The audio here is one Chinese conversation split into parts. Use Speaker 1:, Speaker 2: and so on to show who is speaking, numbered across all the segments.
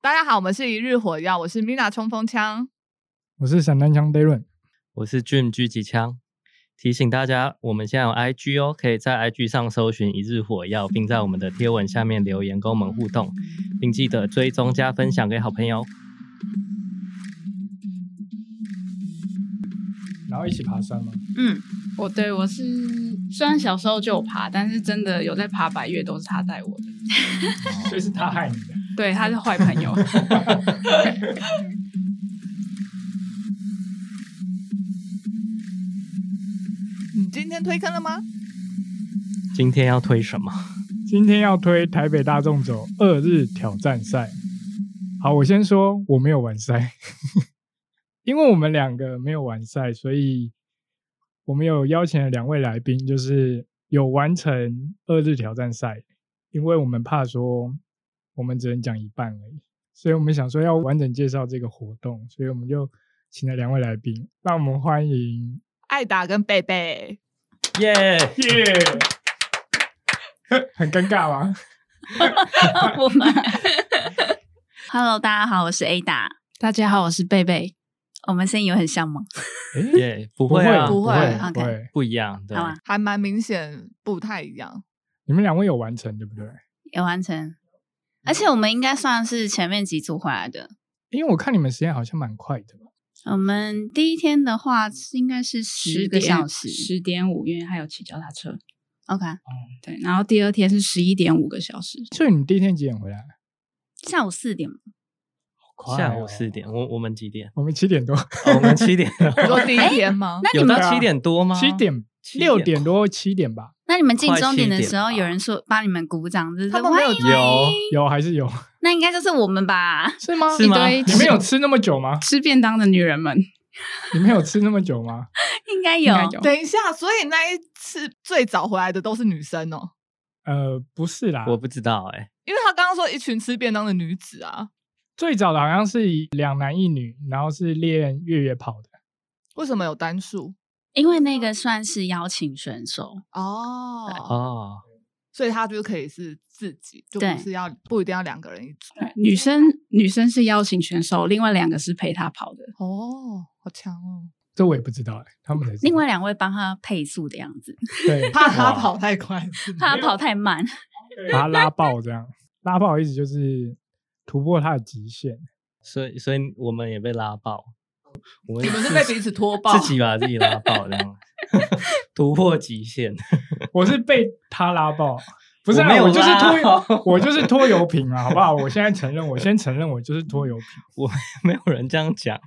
Speaker 1: 大家好，我们是一日火药，我是 Mina 冲锋枪。
Speaker 2: 我是散弹枪 Darren，
Speaker 3: 我是 Jim 狙击枪。提醒大家，我们现在有 IG 哦，可以在 IG 上搜寻“一日火药”，并在我们的贴文下面留言跟我们互动，并记得追踪加分享给好朋友。
Speaker 2: 然后一起爬山吗？
Speaker 4: 嗯，我对我是虽然小时候就有爬，但是真的有在爬百越都是他带我的。
Speaker 2: 所以是他害你的。
Speaker 4: 对，他是坏朋友。
Speaker 1: 你今天推坑了吗？
Speaker 3: 今天要推什么？
Speaker 2: 今天要推台北大众走二日挑战赛。好，我先说我没有完赛， 因为我们两个没有完赛，所以我们有邀请了两位来宾，就是有完成二日挑战赛。因为我们怕说我们只能讲一半而已，所以我们想说要完整介绍这个活动，所以我们就请了两位来宾，让我们欢迎
Speaker 1: 艾达跟贝贝，
Speaker 3: 耶、
Speaker 2: 耶 很尴尬吗？
Speaker 5: 不会。Hello，大家好，我是 Ada。
Speaker 4: 大家好，我是贝贝。
Speaker 5: 我们声音有很像吗？
Speaker 2: 诶
Speaker 3: 耶不会啊，
Speaker 1: 不会
Speaker 2: 不会，
Speaker 5: OK
Speaker 2: 不会。
Speaker 3: 不一样，对
Speaker 5: 好，啊，
Speaker 1: 还蛮明显不太一 样。
Speaker 2: 你们两位有完成对不对？
Speaker 5: 有完成。而且我们应该算是前面几组回来的。
Speaker 2: 因为我看你们时间好像蛮快的吧。
Speaker 5: 我们第一天的话应该是十个小时。
Speaker 4: 十点五，因为还有骑脚踏车。
Speaker 5: OK，
Speaker 4: 对，然后第二天是十一点五个小时。
Speaker 2: 所以你们第一天几点回来？
Speaker 5: 下午四点。
Speaker 2: 快哦？
Speaker 3: 下午四点，我我们几点
Speaker 2: 我们七点多，
Speaker 3: 哦、我们七点，
Speaker 1: 你说第一天吗？
Speaker 5: 那你
Speaker 3: 有
Speaker 5: 们
Speaker 3: 到七点多吗？
Speaker 2: 七点
Speaker 3: 七点
Speaker 2: 六点多七点吧，
Speaker 5: 那你们进终点的时候，
Speaker 3: 快七点吧
Speaker 5: 有人说帮你们鼓掌，就是
Speaker 1: 他们没有
Speaker 5: 欢迎
Speaker 3: 有
Speaker 5: 欢迎
Speaker 2: 有还是有？
Speaker 5: 那应该就是我们吧？
Speaker 2: 是吗？
Speaker 3: 是吗
Speaker 4: 一
Speaker 2: 你
Speaker 4: 堆
Speaker 2: 们有吃那么久吗？
Speaker 4: 吃便当的女人们，
Speaker 2: 你们有吃那么久吗？
Speaker 5: 应该
Speaker 4: 应
Speaker 5: 有。
Speaker 4: 该有
Speaker 1: 等一下，所以那一次最早回来的都是女生哦，
Speaker 2: 呃，不是啦，
Speaker 3: 我不知道哎、
Speaker 1: 因为他刚刚说一群吃便当的女子啊，
Speaker 2: 最早的好像是两男一女，然后是练越野跑的。
Speaker 1: 为什么有单数？
Speaker 5: 因为那个算是邀请选手，
Speaker 1: 哦，
Speaker 3: 哦，
Speaker 1: 所以他就可以是自己，就
Speaker 5: 对
Speaker 1: 不是要不一定要两个人一组。
Speaker 4: 对女生女生是邀请选手，另外两个是陪她跑的。
Speaker 1: 哦，好强哦！
Speaker 2: 这我也不知道哎、他们才知道
Speaker 5: 另外两位帮他配速的样子，
Speaker 2: 对
Speaker 1: 怕他
Speaker 3: 哇
Speaker 1: 跑太快，
Speaker 5: 怕他跑太慢。
Speaker 2: 把他拉爆这样，拉爆的意思就是突破他的极限。
Speaker 3: 所以所以我们也被拉爆，我们
Speaker 1: 你们是被彼此拖爆，
Speaker 3: 自己把自己拉爆，这 样突破极限。
Speaker 2: 我是被他拉爆，不是、啊、
Speaker 3: 我没有
Speaker 2: 我就是
Speaker 3: 拉
Speaker 2: 拖，我就是拖油 瓶啊，好不好？我现在承认，我先承认我就是拖油瓶。
Speaker 3: 没有人这 样讲，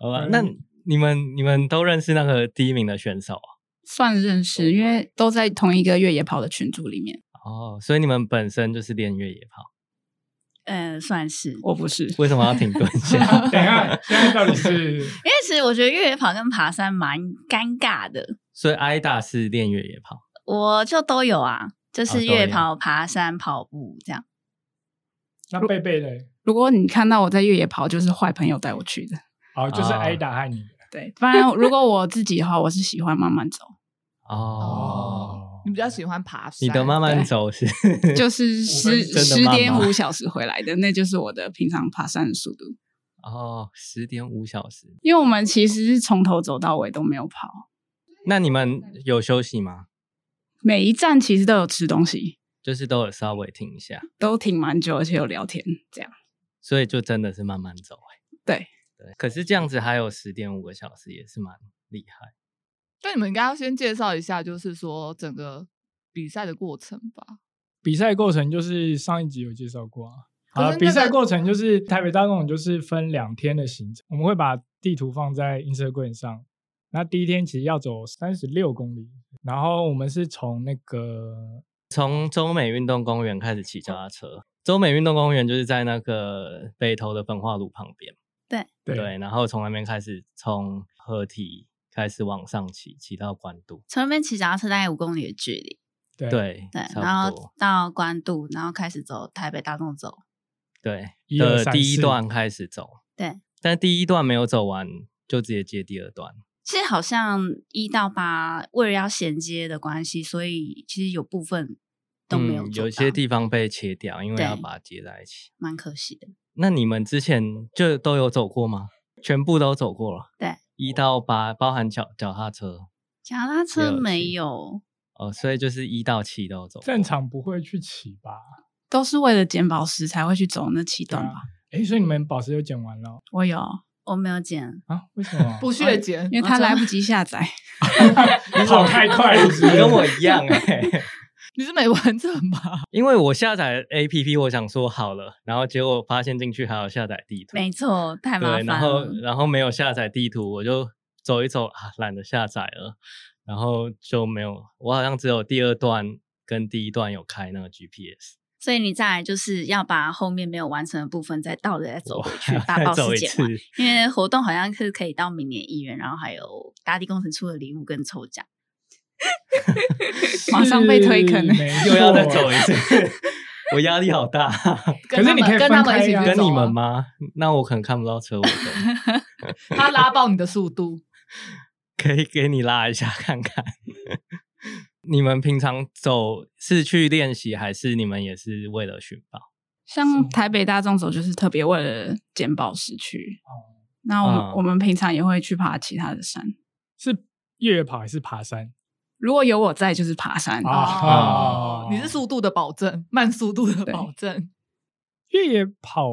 Speaker 3: 好吧？
Speaker 2: 嗯
Speaker 3: 那你们你们都认识那个第一名的选手啊
Speaker 4: 算认识，因为都在同一个越野跑的群组里面。
Speaker 3: 哦，所以你们本身就是练越野跑，
Speaker 5: 呃，算是
Speaker 4: 我不是，
Speaker 3: 为什么要停顿下？
Speaker 2: 等一下，现在到底是
Speaker 5: 因为其实我觉得越野跑跟爬山蛮尴尬的，
Speaker 3: 所以挨打是练越野跑，
Speaker 5: 我就都有啊，就
Speaker 3: 哦
Speaker 5: 是
Speaker 3: 都有
Speaker 5: 越野跑、爬山、跑步这样。
Speaker 2: 那贝贝嘞？
Speaker 4: 如果你看到我在越野跑，就是坏朋友带我去的。
Speaker 2: 好，就是
Speaker 3: 啊
Speaker 2: 挨打害你
Speaker 4: 对，不然如果我自己的话，我是喜欢慢慢走，
Speaker 3: 哦。
Speaker 1: 哦你比较喜欢爬山？
Speaker 3: 你的慢慢
Speaker 4: 对
Speaker 3: 走是
Speaker 4: 就是十
Speaker 3: 真的
Speaker 4: 十
Speaker 3: 慢
Speaker 4: 点
Speaker 3: 吗
Speaker 4: 五小时回来的，那就是我的平常爬山的速度。
Speaker 3: 哦，十点五小时。
Speaker 4: 因为我们其实是从头走到尾都没有跑，
Speaker 3: 那你们有休息吗？
Speaker 4: 每一站其实都有吃东西，
Speaker 3: 就是都有稍微停一下，
Speaker 4: 都挺蛮久，而且有聊天，这样
Speaker 3: 所以就真的是慢慢走、欸。
Speaker 4: 对
Speaker 3: 对，可是这样子还有十点五个小时，也是蛮厉害。
Speaker 1: 但你们应该要先介绍一下，就是说整个比赛的过程吧。
Speaker 2: 比赛过程就是上一集有介绍过啊。
Speaker 1: 可是
Speaker 2: 啊，
Speaker 1: 那个
Speaker 2: 比赛过程就是台北大众就是分两天的行程，我们会把地图放在 Instagram 上。那第一天其实要走三十六公里，然后我们是从那个
Speaker 3: 从中美运动公园开始骑脚踏车。中美运动公园就是在那个北投的焚化炉旁边，
Speaker 2: 对
Speaker 3: 然后从那边开始，从合体开始往上骑，骑到关渡，
Speaker 5: 从那边骑脚踏车大概五公里的距离，
Speaker 2: 对
Speaker 3: 对，
Speaker 5: 对，然
Speaker 3: 差不
Speaker 5: 后
Speaker 3: 多，
Speaker 5: 到关渡，然后开始走台北大众走，
Speaker 3: 对
Speaker 2: 一二
Speaker 3: 的
Speaker 2: 三
Speaker 3: 第一
Speaker 2: 四
Speaker 3: 段开始走，
Speaker 5: 对，
Speaker 3: 但第一段没有走完，就直接接第二段，
Speaker 5: 其实好像一到八为了要衔接的关系，所以其实有部分都
Speaker 2: 嗯
Speaker 5: 没有做到、
Speaker 3: 嗯有些地方被切掉，因为
Speaker 5: 对
Speaker 3: 要把它接在一起。
Speaker 5: 蛮可惜的。
Speaker 3: 那你们之前就都有走过吗？全部都走过了。
Speaker 5: 对，
Speaker 3: 一到八包含脚脚踏车，
Speaker 5: 脚踏车
Speaker 3: 了
Speaker 5: 没
Speaker 3: 解
Speaker 5: 有，
Speaker 3: 哦，所以就是一到七都有走过。
Speaker 2: 正常不会去骑吧？
Speaker 4: 都是为了捡宝石才会去走那七
Speaker 2: 对
Speaker 4: 段
Speaker 2: 啊
Speaker 4: 吧？。
Speaker 2: 哎，所以你们宝石有捡完了
Speaker 4: 我有，
Speaker 5: 我没有捡。
Speaker 2: 啊？为什么？
Speaker 1: 不哎屑剪，
Speaker 3: 啊
Speaker 1: 啊
Speaker 4: 因为他来不及 下载，
Speaker 2: 跑太快了是不
Speaker 3: 你
Speaker 2: 是
Speaker 3: 跟 我一样哎、
Speaker 1: 你是没完整吧？
Speaker 3: 因为我下载 A P P，我想说好了，然后结果发现进去还有下载地图，
Speaker 5: 没错，太麻
Speaker 3: 对，然
Speaker 5: 烦
Speaker 3: 后
Speaker 5: 了。
Speaker 3: 然后没有下载地图，我就走一走啊，懒得下载了，然后就没有，我好像只有第二段跟第一段有开那个 GPS，
Speaker 5: 所以你再来就是要把后面没有完成的部分再倒着再走回 去
Speaker 3: 我，
Speaker 5: 把
Speaker 3: 还要
Speaker 5: 宝
Speaker 3: 哦再走
Speaker 5: 石
Speaker 3: 一
Speaker 5: 捡
Speaker 3: 次
Speaker 5: 完。。因为活动好像是可以到明年一月，然后还有大地工程处的礼物跟抽奖。
Speaker 4: 马上被推坑了
Speaker 2: 是没错
Speaker 3: 又要再走一次， 我压力好大。
Speaker 2: 可是你可以
Speaker 1: 跟
Speaker 2: 分
Speaker 1: 他
Speaker 2: 开
Speaker 1: 们一起
Speaker 2: 呀
Speaker 1: 去
Speaker 3: 跟
Speaker 1: 走
Speaker 3: 你
Speaker 1: 啊
Speaker 3: 们吗？那我可能看不到车尾灯，
Speaker 1: 他拉爆你的速度，
Speaker 3: 可以给你拉一下看看。 你们平常走是去练习，还是你们也是为了寻宝？
Speaker 4: 像台北大众走就是特别为了捡宝石去。那我们、
Speaker 3: 哦嗯
Speaker 4: 我们平常也会去爬其他的山，
Speaker 2: 是越野跑还是爬山
Speaker 4: 如果有我在就是爬山。
Speaker 2: 啊？
Speaker 1: 哦
Speaker 2: 啊
Speaker 1: 你是速度的保证，慢速度的保证。
Speaker 2: 越野跑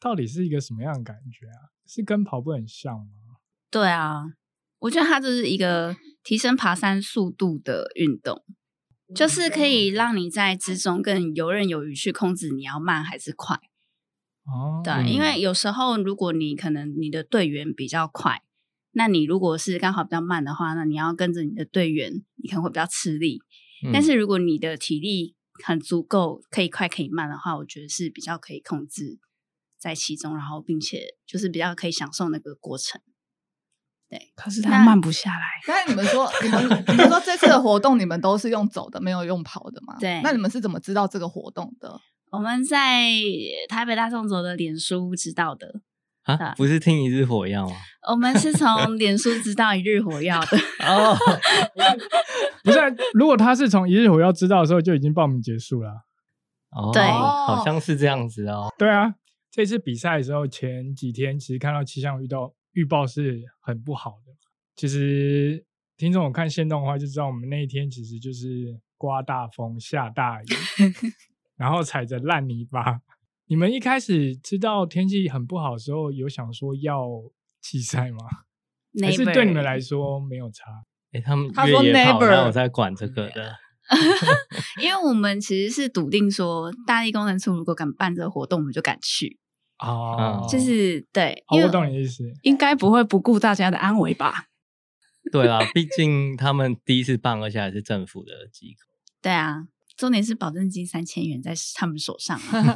Speaker 2: 到底是一个什么样的感觉啊？是跟跑步很像吗？
Speaker 5: 对啊，我觉得它就是一个提升爬山速度的运动，就是可以让你在之中更游刃有余去控制你要慢还是快。
Speaker 2: 哦，
Speaker 5: 对，
Speaker 3: 嗯
Speaker 5: 因为有时候如果你可能你的队员比较快，那你如果是刚好比较慢的话，那你要跟着你的队员，你可能会比较吃力。
Speaker 3: 嗯
Speaker 5: 但是如果你的体力很足够，可以快可以慢的话，我觉得是比较可以控制在其中，然后并且就是比较可以享受那个过程。
Speaker 4: 可是
Speaker 5: 那
Speaker 4: 他慢不下来，
Speaker 1: 但是你们 说，你们你们说这次的活动你们都是用走的，没有用跑的吗？
Speaker 5: 对
Speaker 1: 那你们是怎么知道这个活动的？
Speaker 5: 我们在台北大众走的脸书知道的，
Speaker 3: 啊，不是听一日火药吗？
Speaker 5: 我们 是从脸书知道一日火药的。
Speaker 3: 哦，
Speaker 2: 不是啊、如果他是从一日火要知道的时候就已经报名结束了啊。
Speaker 3: 哦
Speaker 5: 对
Speaker 3: 好像是这样子哦。
Speaker 2: 对啊，这次比赛的时候前几天其实看到气象预报预报是很不好的。其实听众我看线动的话就知道，我们那一天其实就是刮大风、下大 雨，然后踩着烂泥巴。你们一开始知道天气很不好的时候，有想说要弃赛吗？ 还是
Speaker 5: neighbor
Speaker 2: 对你们来说没有差？
Speaker 3: 诶他们
Speaker 1: 他
Speaker 3: 越
Speaker 1: 说
Speaker 3: 野跑，
Speaker 1: neighbor
Speaker 3: 哪有在管这个的？
Speaker 5: 因为我们其实是笃定说，大地工程处如果敢办这个活动，我们就敢去。
Speaker 2: 哦，
Speaker 5: 就是对，
Speaker 2: 哦，
Speaker 5: 因为
Speaker 2: 我懂你的意思。
Speaker 4: 应该不会不顾大家的安危吧？
Speaker 3: 对啦，毕竟他们第一次办，而且还是政府的机构。
Speaker 5: 对啊，重点是保证金三千元在他们手上啊、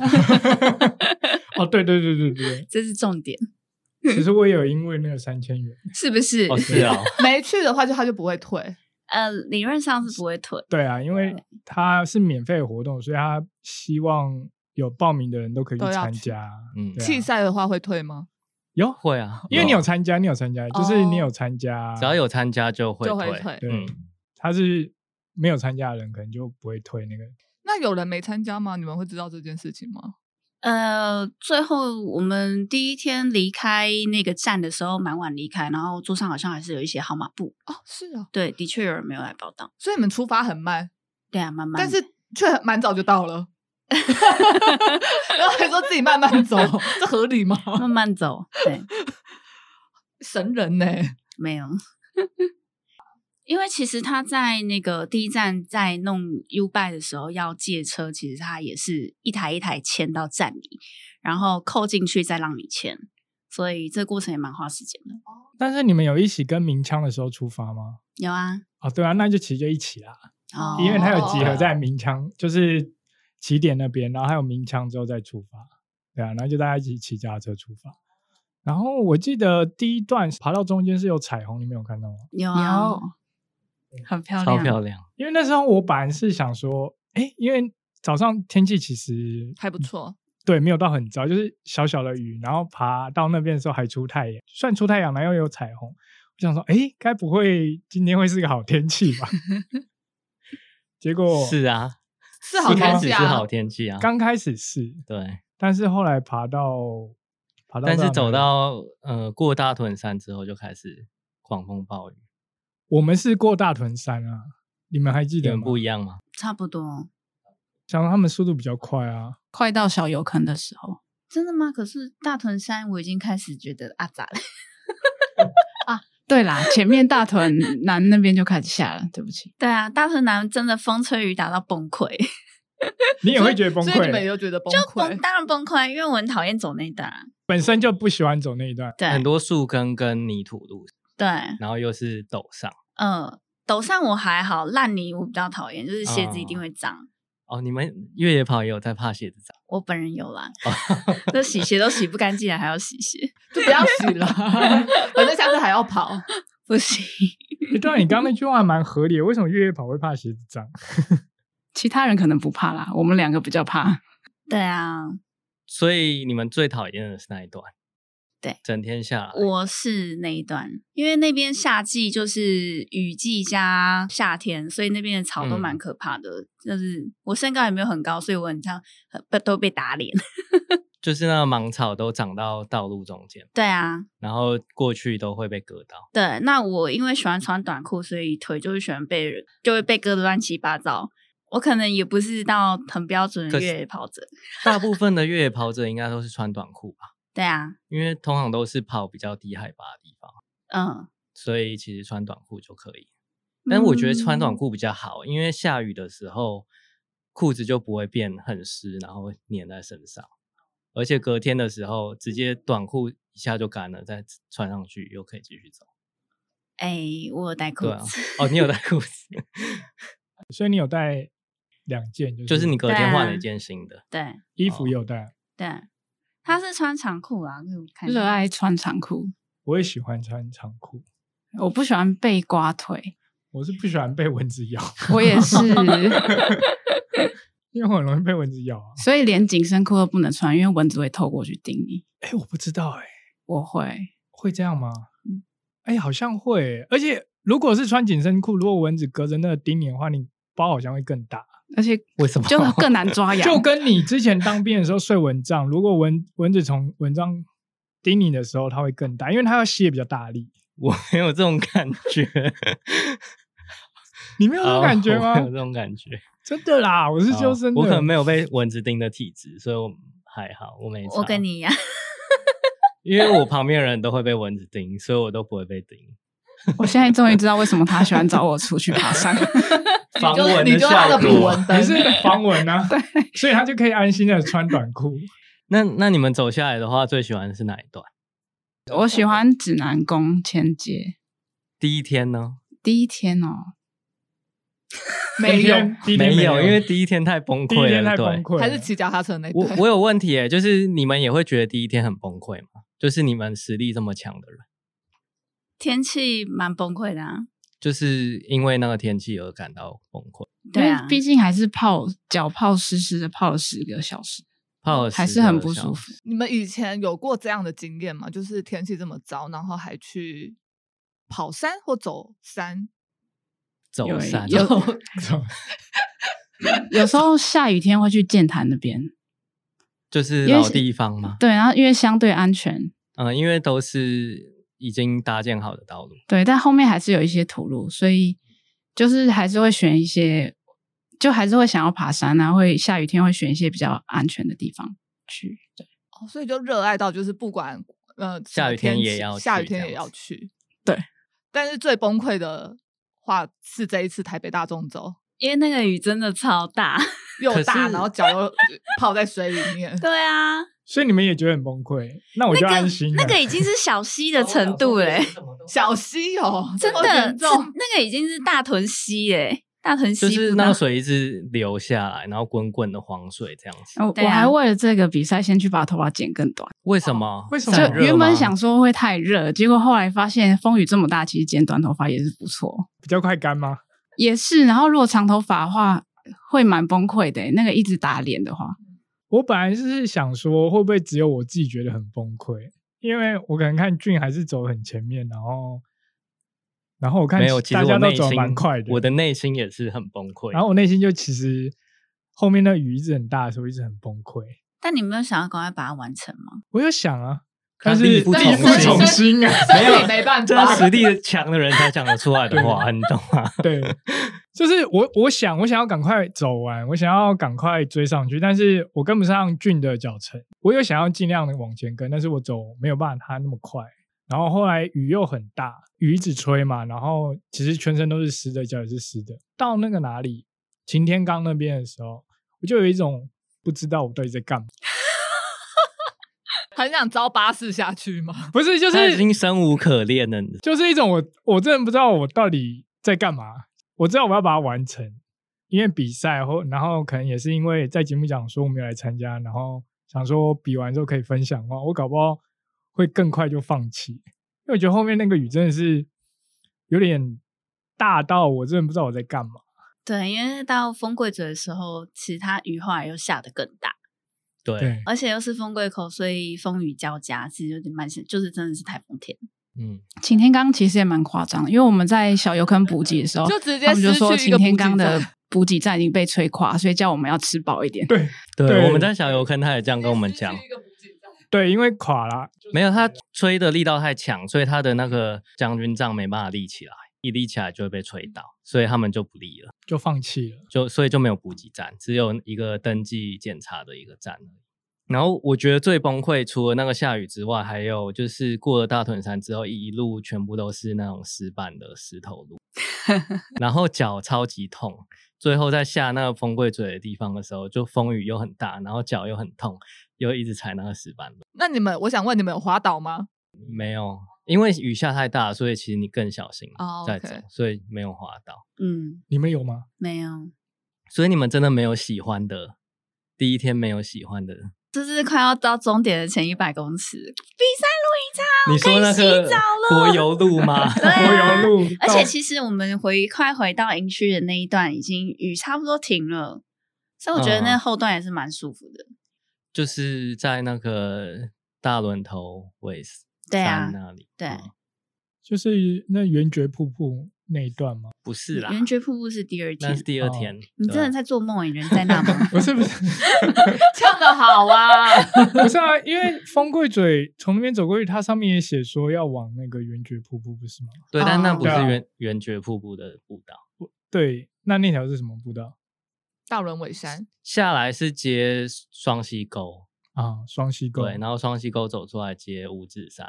Speaker 2: 哦，对对对对对，
Speaker 5: 这是重点，
Speaker 2: 其实我也有因为那个三千元，
Speaker 5: 是不是？
Speaker 3: 哦，是哦，
Speaker 1: 没去的话，就他就不会 退。
Speaker 5: 呃，理论上是不会退。
Speaker 2: 对啊，因为它是免费的活动，所以他希望有报名的人都可以去
Speaker 1: 都要
Speaker 2: 参
Speaker 1: 去
Speaker 2: 加。
Speaker 3: 嗯，
Speaker 2: 对啊
Speaker 1: 弃赛的话会退吗？
Speaker 2: 有，
Speaker 3: 会啊，
Speaker 2: 因为你有参加，你有参加，就是你
Speaker 1: 哦
Speaker 2: 有参加，
Speaker 3: 只要有参加就会
Speaker 1: 就会退
Speaker 2: 对
Speaker 3: 嗯，
Speaker 2: 他是没有参加的人，可能就不会退那个。
Speaker 1: 那有人没参加吗？你们会知道这件事情吗？
Speaker 5: 呃，最后我们第一天离开那个站的时候蛮晚离开，然后桌上好像还是有一些号码布。
Speaker 1: 哦，是啊，
Speaker 5: 对，的确有人没有来报道。
Speaker 1: 所以你们出发很慢，
Speaker 5: 对啊，慢慢。
Speaker 1: 但是却蛮早就到了。 然后还说自己慢慢走，这合理吗？
Speaker 5: 慢慢走，对，
Speaker 1: 神人呢、
Speaker 5: 没有。 因为其实他在那个第一站在弄 U b i 的时候要借车，其实他也是一台一台签到站里，然后扣进去再让你签，所以这过程也蛮花时间的。
Speaker 2: 但是你们有一起跟鸣枪的时候出发吗？
Speaker 5: 有啊，
Speaker 2: 哦，对啊，那就其实就一起啦，
Speaker 5: 哦，
Speaker 2: 因为他有集
Speaker 1: 哦
Speaker 2: 合在鸣枪，就是起点那边，然后还有鸣枪之后再出发，对啊，然后就大家一起骑脚踏车出发。然后我记得第一段爬到中间是有彩虹，你们有看到吗？
Speaker 5: 有啊
Speaker 4: 有，，很漂
Speaker 3: 超
Speaker 4: 亮，
Speaker 3: 漂亮。
Speaker 2: 因为那时候我本来是想说，哎，因为早上天气其实
Speaker 1: 还不错，
Speaker 2: 对，没有到很糟，就是小小的雨，然后爬到那边的时候还出太阳，算出太阳，然后又有彩虹。我想说，哎，该不会今天会是个好天气吧？结果
Speaker 3: 是啊，
Speaker 1: 是好
Speaker 3: 一开
Speaker 1: 天
Speaker 3: 始
Speaker 1: 气
Speaker 3: 是
Speaker 1: 啊，
Speaker 3: 好天气啊，
Speaker 2: 哦刚开始是，
Speaker 3: 对，
Speaker 2: 但是后来爬到爬到，
Speaker 3: 但是走到呃过大屯山之后就开始狂风暴雨，
Speaker 2: 我们是过大屯山啊，你们还记
Speaker 3: 你
Speaker 2: 得
Speaker 3: 们
Speaker 2: 吗？
Speaker 3: 不一样吗？
Speaker 5: 差不多。
Speaker 2: 想到他们速度比较快啊，
Speaker 4: 快到小油坑的时候，
Speaker 5: 真的吗？可是大屯山我已经开始觉得啊咋了？
Speaker 4: 对啦，前面大屯南那边就开始下了，对不起，
Speaker 5: 对啊，大屯南真的风吹雨打到崩溃，
Speaker 2: 你也会觉得 崩
Speaker 1: 所以你们
Speaker 2: 溃，
Speaker 1: 又觉得崩
Speaker 5: 就 崩
Speaker 1: 溃，
Speaker 5: 当然崩溃，因为我很讨厌走那一段啊。
Speaker 2: 本身就不喜欢走那一段，
Speaker 5: 对
Speaker 1: 哎
Speaker 3: 很多树根跟泥土路，
Speaker 5: 对，
Speaker 3: 然后又是陡上。
Speaker 5: 嗯，陡上我还好，烂泥我比较讨厌，就是鞋子一定会脏。
Speaker 3: 哦，你们越野跑也有在怕鞋子脏，
Speaker 5: 我本 人有啦，这洗鞋都洗不干净了，还要洗鞋，
Speaker 1: 就不要洗了，反正下次还要跑。
Speaker 5: 不行。
Speaker 2: 诶对啊，你刚刚那句话还蛮合理的，为什么越野跑会怕鞋子脏？
Speaker 4: 其他人可能不怕啦，我们两个比较怕。
Speaker 5: 对啊，
Speaker 3: 所以你们最讨厌的是那一段。
Speaker 5: 对，
Speaker 3: 整天下来，
Speaker 5: 我是那一段，因为那边夏季就是雨季加夏天，所以那边的草都蛮
Speaker 3: 嗯
Speaker 5: 可怕的。就是我身高也没有很高，所以我很常很被都被打脸。
Speaker 3: 就是那个芒草都长到道路中间，
Speaker 5: 对啊，
Speaker 3: 然后过去都会被割 到。
Speaker 5: 对，那我因为喜欢穿短裤，所以腿就会喜欢被就会被割得乱七八糟。我可能也不是到很标准的
Speaker 3: 可是
Speaker 5: 越野跑者，
Speaker 3: 大部分的越野跑者应该都是穿短裤吧，
Speaker 5: 对啊，
Speaker 3: 因为通常都是跑比较低海拔的地方，
Speaker 5: 嗯，
Speaker 3: 所以其实穿短裤就可以。但我觉得穿短
Speaker 5: 嗯
Speaker 3: 裤比较好，因为下雨的时候裤子就不会变很湿，然后粘在身上，而且隔天的时候直接短裤一下就干了，再穿上去又可以继续走。
Speaker 5: 哎、我有带裤
Speaker 3: 对啊
Speaker 5: 子，，
Speaker 3: 哦，你有带裤 子，
Speaker 2: 所以你有带两件，就是
Speaker 3: 就是你哦隔天换了
Speaker 5: 对啊
Speaker 3: 一件新的。
Speaker 5: 对
Speaker 2: 衣服也有带，
Speaker 5: 对，他是穿长裤啊，给我看一下
Speaker 4: 热爱穿长裤，
Speaker 2: 我也喜欢穿长裤，
Speaker 4: 我不喜欢被刮腿，
Speaker 2: 我是不喜欢被蚊子咬，
Speaker 4: 我也是，
Speaker 2: 因为我很容易被蚊子咬啊。
Speaker 4: 所以连紧身裤都不能穿，因为蚊子会透过去叮你。
Speaker 2: 哎，我不知道哎、
Speaker 4: 我会，
Speaker 2: 会这样吗
Speaker 5: 嗯？
Speaker 2: 哎、好像会欸、而且如果是穿紧身裤，如果蚊子隔着那个叮你的话，你包好像会更大，
Speaker 4: 而且
Speaker 3: 为什么
Speaker 4: 就 更难抓痒。
Speaker 2: 就跟你之前当兵的时候睡蚊帐，如果蚊蚊子从蚊帐叮你的时候，它会更大，因为它要吸的比较大力。
Speaker 3: 我没有这种感 觉，
Speaker 2: 你没有这种感觉吗
Speaker 3: 啊我没有这种感觉，哦
Speaker 2: 真的啦，我是修身的，
Speaker 3: 我可能没有被蚊子叮的体质，所以我还好，我没。
Speaker 5: 我跟，你一样，
Speaker 3: 因为我旁边的人都会被蚊子叮，所以我都不会被叮。
Speaker 4: 我现在终于知道为什么他喜欢找我出去爬 山。
Speaker 3: 防
Speaker 1: 就
Speaker 3: 蚊
Speaker 1: 你
Speaker 3: 的
Speaker 1: 就那个
Speaker 3: 效
Speaker 1: 捕
Speaker 3: 果
Speaker 1: 蚊。
Speaker 2: 你
Speaker 1: 灯，
Speaker 2: 是防蚊 啊，所以他就可以安心的穿短裤。
Speaker 3: 那那你们走下来的话，最喜欢的是哪一段？
Speaker 4: 我喜欢指南宫千街。
Speaker 3: 第一天呢？
Speaker 4: 第一天哦，
Speaker 2: 第一天，第一天
Speaker 3: 没
Speaker 2: 没
Speaker 3: 有，因为第一天太崩
Speaker 2: 第一
Speaker 3: 溃
Speaker 2: 天
Speaker 3: 了。
Speaker 2: 太
Speaker 3: 对，
Speaker 2: 崩溃了，
Speaker 1: 还是骑脚踏车那
Speaker 4: 哎
Speaker 1: 一
Speaker 3: 我
Speaker 1: 段
Speaker 3: 我有问题诶，就是你们也会觉得第一天很崩溃吗？就是你们实力这么强的人，
Speaker 5: 天气蛮崩溃的啊。
Speaker 3: 就是因为那个天气而感到崩溃，
Speaker 5: 对啊
Speaker 4: 因为，毕竟还是泡脚泡湿湿的，泡了十个小时，
Speaker 3: 泡了
Speaker 4: 还
Speaker 3: 10
Speaker 4: 是很
Speaker 3: 个
Speaker 4: 不
Speaker 3: 小
Speaker 4: 舒
Speaker 3: 时。
Speaker 4: 服。
Speaker 1: 你们以前有过这样的经验吗？就是天气这么糟，然后还去跑山或走山？
Speaker 3: 走
Speaker 4: 有
Speaker 3: 山
Speaker 4: 有有时候下雨天会去剑潭那边，
Speaker 3: 就是
Speaker 4: 因为
Speaker 3: 老
Speaker 4: 是
Speaker 3: 地方嘛，
Speaker 4: 对，然后因为相对安全，
Speaker 3: 嗯，因为都是已经搭建好的道路，
Speaker 4: 对，但后面还是有一些土路，所以就是还是会选一些，就还是会想要爬山啊，会下雨天会选一些比较安全的地方去。对
Speaker 1: 哦，所以就热爱到就是不管呃什
Speaker 3: 下
Speaker 1: 么
Speaker 3: 雨天
Speaker 1: 气
Speaker 3: 也要
Speaker 1: 下
Speaker 3: 去
Speaker 1: 雨天
Speaker 3: 这
Speaker 1: 也
Speaker 3: 样
Speaker 1: 要
Speaker 3: 子
Speaker 1: 去。
Speaker 4: 对，
Speaker 1: 但是最崩溃的话是这一次台北大众走
Speaker 5: 因为那个雨真的超大。
Speaker 1: 又
Speaker 3: 可
Speaker 1: 大，
Speaker 3: 是
Speaker 1: 然后脚又泡在水里面。
Speaker 5: 对啊，
Speaker 2: 所以你们也觉得很崩溃，那我
Speaker 5: 那
Speaker 2: 就安
Speaker 5: 个
Speaker 2: 心啊了。
Speaker 5: 那个已经是小溪的程度
Speaker 4: 欸
Speaker 5: 嘞、
Speaker 1: 小溪哦，
Speaker 5: 真
Speaker 1: 这么
Speaker 5: 的
Speaker 1: 严
Speaker 5: 是
Speaker 1: 重，
Speaker 5: 那个已经是大屯溪嘞、大屯溪
Speaker 3: 就是
Speaker 5: 步
Speaker 3: 那
Speaker 5: 道
Speaker 3: 个水一直流下来，然后滚滚的黄水这样子。
Speaker 4: 我
Speaker 5: 对
Speaker 4: 哦
Speaker 5: 啊
Speaker 4: 我还为了这个比赛先去把头发剪更短，
Speaker 3: 为什么？
Speaker 2: 哦为什么
Speaker 3: 散
Speaker 4: 就
Speaker 3: 热
Speaker 4: 原本
Speaker 3: 吗
Speaker 4: 想说会太热，结果后来发现风雨这么大，其实剪短头发也是不错，
Speaker 2: 比较快干吗？
Speaker 4: 也是。然后如果长头发的话，会蛮崩溃的、欸那个一直打脸的话，
Speaker 2: 我本来是想说，会不会只有我自己觉得很崩溃？因为我可能看俊还是走很前面，然后，然后我看
Speaker 3: 没有，其实
Speaker 2: 大
Speaker 3: 我
Speaker 2: 家都
Speaker 3: 内
Speaker 2: 走
Speaker 3: 心
Speaker 2: 蛮快的，
Speaker 3: 我的内心也是很崩溃。
Speaker 2: 然后我内心就其实后面那雨一直很大的时候，一直很崩溃。
Speaker 5: 但你没有想要赶快把它完成吗？
Speaker 2: 我有想啊，
Speaker 3: 但
Speaker 2: 但
Speaker 3: 是
Speaker 2: 是
Speaker 3: 力不
Speaker 1: 但
Speaker 3: 从
Speaker 1: 是
Speaker 2: 从
Speaker 3: 心
Speaker 2: 心 啊，
Speaker 1: 所以没办
Speaker 3: 这
Speaker 1: 法
Speaker 3: 是。实力强的人才讲得出来的话，你懂啊吗？
Speaker 2: 对，就是我我想我想要赶快走完，我想要赶快追上去，但是我跟不上俊的脚程。我有想要尽量的往前跟，但是我走没有办法他那么快。然后后来雨又很大，雨一直吹嘛，然后其实全身都是湿的，脚也是湿的。到那个哪里擎天岗那边的时候，我就有一种不知道我到底在干嘛。
Speaker 1: 很想招巴士下去吗？
Speaker 2: 不是，就
Speaker 3: 他已
Speaker 2: 是
Speaker 3: 经生无可恋了，
Speaker 2: 就是一种我我真的不知道我到底在干嘛。我知道我要把它完成，因为比赛或然后可能也是因为在节目讲说我没有来参加，然后想说比完之后可以分享的话，我搞不好会更快就放弃，因为我觉得后面那个雨真的是有点大到我真的不知道我在干嘛。
Speaker 5: 对，因为到风柜嘴的时候，其实它雨后来又下得更大，
Speaker 3: 对，
Speaker 2: 对，
Speaker 5: 而且又是风柜口，所以风雨交加，其实有点蛮像，就是真的是台风天。
Speaker 3: 嗯，
Speaker 4: 擎天刚其实也蛮夸张的，因为我们在小油坑补给的时 候，
Speaker 1: 就直接
Speaker 4: 他们就
Speaker 1: 失
Speaker 4: 说
Speaker 1: 去一个
Speaker 4: 擎
Speaker 1: 补给
Speaker 4: 天刚的
Speaker 1: 站
Speaker 4: 补给站已经被吹垮，所以叫我们要吃饱一点。
Speaker 3: 对，
Speaker 2: 对
Speaker 3: 我们在小油坑，他也这样跟我们讲，
Speaker 2: 对，因为垮了，
Speaker 3: 没有他吹的力道太强，所以他的那个将军杖没办法立起来，一立起来就会被吹倒，所以他们就不立了，
Speaker 2: 就放弃了。
Speaker 3: 就所以就没有补给站，只有一个登记检查的一个站而已。然后我觉得最崩溃，除了那个下雨之外，还有就是过了大屯山之后，一路全部都是那种石板的石头 路，然后脚超级痛。最后在下那个风柜嘴的地方的时候，就风雨又很大，然后脚又很痛，又一直踩那个石板路。
Speaker 1: 那你们，我想问你们有滑倒吗？
Speaker 3: 没有，因为雨下太大，所以其实你更小心
Speaker 1: 哦
Speaker 3: 在
Speaker 1: OK
Speaker 3: 走，所以没有滑倒。
Speaker 5: 嗯，
Speaker 2: 你们有吗？
Speaker 5: 没有，
Speaker 3: 所以你们真的没有喜欢的，第一天没有喜欢的。
Speaker 5: 就是快要到终点的前一百公尺，比赛录一场。
Speaker 3: 你说那
Speaker 5: 哦洗
Speaker 3: 个
Speaker 5: 澡了
Speaker 3: 柏油路吗？
Speaker 5: 对啊
Speaker 2: 柏油路到，
Speaker 5: 而且其实我们回快回到营区的那一段，已经雨差不多停了，所以我觉得那
Speaker 3: 嗯
Speaker 5: 后段也是蛮舒服的。
Speaker 3: 就是在那个大轮头尾
Speaker 5: 对
Speaker 3: 山
Speaker 5: 啊
Speaker 3: 那里。
Speaker 5: 对
Speaker 3: 嗯
Speaker 2: 就是那圆觉瀑布那一段吗？
Speaker 3: 不是啦，
Speaker 5: 圆觉瀑布是第二
Speaker 3: 那
Speaker 5: 天
Speaker 3: 是，第二
Speaker 2: 哦
Speaker 3: 天。
Speaker 5: 你真
Speaker 3: 对啊
Speaker 5: 的在做梦欸诶，人在那吗？
Speaker 2: 不 是不是。
Speaker 1: 唱的好啊！
Speaker 2: 不是啊，因为风柜嘴从那边走过去，它上面也写说要往那个圆觉瀑布，不是吗？
Speaker 3: 对，但那
Speaker 5: 哦
Speaker 3: 不是
Speaker 2: 对啊
Speaker 3: 圆圆觉瀑布的步道，
Speaker 2: 对，那那条是什么步道
Speaker 1: 大轮尾山，
Speaker 3: 下来是接双溪沟，
Speaker 2: 啊？双溪沟。
Speaker 3: 对，然后双溪沟走出来接五指山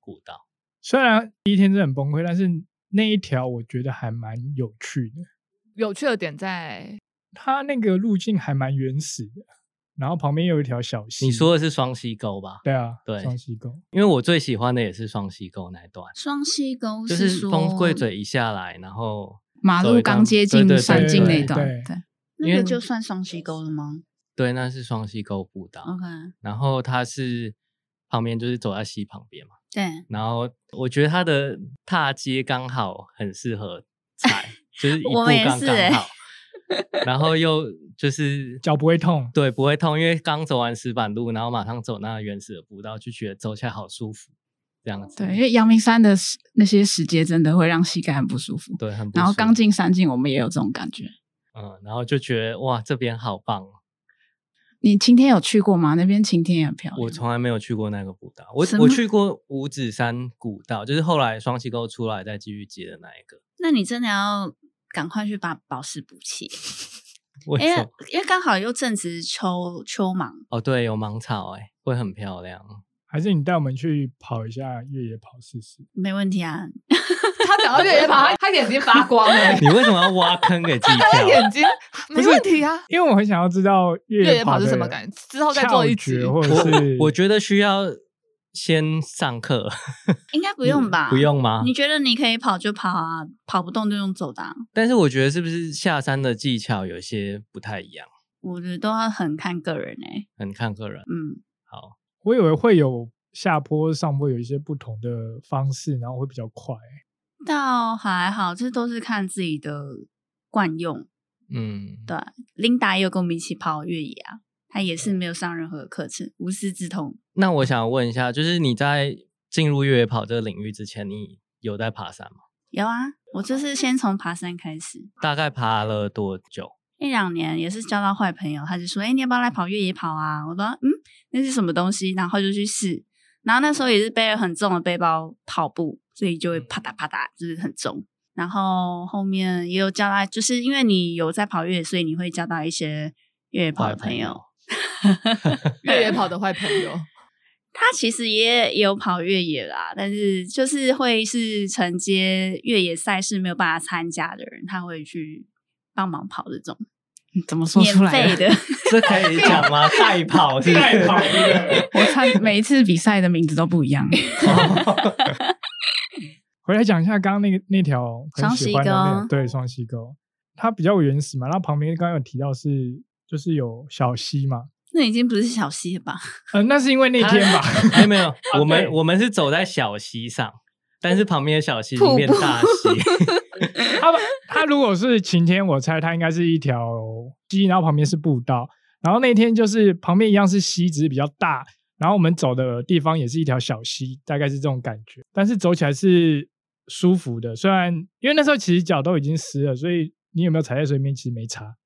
Speaker 3: 古道。
Speaker 2: 虽然第一天真的很崩溃，但是那一条我觉得还蛮有趣的，
Speaker 1: 有趣的点在
Speaker 2: 它那个路径还蛮原始的，然后旁边有一条小溪。
Speaker 3: 你说的是双溪沟吧？
Speaker 2: 对啊，
Speaker 3: 对
Speaker 2: 双溪沟。
Speaker 3: 因为我最喜欢的也是双溪沟那一段，
Speaker 5: 双溪沟
Speaker 3: 就是
Speaker 5: 说
Speaker 3: 风柜嘴一下来，然后
Speaker 4: 马
Speaker 3: 走
Speaker 4: 路
Speaker 3: 一段
Speaker 4: 刚接
Speaker 3: 对
Speaker 4: 近
Speaker 3: 对
Speaker 4: 山
Speaker 3: 对
Speaker 4: 径那
Speaker 3: 对
Speaker 4: 一段，
Speaker 2: 对
Speaker 4: 对，
Speaker 5: 那
Speaker 3: 因为
Speaker 5: 个就算双溪沟了吗
Speaker 3: 对，那是双溪沟步道。
Speaker 5: ？OK，
Speaker 3: 然后它是旁边就是走在溪旁边嘛，
Speaker 5: 对，
Speaker 3: 然后我觉得它的踏阶刚好很适合踩，就是一步
Speaker 5: 我们也
Speaker 3: 刚
Speaker 5: 是
Speaker 3: 刚
Speaker 5: 欸
Speaker 3: 好，然后又就是
Speaker 2: 脚不会痛
Speaker 3: 对，不会痛，因为刚走完石板路，然后马上走那个原始的步道，就觉得走起来好舒服，这样子。
Speaker 4: 对，因为阳明山的石那些石阶真的会让膝盖很不舒服。
Speaker 3: 对，很不
Speaker 4: 然后
Speaker 3: 舒
Speaker 4: 刚
Speaker 3: 服
Speaker 4: 进山径，我们也有这种感觉。
Speaker 3: 嗯，然后就觉得哇，这边好棒哦，
Speaker 4: 你晴天有去过吗？那边晴天也很漂亮。
Speaker 3: 我从来没有去过那个步道，我
Speaker 5: 什
Speaker 3: 我
Speaker 5: 么
Speaker 3: 去过五指山古道，就是后来双溪沟出来再继续接的那一个。
Speaker 5: 那你真的要赶快去把宝石补齐，
Speaker 3: 为
Speaker 5: 因
Speaker 3: 什
Speaker 5: 为
Speaker 3: 么？
Speaker 5: 因为刚好又正值秋秋忙，
Speaker 3: 哦，对，有芒草、欸，会很漂亮。
Speaker 2: 还是你带我们去跑一下越野跑试试？
Speaker 5: 没问题啊。
Speaker 1: 他讲到 越野跑，他他眼睛发光了、
Speaker 3: 你为什么要挖坑给 自己
Speaker 1: 他
Speaker 3: 跳？
Speaker 1: 眼睛没
Speaker 2: 是
Speaker 1: 问题啊。
Speaker 2: 因为我很想要知道
Speaker 1: 越
Speaker 2: 野
Speaker 1: 野跑是
Speaker 2: 的
Speaker 1: 什么感觉之后再做一集
Speaker 2: 窍 诀或者是
Speaker 3: 我觉得需要先上课，
Speaker 5: 应该不用
Speaker 3: 嗯
Speaker 5: 吧？
Speaker 3: 不用啊吗
Speaker 5: 你？觉得你可以跑就跑啊，跑不动就用走的、啊。
Speaker 3: 但是我觉得是不是下山的技巧有些不太一样，
Speaker 5: 我觉得都要很看个人哎、
Speaker 3: 很看个人。
Speaker 5: 嗯，
Speaker 3: 好，
Speaker 2: 我以为会有下坡、上坡有一些不同的方式，然后会比较快。
Speaker 5: 倒还好，这都是看自己的惯用。
Speaker 3: 嗯，
Speaker 5: 对琳达也有跟我们一起跑越野啊，她也是没有上任何课程，无师自通。
Speaker 3: 那我想问一下，就是你在进入越野跑这个领域之前，你有在爬山吗？
Speaker 5: 有啊，我就是先从爬山开始，
Speaker 3: 大概爬了多久？
Speaker 5: 一两年也是交到坏朋友，他就说：“哎、你要不要来跑越野跑啊？”我说：“嗯，那是什么东西？”然后就去试，然后那时候也是背了很重的背包跑步，所以就会啪嗒啪嗒，就是很重。然后后面也有交到，就是因为你有在跑越野，所以你会交到一些越野跑的朋友。
Speaker 1: 越野跑的坏朋友，
Speaker 5: 他其实也也有跑越野啦，但是就是会是承接越野赛事没有办法参加的人，他会去帮忙跑这种
Speaker 4: 你怎么说
Speaker 5: 免
Speaker 4: 出来啊
Speaker 5: 费
Speaker 4: 的？
Speaker 5: 的。
Speaker 3: 这可以讲 吗？代跑是不是
Speaker 2: 太跑 了。
Speaker 4: 我参每一次比赛的名字都不一样。
Speaker 3: 哦
Speaker 2: 回来讲一下刚刚那个那条很喜欢的那
Speaker 5: 双溪
Speaker 2: 个
Speaker 5: 沟
Speaker 2: 对双溪沟，它比较原始嘛。那旁边刚刚有提到是就是有小溪嘛，
Speaker 5: 那已经不是小溪了吧？
Speaker 2: 呃，那是因为那天 吧，
Speaker 3: 没有没 有，
Speaker 4: 哦
Speaker 3: 我
Speaker 2: 对
Speaker 3: 们我们是走在小溪上，但是旁边的小溪已经变大 溪，
Speaker 2: 它它如果是晴天，我猜它应该是一条溪，然后旁边是步道，然后那天就是旁边一样是溪，只是比较大，然后我们走的地方也是一条小溪，大概是这种感觉，但是走起来是舒服的，虽然因为那时候其实脚都已经湿了，所以你有没有踩在水里面其实没差。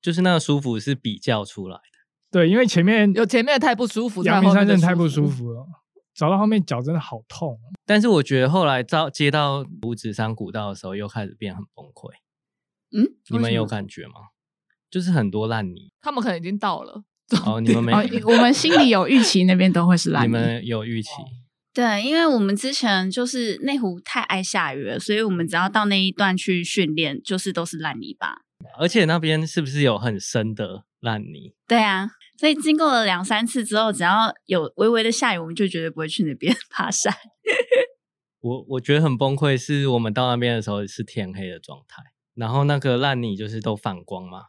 Speaker 3: 就是那个舒服是比较出来的。
Speaker 2: 对，因为前面
Speaker 1: 有前面的太不舒服，才有
Speaker 2: 阳明
Speaker 1: 后
Speaker 2: 山
Speaker 1: 面
Speaker 2: 真
Speaker 1: 的
Speaker 2: 的太不舒。服了，走到后面脚真的好痛。哦
Speaker 3: 但是我觉得后来到接到五指山古道的时候，又开始变很崩溃。
Speaker 5: 嗯，
Speaker 3: 你
Speaker 5: 为
Speaker 3: 们
Speaker 5: 什
Speaker 3: 有
Speaker 5: 么
Speaker 3: 感觉吗？就是很多烂 泥
Speaker 1: 他们可能已经到了，
Speaker 3: 哦，你们没，
Speaker 4: 哦，我们心里有预期，那边都会是
Speaker 3: 你
Speaker 4: 烂泥。
Speaker 3: 们有预期，
Speaker 5: 对，因为我们之前就是内湖太爱下雨了，所以我们只要到那一段去训练，就是都是烂泥巴。
Speaker 3: 而且那边是不是有很深的烂泥？
Speaker 5: 对啊，所以经过了两三次之后，只要有微微的下雨，我们就绝对不会去那边 爬山。
Speaker 3: 我我觉得很崩溃，是我们到那边的时候是天黑的状态，然后那个烂泥就是都反光嘛，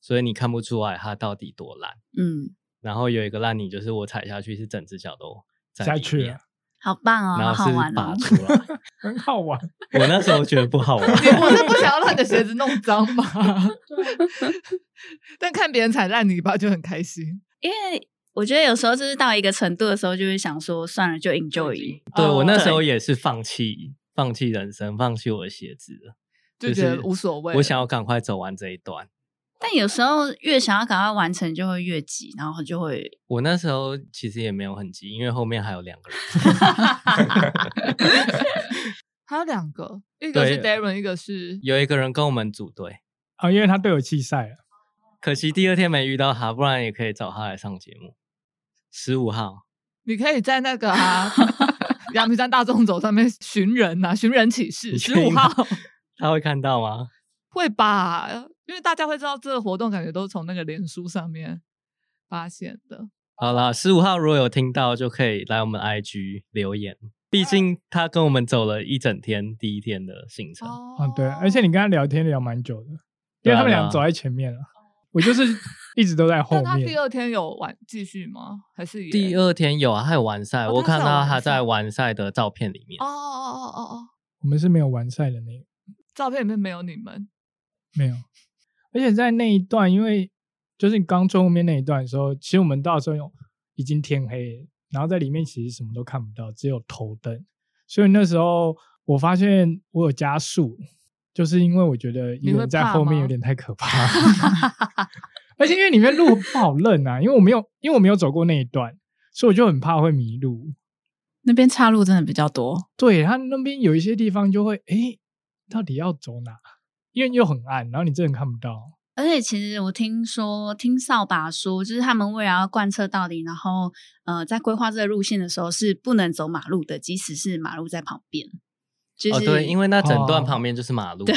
Speaker 3: 所以你看不出来它到底多烂。
Speaker 5: 嗯，
Speaker 3: 然后有一个烂泥，就是我踩下去是整只脚都在
Speaker 2: 下
Speaker 3: 里
Speaker 2: 去
Speaker 3: 面
Speaker 2: 了
Speaker 5: 好棒哦，好
Speaker 3: 然后
Speaker 5: 好
Speaker 3: 是
Speaker 5: 玩
Speaker 3: 拔
Speaker 5: 哦。
Speaker 3: 出来。
Speaker 2: 很好玩，
Speaker 3: 我那时候觉得不 好玩，
Speaker 1: 你不是不想要让你的鞋子弄脏吗？但看别人踩烂泥巴就很开心。
Speaker 5: 因为我觉得有时候就是到一个程度的时候，就会想说算了，就 enjoy。
Speaker 3: 对我那时候
Speaker 5: 哦对
Speaker 3: 也是放弃放弃人生，放弃我的鞋子了，
Speaker 1: 就觉得无所谓了
Speaker 3: 我想要赶快走完这一段。
Speaker 5: 但有时候越想要赶快完成，就会越急，然后就会
Speaker 3: 我那时候其实也没有很急，因为后面还有两个人。
Speaker 1: 还有两个，一个是
Speaker 3: 对
Speaker 1: Darren，一个是
Speaker 3: 有一个人跟我们组队，
Speaker 2: 啊，因为他队友弃赛了，
Speaker 3: 可惜第二天没遇到他，不然也可以找他来上节目。十五号，
Speaker 1: 你可以在那个啊 阳明山大众走上面寻人呐、啊，寻人启事，
Speaker 3: 你
Speaker 1: 十
Speaker 3: 确
Speaker 1: 五
Speaker 3: 定吗
Speaker 1: 号
Speaker 3: 他会看到吗？
Speaker 1: 会吧？因为大家会知道这个活动，感觉都是从那个脸书上面发现的。
Speaker 3: 好啦，十五号如果有听到，就可以来我们 IG 留言。
Speaker 1: 啊
Speaker 3: 毕竟他跟我们走了一整天，第一天的行程。
Speaker 1: 哦
Speaker 2: 啊，对，而且你跟他聊天聊蛮久的，因
Speaker 3: 对
Speaker 2: 为
Speaker 3: 啊
Speaker 2: 他们
Speaker 3: 对
Speaker 2: 俩
Speaker 3: 啊
Speaker 2: 走在前面了，我就是一直都在后
Speaker 1: 但他第
Speaker 2: 面。
Speaker 1: 二天有玩继续吗？还是也
Speaker 3: 第？二天有啊，还有完赛，
Speaker 1: 哦
Speaker 3: 我
Speaker 1: 他是
Speaker 3: 看
Speaker 1: 有
Speaker 3: 到
Speaker 1: 完
Speaker 3: 他在
Speaker 1: 赛
Speaker 3: 完赛的照片里面
Speaker 1: 哦。哦哦哦哦，
Speaker 2: 我们是没有完赛的那个，
Speaker 1: 照片里面没有你们。
Speaker 2: 没有。而且在那一段，因为就是你刚最后面那一段的时候，其实我们到时候有已经天黑了，然后在里面其实什么都看不到，只有头灯。所以那时候我发现我有加速，就是因为我觉得
Speaker 1: 你
Speaker 2: 一个
Speaker 1: 会
Speaker 2: 人在
Speaker 1: 怕
Speaker 2: 后面
Speaker 1: 吗
Speaker 2: 有点 太可怕了，而且因为里面路不好认啊，因为我没有因为我没有走过那一段，所以我就很怕会迷路。
Speaker 4: 那边岔路真的比较多，
Speaker 2: 对，它那边有一些地方就会，诶，到底要走哪？因为又很暗，然后你真的看不到。
Speaker 5: 而且其实我听说，听扫把说，就是他们为了要贯彻到底，然后呃，在规划这个路线的时候是不能走马路的，即使是马路在旁边，就
Speaker 3: 哦，
Speaker 5: 是、
Speaker 3: 对，因为那整段
Speaker 2: 哦
Speaker 3: 旁边就是马路。
Speaker 5: 对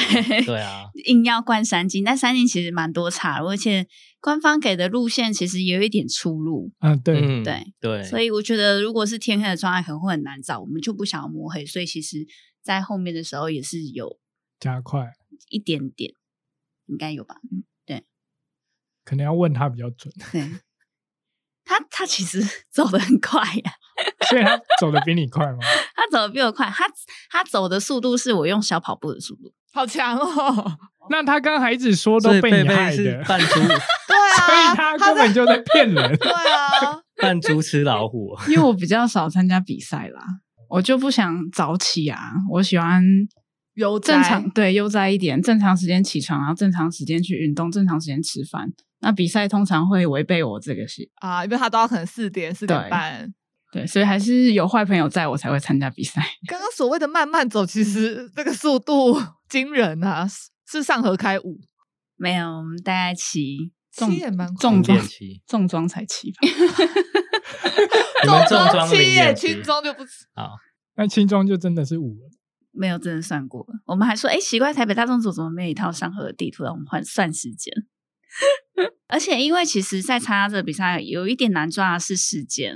Speaker 3: 对啊，
Speaker 5: 硬要灌山径，但山径其实蛮多岔路，而且官方给的路线其实也有一点出入，
Speaker 2: 嗯，对，
Speaker 3: 嗯
Speaker 5: 对
Speaker 3: 对，
Speaker 5: 所以我觉得如果是天黑的状态，可能会很难找，我们就不想要摸黑，所以其实在后面的时候也是有
Speaker 2: 加快，
Speaker 5: 一点点，应该有吧？
Speaker 2: 可能要问他比较准，
Speaker 5: 对，他他其实 走得很快呀、
Speaker 2: 所以他走的比你快 吗？
Speaker 5: 他走的比我快，他他走的速度是我用小跑步的速度。
Speaker 1: 好强哦！
Speaker 2: 那他刚才一直说都
Speaker 3: 所以
Speaker 2: 被
Speaker 3: 贝
Speaker 2: 你害
Speaker 3: 贝
Speaker 2: 的，
Speaker 3: 是扮 猪
Speaker 1: 对
Speaker 2: 所以
Speaker 1: 啊，
Speaker 2: 他
Speaker 1: 他
Speaker 2: 根
Speaker 1: 在。
Speaker 2: 本就在骗人
Speaker 1: 对啊，
Speaker 3: 扮猪吃 老虎。
Speaker 4: 因为我比较少参加比赛啦，我就不想早起啊，我喜欢
Speaker 1: 悠
Speaker 4: 正
Speaker 1: 哉
Speaker 4: 常对悠哉一点，正常时间起床，然后正常时间去运动，正常时间吃饭。那比赛通常会违背我这个习，
Speaker 1: 啊，因为他都要可能四点四点
Speaker 4: 对
Speaker 1: 半。
Speaker 4: 对，所以还是有坏朋友在我才会参加比赛。
Speaker 1: 刚刚所谓的慢慢走，其实这个速度惊人啊，是是上合开五，
Speaker 5: 没有，我们大概骑
Speaker 4: 重
Speaker 1: 七也蛮快
Speaker 4: 重
Speaker 1: 的
Speaker 4: 装
Speaker 3: 练习
Speaker 4: 重装才七吧，
Speaker 3: 你们重
Speaker 1: 重
Speaker 3: 装零
Speaker 1: 七耶，
Speaker 3: 点七
Speaker 1: 轻装就不是
Speaker 3: 好，
Speaker 2: 那轻装就真的是五了。
Speaker 5: 没有真的算过。我们还说，哎，奇怪，台北大众组怎么没有一套上河的地图让我们换算时间？ 而且，因为其实，在参加这个比赛有一点难抓的是时间，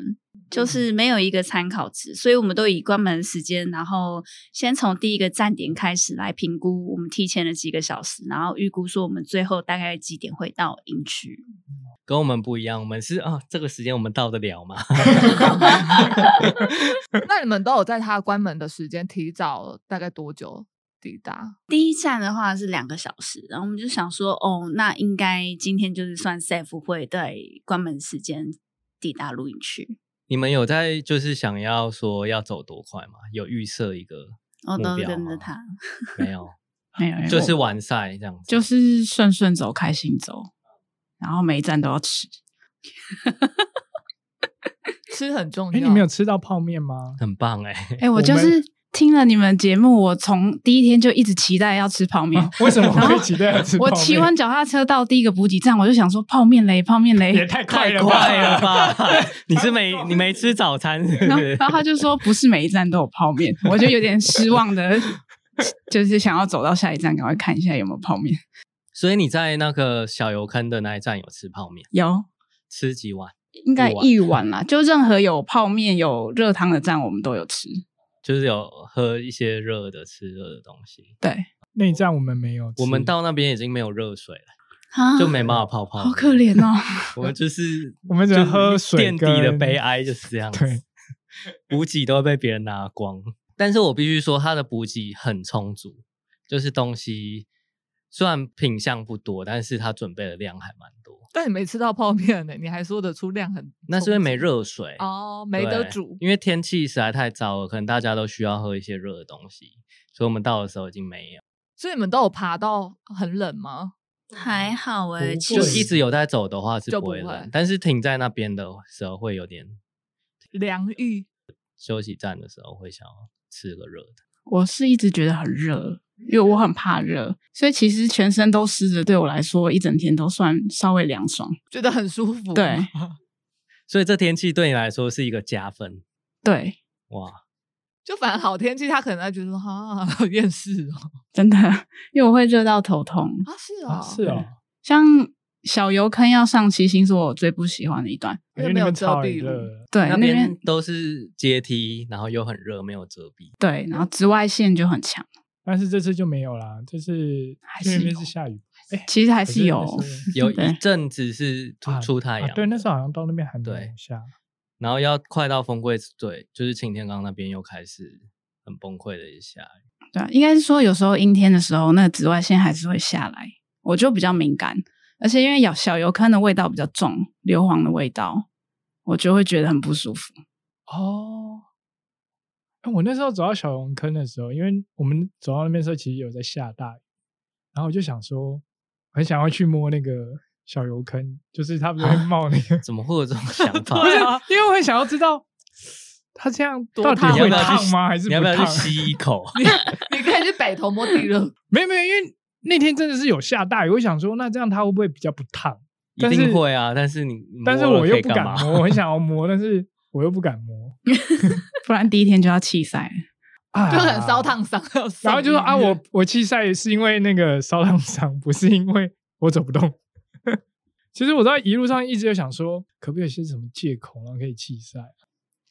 Speaker 5: 就是没有一个参考值，所以我们都以关门时间，然后先从第一个站点开始来评估我们提前了几个小时，然后预估说我们最后大概几点会到营区。
Speaker 3: 跟我们不一样，我们是啊，这个时间我们到得了吗？
Speaker 1: 那你们都有在他关门的时间提早大概多久抵达？
Speaker 5: 第一站的话是两个小时，然后我们就想说，哦，那应该今天就是算 safe 会在关门时间抵达露营区。
Speaker 3: 你们有在就是想要说要走多快吗？有预设一个
Speaker 5: 哦，
Speaker 3: 目
Speaker 5: 都是
Speaker 3: 标
Speaker 5: 跟
Speaker 3: 吗
Speaker 5: 着他，
Speaker 3: 没有，
Speaker 4: 没有，没有
Speaker 3: 就是
Speaker 4: 我
Speaker 3: 完赛这样子，
Speaker 4: 就是顺顺走，开心走，然后每一站都要吃。
Speaker 1: 吃很重
Speaker 2: 哎，
Speaker 1: 要。
Speaker 2: 你们有吃到泡面吗？
Speaker 3: 很棒哎、
Speaker 4: 哎、我就
Speaker 2: 我们
Speaker 4: 是听了你们节目，我从第一天就一直期待要吃泡面。
Speaker 2: 啊为什么
Speaker 4: 然后
Speaker 2: 会期待要吃泡
Speaker 4: 我
Speaker 2: 面？
Speaker 4: 骑完脚踏车到第一个补给站，我就想说泡面嘞，泡面嘞。
Speaker 2: 也太快了吧，
Speaker 3: 快了吧？ 你是没你没吃早餐是
Speaker 4: 然
Speaker 3: 不
Speaker 4: 后，
Speaker 3: 是
Speaker 4: 然？后他就说不是每一站都有泡面，我就有点失 望的，就是想要走到下一站，赶快看一下有没有泡面。
Speaker 3: 所以你在那个小油坑的那一站有吃泡面，
Speaker 4: 有，
Speaker 3: 吃几碗？
Speaker 4: 应该
Speaker 3: 一碗
Speaker 4: 一碗啦，就任何有泡面、有热汤的站，我们都有吃。
Speaker 3: 就是有喝一些热的、吃热的东西。
Speaker 4: 对，
Speaker 2: 那一站我们没有吃，
Speaker 3: 我们到那边已经没有热水了，
Speaker 5: 啊
Speaker 3: 就没办法泡泡。
Speaker 4: 好可怜哦。
Speaker 3: 我们就是
Speaker 2: 我们只能喝水
Speaker 3: 就是垫底的
Speaker 2: 跟
Speaker 3: 悲哀就是这样子。
Speaker 2: 对，
Speaker 3: 补给都会被别人拿光。但是我必须说，它的补给很充足，就是东西虽然品相不多，但是它准备的量还蛮多。
Speaker 1: 但你没吃到泡面呢、你还说得出量很，
Speaker 3: 那是因为没热水，
Speaker 1: 哦，没得
Speaker 3: 对
Speaker 1: 煮。
Speaker 3: 因为天气实在太糟了，可能大家都需要喝一些热的东西，所以我们到的时候已经没有，
Speaker 1: 所以你们都有爬到很冷吗？
Speaker 5: 还好哎、
Speaker 2: 不
Speaker 5: 其
Speaker 3: 就
Speaker 2: 会
Speaker 3: 一
Speaker 5: 实
Speaker 3: 直有在走的话是
Speaker 1: 就
Speaker 3: 不
Speaker 1: 不
Speaker 3: 会冷
Speaker 1: 会，
Speaker 3: 但是停在那边的时候会有点
Speaker 1: 凉意
Speaker 3: 休息站的时候会想要吃个热的。
Speaker 4: 我是一直觉得很热，因为我很怕热，所以其实全身都湿着，对我来说一整天都算稍微凉爽。
Speaker 1: 觉得很舒服。
Speaker 4: 对，
Speaker 3: 所以这天气对你来说是一个加分
Speaker 4: 对，
Speaker 3: 哇！
Speaker 1: 就反正好天气，他可能会觉得说哈好厌世哦。
Speaker 4: 真的，因为我会热到头痛。
Speaker 1: 啊，是哦，
Speaker 2: 啊是哦，
Speaker 4: 像小油坑要上七星，是我最不喜欢的一段。
Speaker 1: 因
Speaker 2: 因
Speaker 1: 为
Speaker 2: 为
Speaker 1: 没
Speaker 2: 你
Speaker 1: 有
Speaker 2: 们
Speaker 1: 遮
Speaker 2: 超
Speaker 1: 蔽
Speaker 2: 热
Speaker 1: 物。
Speaker 2: 了，
Speaker 4: 对，
Speaker 3: 那
Speaker 4: 那边
Speaker 3: 边都是阶梯，然后又很热，没有遮 蔽。
Speaker 4: 对，然后紫外线就很强，
Speaker 2: 但是这次就没有啦，这次因
Speaker 4: 是
Speaker 2: 为那
Speaker 1: 哦
Speaker 2: 边
Speaker 4: 有
Speaker 2: 是下雨，
Speaker 4: 其实
Speaker 2: 还
Speaker 4: 还是有。
Speaker 3: 有
Speaker 4: 对
Speaker 3: 一阵子是出
Speaker 2: 啊
Speaker 3: 出太阳、
Speaker 2: 啊对，那时候好像到那边还没
Speaker 3: 对
Speaker 2: 有下，
Speaker 3: 然后要快到风柜对，就是擎天岗那边又开始很崩溃的一下雨。
Speaker 4: 对啊，应该是说有时候阴天的时候，那个紫外线还是会下来，我就比较敏感，而且因为小小油坑的味道比较重，硫磺的味道，我就会觉得很不舒服。
Speaker 2: 哦。哎我那时候走到小龙坑的时候，因为我们走到那边的时候，其实有在下大雨，然后我就想说，很想要去摸那个小油坑，就是它不是会
Speaker 3: 啊
Speaker 2: 冒那 个，
Speaker 3: 怎么会有这 种想法？
Speaker 2: 不是，因为我很想要知道它这样
Speaker 1: 多
Speaker 2: 到底
Speaker 1: 烫
Speaker 3: 你要
Speaker 2: 会
Speaker 3: 不要
Speaker 2: 烫
Speaker 3: 去
Speaker 2: 吗？还是
Speaker 3: 你要不要去
Speaker 2: 烫？
Speaker 3: 吸一口？
Speaker 1: 你可以去北投摸地热，
Speaker 2: 没有没有，因为那天真的是有下大雨，我想说，那这样它会不会比较不烫？
Speaker 3: 一
Speaker 2: 但
Speaker 3: 定
Speaker 2: 是
Speaker 3: 会啊！但是你你
Speaker 2: 但是
Speaker 3: 摸了
Speaker 2: 我
Speaker 3: 可
Speaker 2: 又
Speaker 3: 以
Speaker 2: 不
Speaker 3: 干
Speaker 2: 敢
Speaker 3: 嘛
Speaker 2: 摸，我很想要摸，但是我又不敢摸，
Speaker 4: 不然第一天就要弃赛了。
Speaker 2: 啊
Speaker 1: 就很烧烫。伤。
Speaker 2: 然后就说啊，
Speaker 1: 送医院
Speaker 2: 我我气赛是因为那个烧烫伤，不是因为我走不动。 其实我在一路上一直有想说，可不可以有些什么借口，然后可以弃赛？啊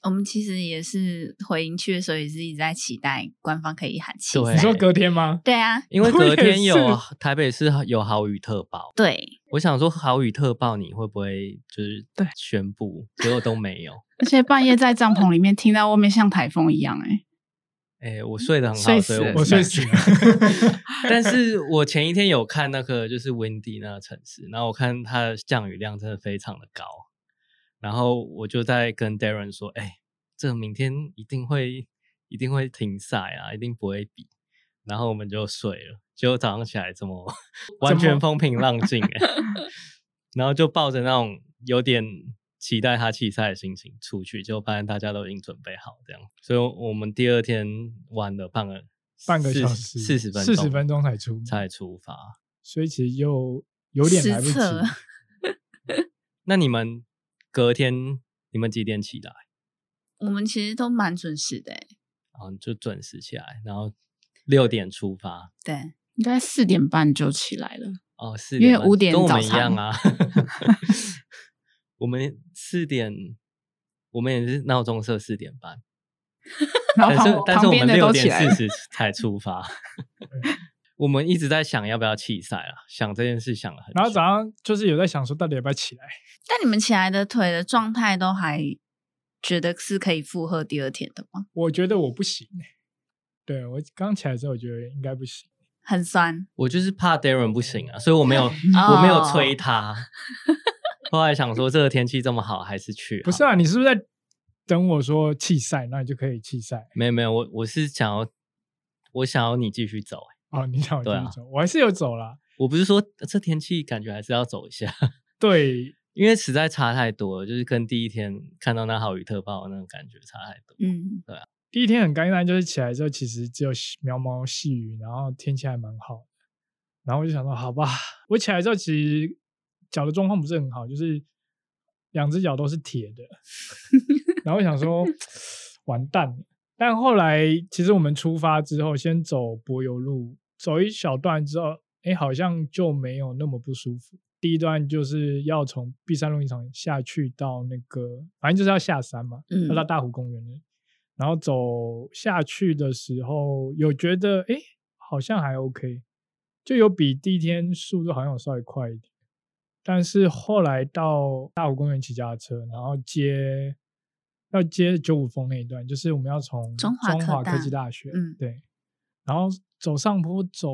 Speaker 5: 我们其实也是回营区的时候，也是一直在期待官方可以喊弃
Speaker 3: 对
Speaker 2: 你
Speaker 5: 赛。
Speaker 2: 说隔天吗？
Speaker 5: 对啊，
Speaker 3: 因为
Speaker 2: 我
Speaker 3: 隔
Speaker 2: 也
Speaker 3: 天有
Speaker 2: 是
Speaker 3: 台北市有豪雨特报，
Speaker 5: 对，
Speaker 3: 我想说豪雨特报你会不会就是
Speaker 4: 对
Speaker 3: 宣布，结果都没有。
Speaker 4: 而且半夜在帐篷里面听到外面像台风一样、欸，
Speaker 3: 哎、我睡得很好，
Speaker 4: 睡
Speaker 3: 所以
Speaker 4: 死了
Speaker 2: 我睡
Speaker 3: 睡
Speaker 2: 死了。
Speaker 3: 但是我前一天有看那个就是温蒂那个城市，然后我看它的降雨量真的非常的高，然后我就在跟 Darren 说，哎、这明天一定会一定会停赛啊，一定不会比。然后我们就睡了。结果早上起来怎么 完全风平浪静、欸？然后就抱着那种有点期待他弃赛的心情出去，就发现大家都已经准备好这样，所以我们第二天晚了半个
Speaker 2: 半个小时
Speaker 3: 四十分
Speaker 2: 四十分钟才出
Speaker 3: 才出发。
Speaker 2: 所以其实又有点来不及
Speaker 5: 失。策
Speaker 3: 那你们隔天你们几点起来？
Speaker 5: 我们其实都蛮准时的欸、
Speaker 3: 然后就准时起来，然后六点出发。
Speaker 5: 对，
Speaker 4: 应该四点半就起来了。
Speaker 3: 哦，四
Speaker 4: 因为
Speaker 3: 点半
Speaker 4: 5点
Speaker 3: 跟我
Speaker 4: 早
Speaker 3: 们一
Speaker 4: 上
Speaker 3: 样啊。 我们四点，我们也是闹钟设四点半，
Speaker 4: 然后
Speaker 3: 但是
Speaker 4: 旁
Speaker 3: 呃但是
Speaker 4: 旁
Speaker 3: 我
Speaker 4: 边
Speaker 3: 们
Speaker 4: 的
Speaker 3: 六
Speaker 4: 都起来
Speaker 3: 点
Speaker 4: 了
Speaker 3: 四，十才出 发。我们一直在想要不要弃赛啊，想这件事想了很久。
Speaker 2: 然后早上就是有在想说，到底要不要起来？
Speaker 5: 但你们起来的腿的状态都还觉得是可以负荷第二天的吗？
Speaker 2: 我觉得我不行、欸，对我刚起来的时候，我觉得应该不行。
Speaker 5: 很酸，
Speaker 3: 我就是怕 Darren 不行啊，所以我没 有我没有
Speaker 4: 哦
Speaker 3: 催他。 后来想说，这个天气这么好，还是去好了。
Speaker 2: 不是啊，你是不是在等我说弃赛，那你就可以弃赛？啊
Speaker 3: 没有没有，我我是想要，我想要你继续走、
Speaker 2: 哦，你想我继
Speaker 3: 对啊
Speaker 2: 续走，我还是有走啦。
Speaker 3: 我不是说呃这天气感觉还是要走一下，
Speaker 2: 对，
Speaker 3: 因为实在差太多了，就是跟第一天看到那好雨特报的那种感觉差太多。
Speaker 5: 嗯，
Speaker 2: 第一天很尴尬，就是起来之后其实只有细渺茫细雨，然后天气还蛮好的。然后我就想说，好吧，我起来之后其实脚的状况不是很好，就是两只脚都是铁的。然后我想说，完蛋了。但后来其实我们出发之后，先走柏油路，走一小段之后，哎，好像就没有那么不舒服。第一段就是要从碧山露营场下去到那个，反正就是要下山嘛。
Speaker 5: 嗯
Speaker 2: 要到大湖公园了。然后走下去的时候，有觉得诶好像还 OK，就有比第一天速度好像有稍微快一点。但是后来到大湖公园骑脚踏车，然后接要接九五峰那一段，就是我们要从
Speaker 5: 中华科
Speaker 2: 科
Speaker 5: 大
Speaker 2: 技大学，
Speaker 5: 嗯
Speaker 2: 对，然后走上坡走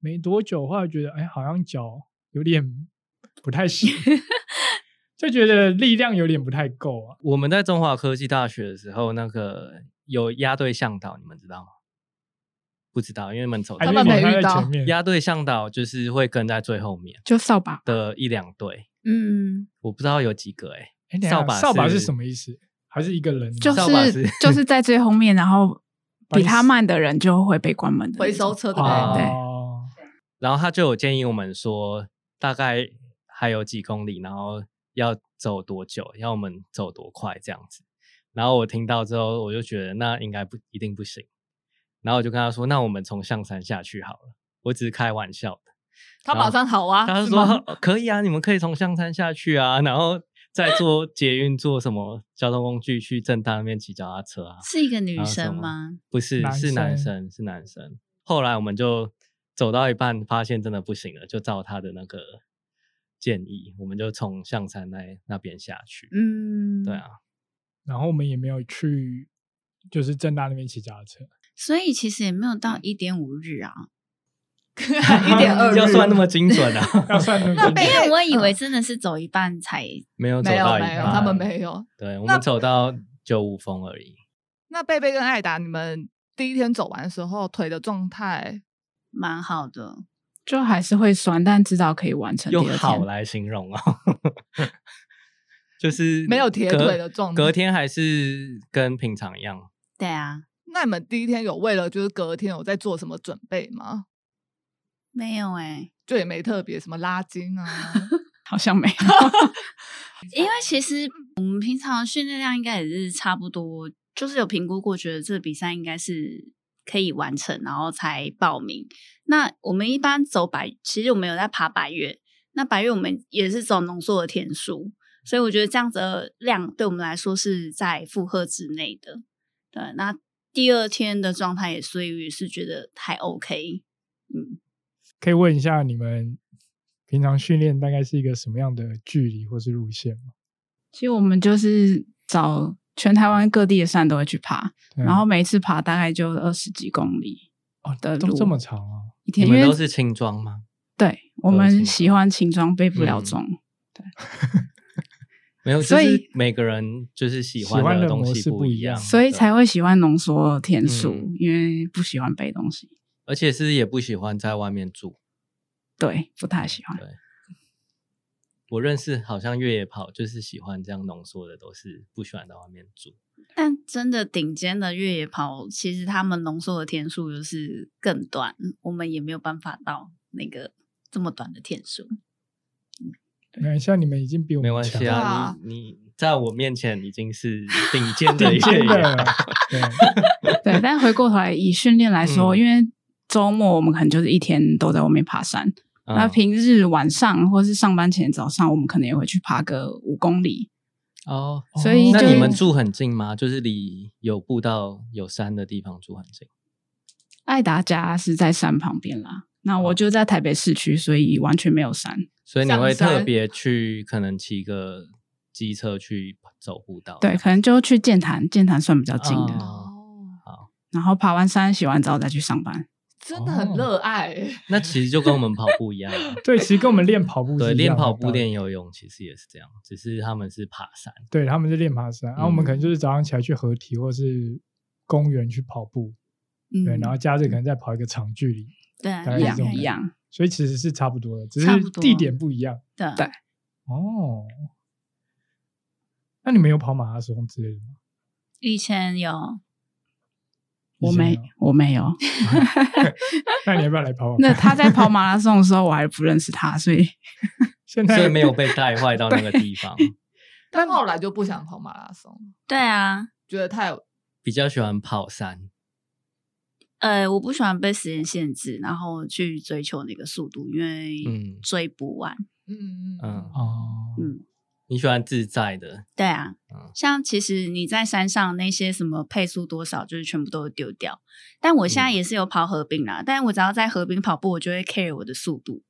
Speaker 2: 没多久，后来觉得哎，好像脚有点不太行，就觉得力量有点不太够啊。
Speaker 3: 我们在中华科技大学的时候，那个有压队向导，你们知道吗？不知道，因为你们走
Speaker 2: 还
Speaker 1: 他
Speaker 2: 是
Speaker 3: 太
Speaker 1: 们
Speaker 2: 你
Speaker 1: 没
Speaker 2: 还
Speaker 1: 遇
Speaker 2: 在
Speaker 1: 到
Speaker 2: 前面
Speaker 3: 压队向导就是会跟在最后面
Speaker 4: 就扫把。
Speaker 3: 的一两队，
Speaker 5: 嗯，
Speaker 3: 我不知道有几个哎、
Speaker 2: 哎等一下
Speaker 3: 扫把
Speaker 2: 扫把是什么意思？还是一个人？
Speaker 4: 就
Speaker 3: 扫把
Speaker 4: 是
Speaker 3: 是
Speaker 4: 就是在最后面，然后比他慢的人就会被关门的那
Speaker 1: 回
Speaker 4: 种
Speaker 1: 收车的
Speaker 3: 啊
Speaker 1: 概
Speaker 2: 哦
Speaker 1: 念，
Speaker 4: 对
Speaker 3: 然后他就有建议我们说，大概还有几公里，然后要走多久，要我们走多快这样子。然后我听到之后，我就觉得那应该不一定不行。然后我就跟他说，那我们从象山下去好了。我只是开玩笑的。
Speaker 1: 他马上好啊，
Speaker 3: 他就是说、
Speaker 1: 吗
Speaker 3: 哦可以啊，你们可以从象山下去啊，然后再 坐捷运坐什么交通工具去正大那边骑脚踏车啊。
Speaker 5: 是一个女
Speaker 3: 然后什
Speaker 5: 生
Speaker 3: 么
Speaker 5: 吗？？
Speaker 3: 不是，
Speaker 2: 男
Speaker 3: 是男
Speaker 2: 生
Speaker 3: 生，是男生。后来我们就走到一半，发现真的不行了，就照他的那个建议，我们就从象山那那边下去。
Speaker 5: 嗯，
Speaker 3: 对。啊，
Speaker 2: 然后我们也没有去，就是正大那边骑脚踏车，
Speaker 5: 所以其实也没有到一点五 日啊，
Speaker 1: 一点二
Speaker 3: 要算那么精准
Speaker 2: 要
Speaker 3: 啊？
Speaker 2: 算那
Speaker 1: 那
Speaker 2: 个
Speaker 5: 因
Speaker 1: 被
Speaker 5: 为我
Speaker 3: 嗯
Speaker 5: 以为真的是走一半才，
Speaker 3: 没有走
Speaker 1: 没有
Speaker 3: 到一
Speaker 1: 没有，
Speaker 3: 半
Speaker 1: 他们没。有。
Speaker 3: 对，我
Speaker 1: 那
Speaker 3: 们走到九五峰而已。
Speaker 1: 那贝贝跟艾达，你们第一天走完的时候，腿的状态
Speaker 5: 蛮好的。
Speaker 4: 就还是会酸，但知道可以完呃成第二
Speaker 3: 用
Speaker 4: 天。
Speaker 3: 好来形容哦，就是
Speaker 1: 没有铁
Speaker 3: 隔
Speaker 1: 腿的状态
Speaker 3: 隔天还是跟平常一样，
Speaker 5: 对啊，
Speaker 1: 那你们第一天有为了就是隔天有在做什么准备吗？
Speaker 5: 没有哎、
Speaker 1: 就也没特别什么拉筋啊，
Speaker 4: 好 像没有，
Speaker 5: 因为其实我们平常的训练量应该也是差不多，就是有评估过，觉得这个比赛应该是可以完成，然后才报名。那我们一般走百，其实我们有在爬百越，那百越我们也是走浓缩的天数，所以我觉得这样子的量对我们来说是在负荷之内的。对，那第二天的状态也，所以也是觉得还 OK。嗯，
Speaker 2: 可以问一下你们平常训练大概是一个什么样的距离或是路线吗？
Speaker 4: 其实我们就是找全台湾各地的山都会去爬，
Speaker 2: 对啊
Speaker 3: 嗯
Speaker 4: 然后每一次爬大概就二十几公里
Speaker 2: 哦，
Speaker 4: 的
Speaker 2: 都
Speaker 4: 路，
Speaker 2: 这么长啊！
Speaker 4: 一
Speaker 3: 你
Speaker 4: 天，因
Speaker 3: 们
Speaker 4: 为
Speaker 3: 都是轻装吗？
Speaker 4: 对我
Speaker 3: 都是轻
Speaker 4: 们
Speaker 3: 装
Speaker 4: 喜欢轻装背不了
Speaker 3: 嗯
Speaker 4: 重，
Speaker 3: 没有，就
Speaker 4: 所
Speaker 3: 是
Speaker 4: 以
Speaker 3: 每个人就是喜
Speaker 2: 喜
Speaker 3: 欢
Speaker 2: 欢的
Speaker 3: 东
Speaker 2: 模
Speaker 3: 西
Speaker 2: 式
Speaker 3: 不
Speaker 2: 不
Speaker 3: 一
Speaker 2: 一样
Speaker 3: 样，
Speaker 4: 所以才
Speaker 3: 会
Speaker 4: 会喜欢浓缩天数，
Speaker 3: 嗯
Speaker 4: 因为不喜欢背东西。
Speaker 3: 而且是也不喜欢在外面住。
Speaker 4: 对，不太喜欢。
Speaker 3: 我认识好像越野跑就是喜欢这样浓缩的，都是不喜欢在外面住。
Speaker 5: 但真的顶尖的越野跑，其实他们浓缩的天数就是更短，我们也没有办法到那个这么短的天数。
Speaker 2: 那像啊你们已经比我
Speaker 3: 没
Speaker 2: 们
Speaker 3: 关
Speaker 2: 强
Speaker 3: 系
Speaker 2: 了
Speaker 3: 啊，你你在我面前已经是顶 尖的 越
Speaker 2: 真
Speaker 3: 野
Speaker 2: 的
Speaker 3: 跑。，
Speaker 2: 对，
Speaker 4: 对，但回过头来以训练来说，
Speaker 3: 嗯
Speaker 4: 因为周末我们可能就是一天都在外面爬山，那
Speaker 3: 嗯
Speaker 4: 平日晚上或是上班前早上，我们可能也会去爬个五公里。
Speaker 3: 哦，
Speaker 4: 所以
Speaker 3: 那
Speaker 4: 就
Speaker 3: 你们住很近吗？就是离有步道、有山的地方住很近。
Speaker 4: 爱达家是在山旁边啦，那我就在台北市区，所以完全没有山。
Speaker 3: 所以你会
Speaker 1: 上山
Speaker 3: 特别去，可能骑个机车去走步道。
Speaker 4: 对，可能就去剑潭，剑潭算比较近的。
Speaker 3: 哦
Speaker 1: 哦，
Speaker 4: 然后爬完山、洗完澡再去上班。
Speaker 1: 真的很
Speaker 3: 哦
Speaker 1: 热爱欸。
Speaker 3: 那其实就跟我们跑步一样啊
Speaker 2: 对，其实跟我们练跑步是
Speaker 3: 对，
Speaker 2: 一
Speaker 3: 练
Speaker 2: 样的啊
Speaker 3: 跑步、
Speaker 2: 道理
Speaker 3: 练游泳其实也是这样，只是他们是爬 山。
Speaker 2: 对，他们是练爬山，啊然后我们可能
Speaker 3: 嗯
Speaker 2: 就是早上起来去合体或是公园去跑步，
Speaker 5: 嗯，
Speaker 2: 对，然后假日可能再跑一个长距离，
Speaker 5: 对啊
Speaker 2: 大概
Speaker 5: 一
Speaker 2: 是
Speaker 5: 样
Speaker 2: 这种
Speaker 4: 一样，
Speaker 2: 所以其实是差不多的，只是
Speaker 5: 差不多
Speaker 2: 地点不一样。
Speaker 5: 的，
Speaker 4: 对
Speaker 2: 哦，那你们有跑马拉松之类的吗？
Speaker 5: 以前有
Speaker 4: 我
Speaker 2: 以前
Speaker 4: 没
Speaker 2: 有，
Speaker 4: 我没有。
Speaker 2: 那你要不要来跑跑
Speaker 4: 那
Speaker 2: 看？
Speaker 4: 他在跑马拉松的时候，我还不认识他，所以
Speaker 2: 现
Speaker 3: 所
Speaker 2: 在
Speaker 3: 以没有被带坏 到那个地方，
Speaker 1: 但后来就不想跑马拉松，
Speaker 5: 对啊，
Speaker 1: 觉得太
Speaker 3: 比较喜欢跑山。
Speaker 5: 呃，我不喜欢被时间限制，然后去追求那个速度，因为
Speaker 3: 嗯
Speaker 5: 追不完。
Speaker 1: 嗯嗯
Speaker 3: 嗯
Speaker 1: 嗯
Speaker 2: 哦，
Speaker 5: 嗯
Speaker 3: 你喜欢自在的，
Speaker 5: 对啊，
Speaker 3: 嗯
Speaker 5: 像其实你在山上那些什么配速多少，就是全部都丢掉。但我现在
Speaker 3: 嗯
Speaker 5: 也是有跑河滨啦，但我只要在河滨跑步，我就会 care 我的速度。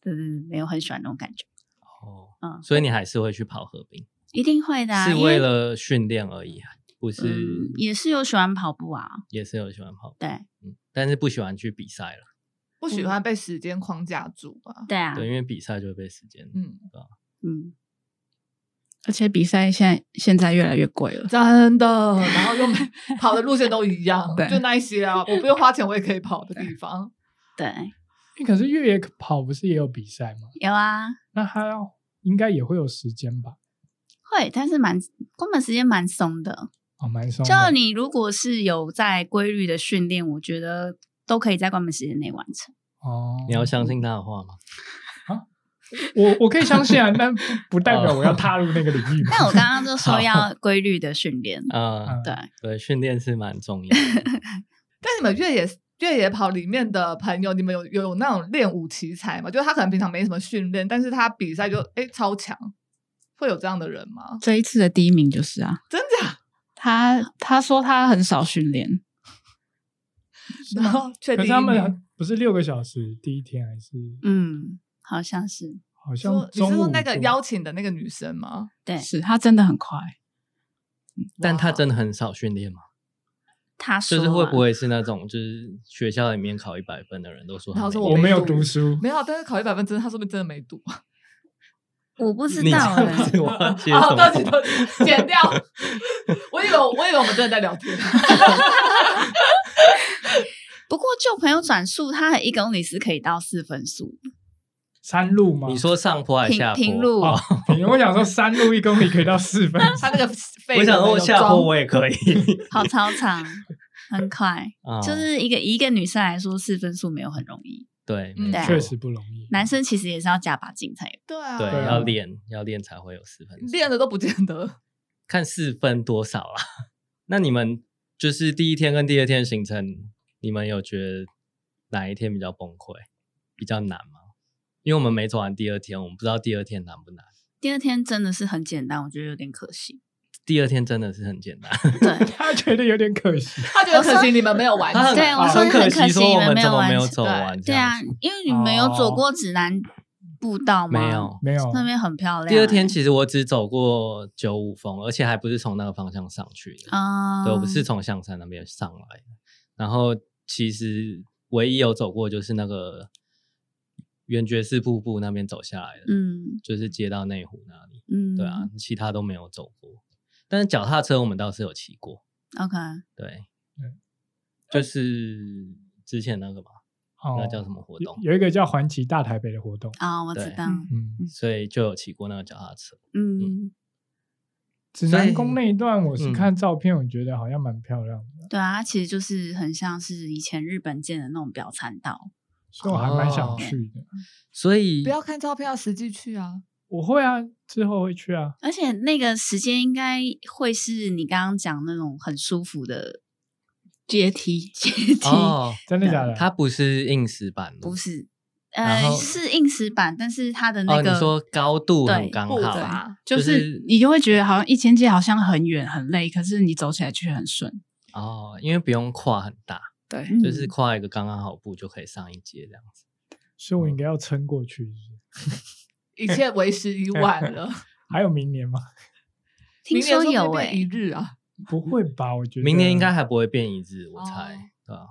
Speaker 5: 对对对，没有很喜欢那种感觉。
Speaker 3: 哦，
Speaker 5: 嗯，
Speaker 3: 所以你还是会去跑河滨，
Speaker 5: 一定会的、啊，
Speaker 3: 是
Speaker 5: 因为
Speaker 3: 为了训练而已啊，不是、
Speaker 5: 嗯，也是有喜欢跑步啊。
Speaker 3: 也是有喜欢跑步，
Speaker 5: 对
Speaker 3: 嗯，但是不喜欢去比赛了，
Speaker 1: 不喜欢被时间框架住吧。
Speaker 5: 对啊，
Speaker 3: 对，因为比赛就会被时间，
Speaker 1: 嗯，
Speaker 5: 嗯，
Speaker 4: 而且比赛现在现在越来越贵了。
Speaker 1: 真的，然后又没跑的路线都一样
Speaker 4: 对，
Speaker 1: 就那一些啊，我不用花钱我也可以跑的地方。
Speaker 5: 对，
Speaker 2: 诶可是越野跑不是也有比赛吗？
Speaker 5: 有啊，
Speaker 2: 那他要应该也会有时间吧？
Speaker 5: 会，但是蛮关门时间蛮松的。
Speaker 2: 哦，蛮松的。
Speaker 5: 就你如果是有在规律的训练，我觉得都可以在关门时间内完 成。
Speaker 2: 哦，
Speaker 3: 你要相信他的话吗？
Speaker 2: 我，我可以相信啊，但不不代
Speaker 3: 哦
Speaker 2: 表我要踏入那个领域嘛。
Speaker 5: 但我刚刚就
Speaker 3: 好
Speaker 5: 说要规律的训 练，
Speaker 3: 啊、
Speaker 2: 嗯
Speaker 5: 对，
Speaker 3: 对，训练是蛮重要的。
Speaker 1: 但你们越野越野跑里面的朋友，你们有有有那种练武奇才吗？就是他可能平常没什么训练，但是他比赛就哎、超强，会有这样的人吗？
Speaker 4: 这一次的第一名就是啊，
Speaker 1: 真假？
Speaker 4: 他他说他很少训练，
Speaker 1: 然后确
Speaker 2: 可
Speaker 1: 定
Speaker 2: 是他们不是六个小时第一天还是？
Speaker 5: 嗯，好像是
Speaker 2: 好像
Speaker 1: 说你
Speaker 2: 中
Speaker 1: 是说
Speaker 2: 午
Speaker 1: 那个
Speaker 2: 做
Speaker 1: 邀请的那个女生吗？
Speaker 5: 对
Speaker 4: 是他真的很快。
Speaker 3: 但他
Speaker 1: 哇
Speaker 3: 真的很少训练嘛，
Speaker 5: 他说、啊、
Speaker 3: 就是会不会是那种就是学校里面考一百分的人都说
Speaker 1: 他说
Speaker 2: 我
Speaker 1: 没
Speaker 2: 没有
Speaker 1: 读
Speaker 2: 读书，
Speaker 1: 没有，但是考一百分真的，他说不定真的没读。
Speaker 5: 我不知
Speaker 3: 你这
Speaker 5: 道、
Speaker 3: 样
Speaker 5: 欸
Speaker 3: 子， 我 要接什
Speaker 1: 好，
Speaker 3: 么
Speaker 1: 哦到底？到底剪掉。 我以为我以为我们真的在聊天，
Speaker 5: 不过就朋友转述，他的一公里是可以到四分速的，
Speaker 2: 山路吗？
Speaker 3: 你说上坡还是
Speaker 5: 平
Speaker 3: 下坡？
Speaker 5: 平路、
Speaker 2: 哦，平我想说山路一公里可以到四分
Speaker 1: 他那个肺
Speaker 3: 我
Speaker 1: 的
Speaker 3: 想
Speaker 1: 那
Speaker 3: 说
Speaker 1: 个
Speaker 3: 下
Speaker 1: 装
Speaker 3: 坡我也可以，
Speaker 5: 跑操 场很快，
Speaker 3: 啊
Speaker 5: 就是一个以一个女生来说，四分速没有很容易，
Speaker 3: 对，
Speaker 1: 嗯
Speaker 3: 没错
Speaker 2: 确实不容易。
Speaker 5: 男生其实也是要加把劲才有。
Speaker 1: 对啊，
Speaker 3: 对，
Speaker 2: 对啊
Speaker 3: 要练要练才会有四分。
Speaker 1: 练的都不见得。
Speaker 3: 看四分多少啦。 那你们就是第一天跟第二天行程，你们有觉得哪一天比较崩溃，比较难吗？因为我们没走完第二天，我们不知道第二天难不难。
Speaker 5: 第二天真的是很简单，我觉得有点可惜。
Speaker 3: 第二天真的是很简单，
Speaker 5: 对，
Speaker 2: 他觉得有点可惜，
Speaker 1: 他觉得可惜你们没有 完成，
Speaker 5: 对啊我说
Speaker 3: 很
Speaker 5: 很
Speaker 3: 惜，
Speaker 5: 可惜
Speaker 3: 说我们怎么没
Speaker 5: 没
Speaker 3: 有
Speaker 5: 有完成
Speaker 3: 走完？
Speaker 5: 对啊
Speaker 3: 这样子，
Speaker 5: 因为你们有走
Speaker 2: 哦
Speaker 5: 过指南步道吗？
Speaker 3: 没有，。
Speaker 2: 没有
Speaker 5: 那边很漂亮欸、
Speaker 3: 第二天其实我只走过九五峰，而且还不是从那个方向上去的。
Speaker 5: 啊，
Speaker 3: 对，我不是从象山那边上来的。然后其实唯一有走过就是那个圆觉寺瀑布那边走下来的，，
Speaker 5: 嗯
Speaker 3: 就是接到内湖那里。
Speaker 5: 嗯，
Speaker 3: 对啊，其他都没有走过。但是脚踏车我们倒是有骑过，
Speaker 5: ，OK，
Speaker 3: 对，
Speaker 2: 嗯
Speaker 3: 就是之前那个嘛，
Speaker 2: 哦
Speaker 3: 那叫什么活动？
Speaker 2: 有有一个叫环骑大台北的活动，
Speaker 5: 啊，我知
Speaker 3: 对
Speaker 5: 道，
Speaker 2: 嗯，
Speaker 3: 所以就有骑过那个脚踏车。
Speaker 5: 嗯，
Speaker 2: 指
Speaker 3: 所
Speaker 2: 南
Speaker 3: 以
Speaker 2: 宫那一段，我是
Speaker 3: 嗯
Speaker 2: 看照片，我觉得好像蛮漂亮的，
Speaker 5: 对啊，它其实就是很像是以前日本建的那种表参道，
Speaker 2: 所以我还蛮想
Speaker 3: 哦
Speaker 2: 去的。
Speaker 3: 所以
Speaker 1: 不要看照片，要实际去啊。
Speaker 2: 我会啊，之后会去啊。
Speaker 5: 而且那个时间应该会是你刚刚讲那种很舒服的
Speaker 4: 阶梯，
Speaker 5: 阶梯，
Speaker 3: 哦，
Speaker 2: 真的假的？
Speaker 3: 它不是硬石板路，
Speaker 5: 不是，
Speaker 3: 然
Speaker 5: 呃，
Speaker 3: 后
Speaker 5: 是硬石板，但是它的那
Speaker 3: 哦，
Speaker 5: 个、
Speaker 3: 你说高度很
Speaker 5: 对
Speaker 3: 刚
Speaker 1: 步
Speaker 3: 好，啊
Speaker 1: 伐
Speaker 3: 就
Speaker 4: 就是你就会觉得好像一千阶好像很远很累，可是你走起来却很顺。
Speaker 3: 哦，因为不用跨很大，
Speaker 4: 对，
Speaker 5: 嗯
Speaker 3: 就是跨一个刚刚好步就可以上一阶这样子。
Speaker 2: 所以
Speaker 3: 嗯
Speaker 2: 我应该要撑过去。是不是
Speaker 1: 一切为时 已晚了。
Speaker 2: 还有明年吗？
Speaker 5: 听
Speaker 1: 明年
Speaker 5: 说
Speaker 1: 说不定
Speaker 5: 有
Speaker 1: 变
Speaker 5: 哎、
Speaker 1: 一日啊，
Speaker 2: 不会吧？我觉得
Speaker 3: 明年应该还不会变一致，我
Speaker 1: 哦
Speaker 3: 猜，对吧？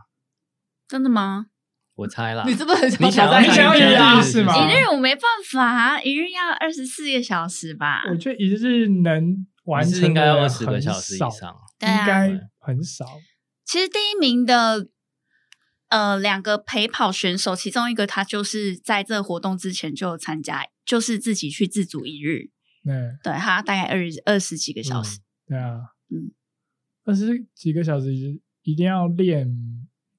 Speaker 5: 真的吗？
Speaker 3: 我猜啦。
Speaker 1: 你是不是很
Speaker 3: 你想
Speaker 1: 挑战
Speaker 2: 啊你想要
Speaker 1: 一日
Speaker 2: 一日啊
Speaker 3: 是
Speaker 2: 是吗
Speaker 5: 一
Speaker 2: 啊
Speaker 5: 日我没办法、啊，一日要二十四个小时吧？
Speaker 2: 我觉得一日能完
Speaker 3: 你
Speaker 2: 成
Speaker 3: 是应该
Speaker 2: 的
Speaker 3: 要
Speaker 2: 人
Speaker 3: 二十个
Speaker 2: 很
Speaker 3: 小时以
Speaker 2: 少，
Speaker 3: 上。
Speaker 5: 对啊
Speaker 2: 应该很少。
Speaker 5: 其实第一名的呃两个陪跑选手，其中一个他就是在这个活动之前就有参加，就是自己去自主一日，
Speaker 2: 对
Speaker 5: 对他大概二二十几个小时，
Speaker 2: 对啊，
Speaker 5: 嗯，
Speaker 2: 二十几个小时一定要练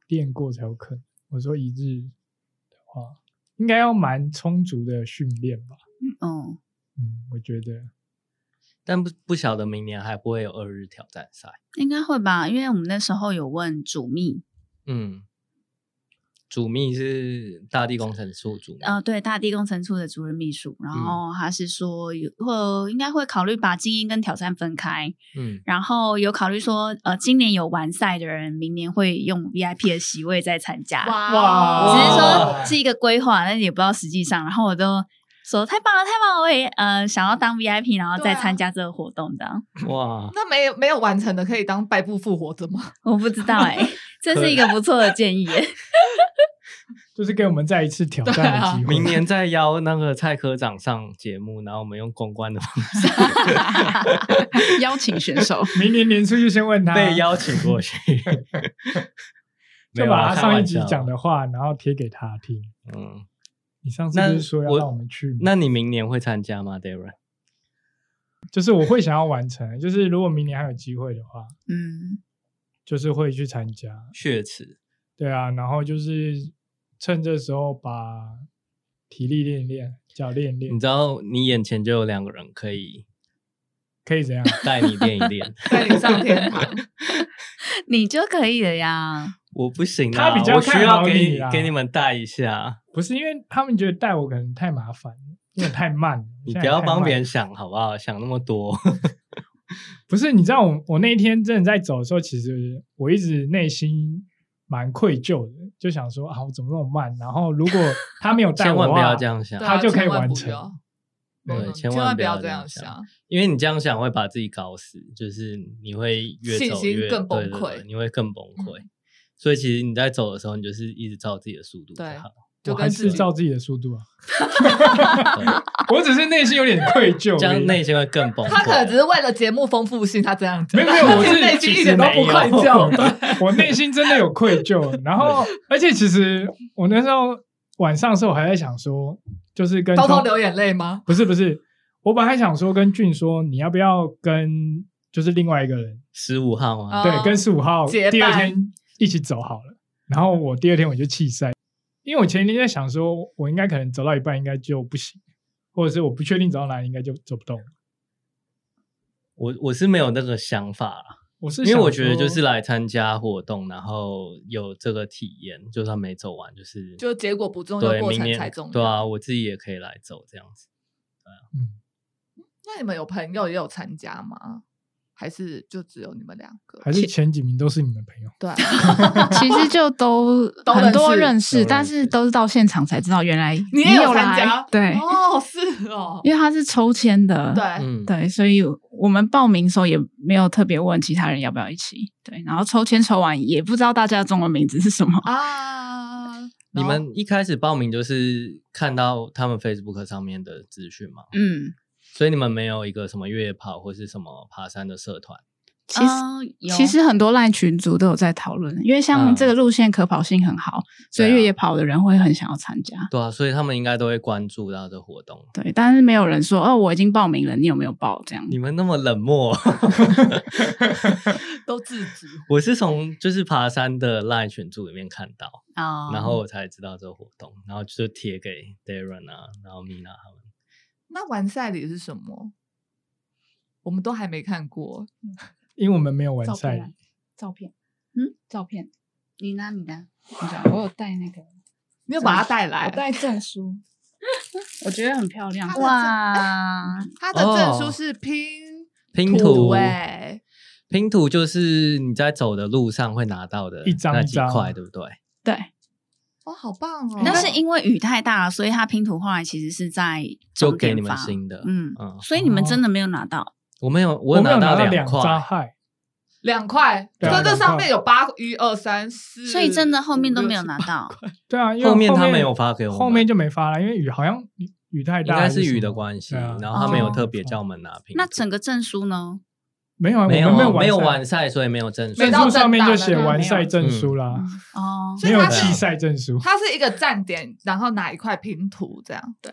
Speaker 2: 练过才有可能。我说一日的话，应该要蛮充足的训练吧。
Speaker 5: 嗯，
Speaker 2: 嗯，我觉得
Speaker 3: 但不不晓得明年还不会有二日挑战赛。
Speaker 5: 应该会吧？因为我们那时候有问主秘，
Speaker 3: 嗯，主秘是大地工程处主秘，
Speaker 1: 哦
Speaker 5: 呃，对，大地工程处的主任秘书，然后他是说有会应该会考虑把精英跟挑战分开，
Speaker 3: 嗯，
Speaker 5: 然后有考虑说，呃，今年有完赛的人，明年会用 VIP 的席位再参加。
Speaker 1: 哇哦，
Speaker 5: 只是
Speaker 2: 哇
Speaker 5: 说是一个规划，但是也不知道实际上。然后我就说太棒了，太棒了！我也呃想要当 VIP，然后再参加这个活动的。
Speaker 3: 哇，
Speaker 1: 那没有没有完成的可以当败部复活者吗？
Speaker 5: 我不知道 哎、这是一个不错的建议耶、
Speaker 2: 就是给我们再一次挑战的机会。
Speaker 3: 明年再邀那个蔡科长上节目，然后我们用公关的方 式
Speaker 4: 邀请选 手，
Speaker 2: 明年年初就先问他，
Speaker 3: 被邀请过去，没
Speaker 2: 就
Speaker 3: 有啊
Speaker 2: 把他上一集
Speaker 3: 开玩笑
Speaker 2: 讲的话，然后贴给他听。
Speaker 3: 嗯，
Speaker 2: 你上次
Speaker 3: 那
Speaker 2: 不是说要
Speaker 3: 我
Speaker 2: 让我们去吗？
Speaker 3: 那你明年会参加吗，Darren？
Speaker 2: 就是我会想要完成，欸就是如果明年还有机会的话，
Speaker 5: 嗯，
Speaker 2: 就是会去参加。
Speaker 3: 血池，
Speaker 2: 对啊，然后就是趁这时候把体力练一练，脚练一练
Speaker 3: 你，知道你眼前就有两个人可以
Speaker 2: 可以怎样？
Speaker 3: 带你练一练，
Speaker 1: 带你上天 堂，啊
Speaker 5: 你就可以了呀。
Speaker 3: 我不行
Speaker 2: 他
Speaker 3: 啊，
Speaker 2: 比较
Speaker 3: 我需
Speaker 2: 看
Speaker 3: 要
Speaker 2: 好
Speaker 3: 给
Speaker 2: 你啦啊
Speaker 3: 给你们带一下，啊
Speaker 2: 不是因为他们觉得带我可能太麻烦了，因为我太慢了。
Speaker 3: 你
Speaker 2: 现在
Speaker 3: 不要
Speaker 2: 太慢
Speaker 3: 帮别人
Speaker 2: 了。
Speaker 3: 想好不好？想那么 多，
Speaker 2: 不是，你知道我我那一天真的在走的时候，其实我一直内心蛮愧疚的，就想说啊，我怎么那么慢？然后如果他没有带
Speaker 3: 千
Speaker 2: 我的
Speaker 3: 万
Speaker 2: 话，
Speaker 3: 不要这样想
Speaker 1: 对，
Speaker 2: 他
Speaker 1: 啊
Speaker 2: 就可以
Speaker 1: 千万
Speaker 2: 完
Speaker 1: 不
Speaker 2: 成
Speaker 1: 要
Speaker 3: 对
Speaker 1: 嗯千
Speaker 3: 千万
Speaker 1: 万
Speaker 3: 不
Speaker 1: 不
Speaker 3: 要
Speaker 1: 要
Speaker 3: 这
Speaker 1: 这
Speaker 3: 样
Speaker 1: 样
Speaker 3: 想
Speaker 1: 想。
Speaker 3: 因为你这样想会把自己搞死，就是你会越
Speaker 1: 信
Speaker 3: 走
Speaker 1: 心
Speaker 3: 越
Speaker 1: 更崩
Speaker 3: 对对对
Speaker 1: 溃嗯
Speaker 3: 你会更崩溃。所以其实你在走的时候，你就是一直照自己的速度就
Speaker 1: 对
Speaker 3: 好。
Speaker 1: 就
Speaker 2: 我还
Speaker 1: 跟自
Speaker 2: 是
Speaker 1: 己
Speaker 2: 照自己的速度啊。
Speaker 3: 对
Speaker 2: 我只是内心有点愧疚而已， 啊
Speaker 3: 这样内心会更崩溃。
Speaker 1: 他可能只是为了节目丰富性，他这样讲。
Speaker 2: 没有没 有，我是
Speaker 1: 内心
Speaker 2: 其
Speaker 1: 一
Speaker 2: 实
Speaker 1: 点都
Speaker 2: 没
Speaker 1: 不
Speaker 2: 有
Speaker 1: 愧 疚。
Speaker 2: 我内心真的有愧疚。然后，而且其实我那时候晚上的时候，我还在想说，就是跟
Speaker 1: 偷偷
Speaker 2: 庄
Speaker 1: 流眼泪吗？
Speaker 2: 不是不是，我本来想说跟俊说，你要不要跟就是另外一个人，
Speaker 3: 十五号吗？
Speaker 1: 哦
Speaker 2: 对，跟十五号
Speaker 1: 结
Speaker 2: 第二
Speaker 1: 伴
Speaker 2: 天一起走好了。然后我第二天我就弃赛，因为我前一天在想说，我应该可能走到一半应该就不行，或者是我不确定走到哪里应该就走不动了。
Speaker 3: 我我是没有那个想法啦，
Speaker 2: 我是
Speaker 3: 因为
Speaker 2: 想
Speaker 3: 我觉得
Speaker 2: 说
Speaker 3: 就是来参加活动，然后有这个体验，就算没走完，就是
Speaker 1: 就结果不重要，
Speaker 3: 对
Speaker 1: 过
Speaker 3: 明
Speaker 1: 程
Speaker 3: 年
Speaker 1: 才重要。
Speaker 3: 对啊，我自己也可以来走这样子。
Speaker 2: 嗯，
Speaker 1: 那你们有朋友也有参加吗？还是就只有你们两个？
Speaker 2: 还是前几名都是你们朋友。
Speaker 1: 对 啊，
Speaker 4: 其实就都
Speaker 1: 都
Speaker 4: 很多
Speaker 1: 认
Speaker 4: 认
Speaker 3: 都
Speaker 4: 识，
Speaker 3: 认
Speaker 4: 但
Speaker 3: 识
Speaker 4: 是都是到现场才知道原来
Speaker 1: 你也
Speaker 4: 也
Speaker 1: 有参
Speaker 4: 来
Speaker 1: 加，
Speaker 4: 对，
Speaker 1: 哦，是哦，
Speaker 4: 因为他是抽签的，
Speaker 1: 对，
Speaker 3: 嗯，
Speaker 4: 对，所以我们报名的时候也没有特别问其他人要不要一起，对，然后抽签抽完也不知道大家的中文名字是什么，
Speaker 1: 啊，
Speaker 3: 你
Speaker 1: 然后
Speaker 3: 们一开始报名就是看到他们 Facebook 上面的资讯吗？
Speaker 5: 嗯，
Speaker 3: 所以你们没有一个什么越野跑或是什么爬山的社团？
Speaker 4: 其实、
Speaker 5: 嗯有
Speaker 4: 其实很多赖群组都有在讨论，因为像
Speaker 3: 嗯
Speaker 4: 这个路线可跑性很好，所以
Speaker 3: 对啊
Speaker 4: 越野跑的人会很想要参加。
Speaker 3: 对啊，所以他们应该都会关注到这活动。
Speaker 4: 对，但是没有人说哦，我已经报名了，你有没有报？这样
Speaker 3: 你们那么冷漠，
Speaker 1: 都自主。
Speaker 3: 我是从就是爬山的 LINE 群组里面看到，
Speaker 5: 哦，
Speaker 3: 然后我才知道这个活动，然后就贴给 Darren 啊，然后 Mina 他们。
Speaker 1: 那完赛礼是什么？我们都还没看过，
Speaker 2: 因为我们没有完
Speaker 6: 照片啊
Speaker 2: 赛，，
Speaker 6: 照片，
Speaker 5: 嗯，
Speaker 6: 照片，
Speaker 5: 你呢？你呢？
Speaker 6: 你知道我有带那 个，
Speaker 1: 你有把它带来
Speaker 6: 我。带证书，
Speaker 4: 哎我觉得很漂亮
Speaker 1: 他的
Speaker 5: 哇，
Speaker 1: 他的证
Speaker 3: 哦
Speaker 1: 书是拼
Speaker 3: 拼
Speaker 1: 图
Speaker 3: 图
Speaker 1: 哎，
Speaker 3: 拼图就是你在走的路上会拿到的
Speaker 2: 一张
Speaker 3: 那
Speaker 2: 一
Speaker 3: 几
Speaker 2: 张
Speaker 3: 块，对不对？
Speaker 4: 对，
Speaker 1: 哇，好棒哦！
Speaker 5: 那是因为雨太大了，所以他拼图后来其实是在
Speaker 3: 就
Speaker 5: 终
Speaker 3: 给
Speaker 5: 点
Speaker 3: 你们
Speaker 5: 发
Speaker 3: 新的，
Speaker 5: 嗯
Speaker 3: 嗯，
Speaker 5: 所以你们
Speaker 2: 哦
Speaker 5: 真的没有拿到，
Speaker 3: 我们有，我
Speaker 2: 我
Speaker 3: 有
Speaker 2: 们有
Speaker 3: 到
Speaker 2: 到
Speaker 3: 两
Speaker 2: 扎
Speaker 3: 块，
Speaker 2: 害，
Speaker 1: 两块，
Speaker 2: 对啊
Speaker 1: 这这
Speaker 2: 两
Speaker 1: 上
Speaker 2: 块
Speaker 1: 面有八一二三四，
Speaker 5: 所以真的后面
Speaker 1: 五
Speaker 5: 都
Speaker 1: 六
Speaker 5: 没有
Speaker 3: 嗯
Speaker 1: 七
Speaker 5: 拿
Speaker 1: 八
Speaker 5: 到
Speaker 2: 对啊，因为
Speaker 3: 后面
Speaker 2: 后
Speaker 3: 他没有发给我们
Speaker 2: 后面就没发了，因为雨好像雨雨太
Speaker 3: 应
Speaker 2: 大还
Speaker 3: 该
Speaker 2: 什么，
Speaker 3: 是雨的关系，
Speaker 2: 对啊
Speaker 3: 然后他们有特别
Speaker 2: 哦
Speaker 3: 叫我们拿拼图。
Speaker 5: 那整个证书呢？
Speaker 2: 没有啊，
Speaker 3: 没有
Speaker 2: 我们
Speaker 3: 没
Speaker 2: 有
Speaker 3: 有完
Speaker 2: 赛，
Speaker 3: 赛，所以没有证书
Speaker 1: 没。
Speaker 2: 证
Speaker 1: 到
Speaker 2: 书
Speaker 1: 正
Speaker 2: 上面
Speaker 1: 大
Speaker 2: 就
Speaker 1: 的
Speaker 2: 写
Speaker 1: 那个
Speaker 2: 完
Speaker 1: 没
Speaker 2: 赛
Speaker 1: 有
Speaker 2: 证书啦，
Speaker 5: 哦，
Speaker 1: 所
Speaker 2: 没
Speaker 1: 以
Speaker 2: 有
Speaker 1: 它
Speaker 2: 弃
Speaker 1: 是
Speaker 2: 赛证书，
Speaker 1: 它是一个站点，然后拿一块拼图这样。对，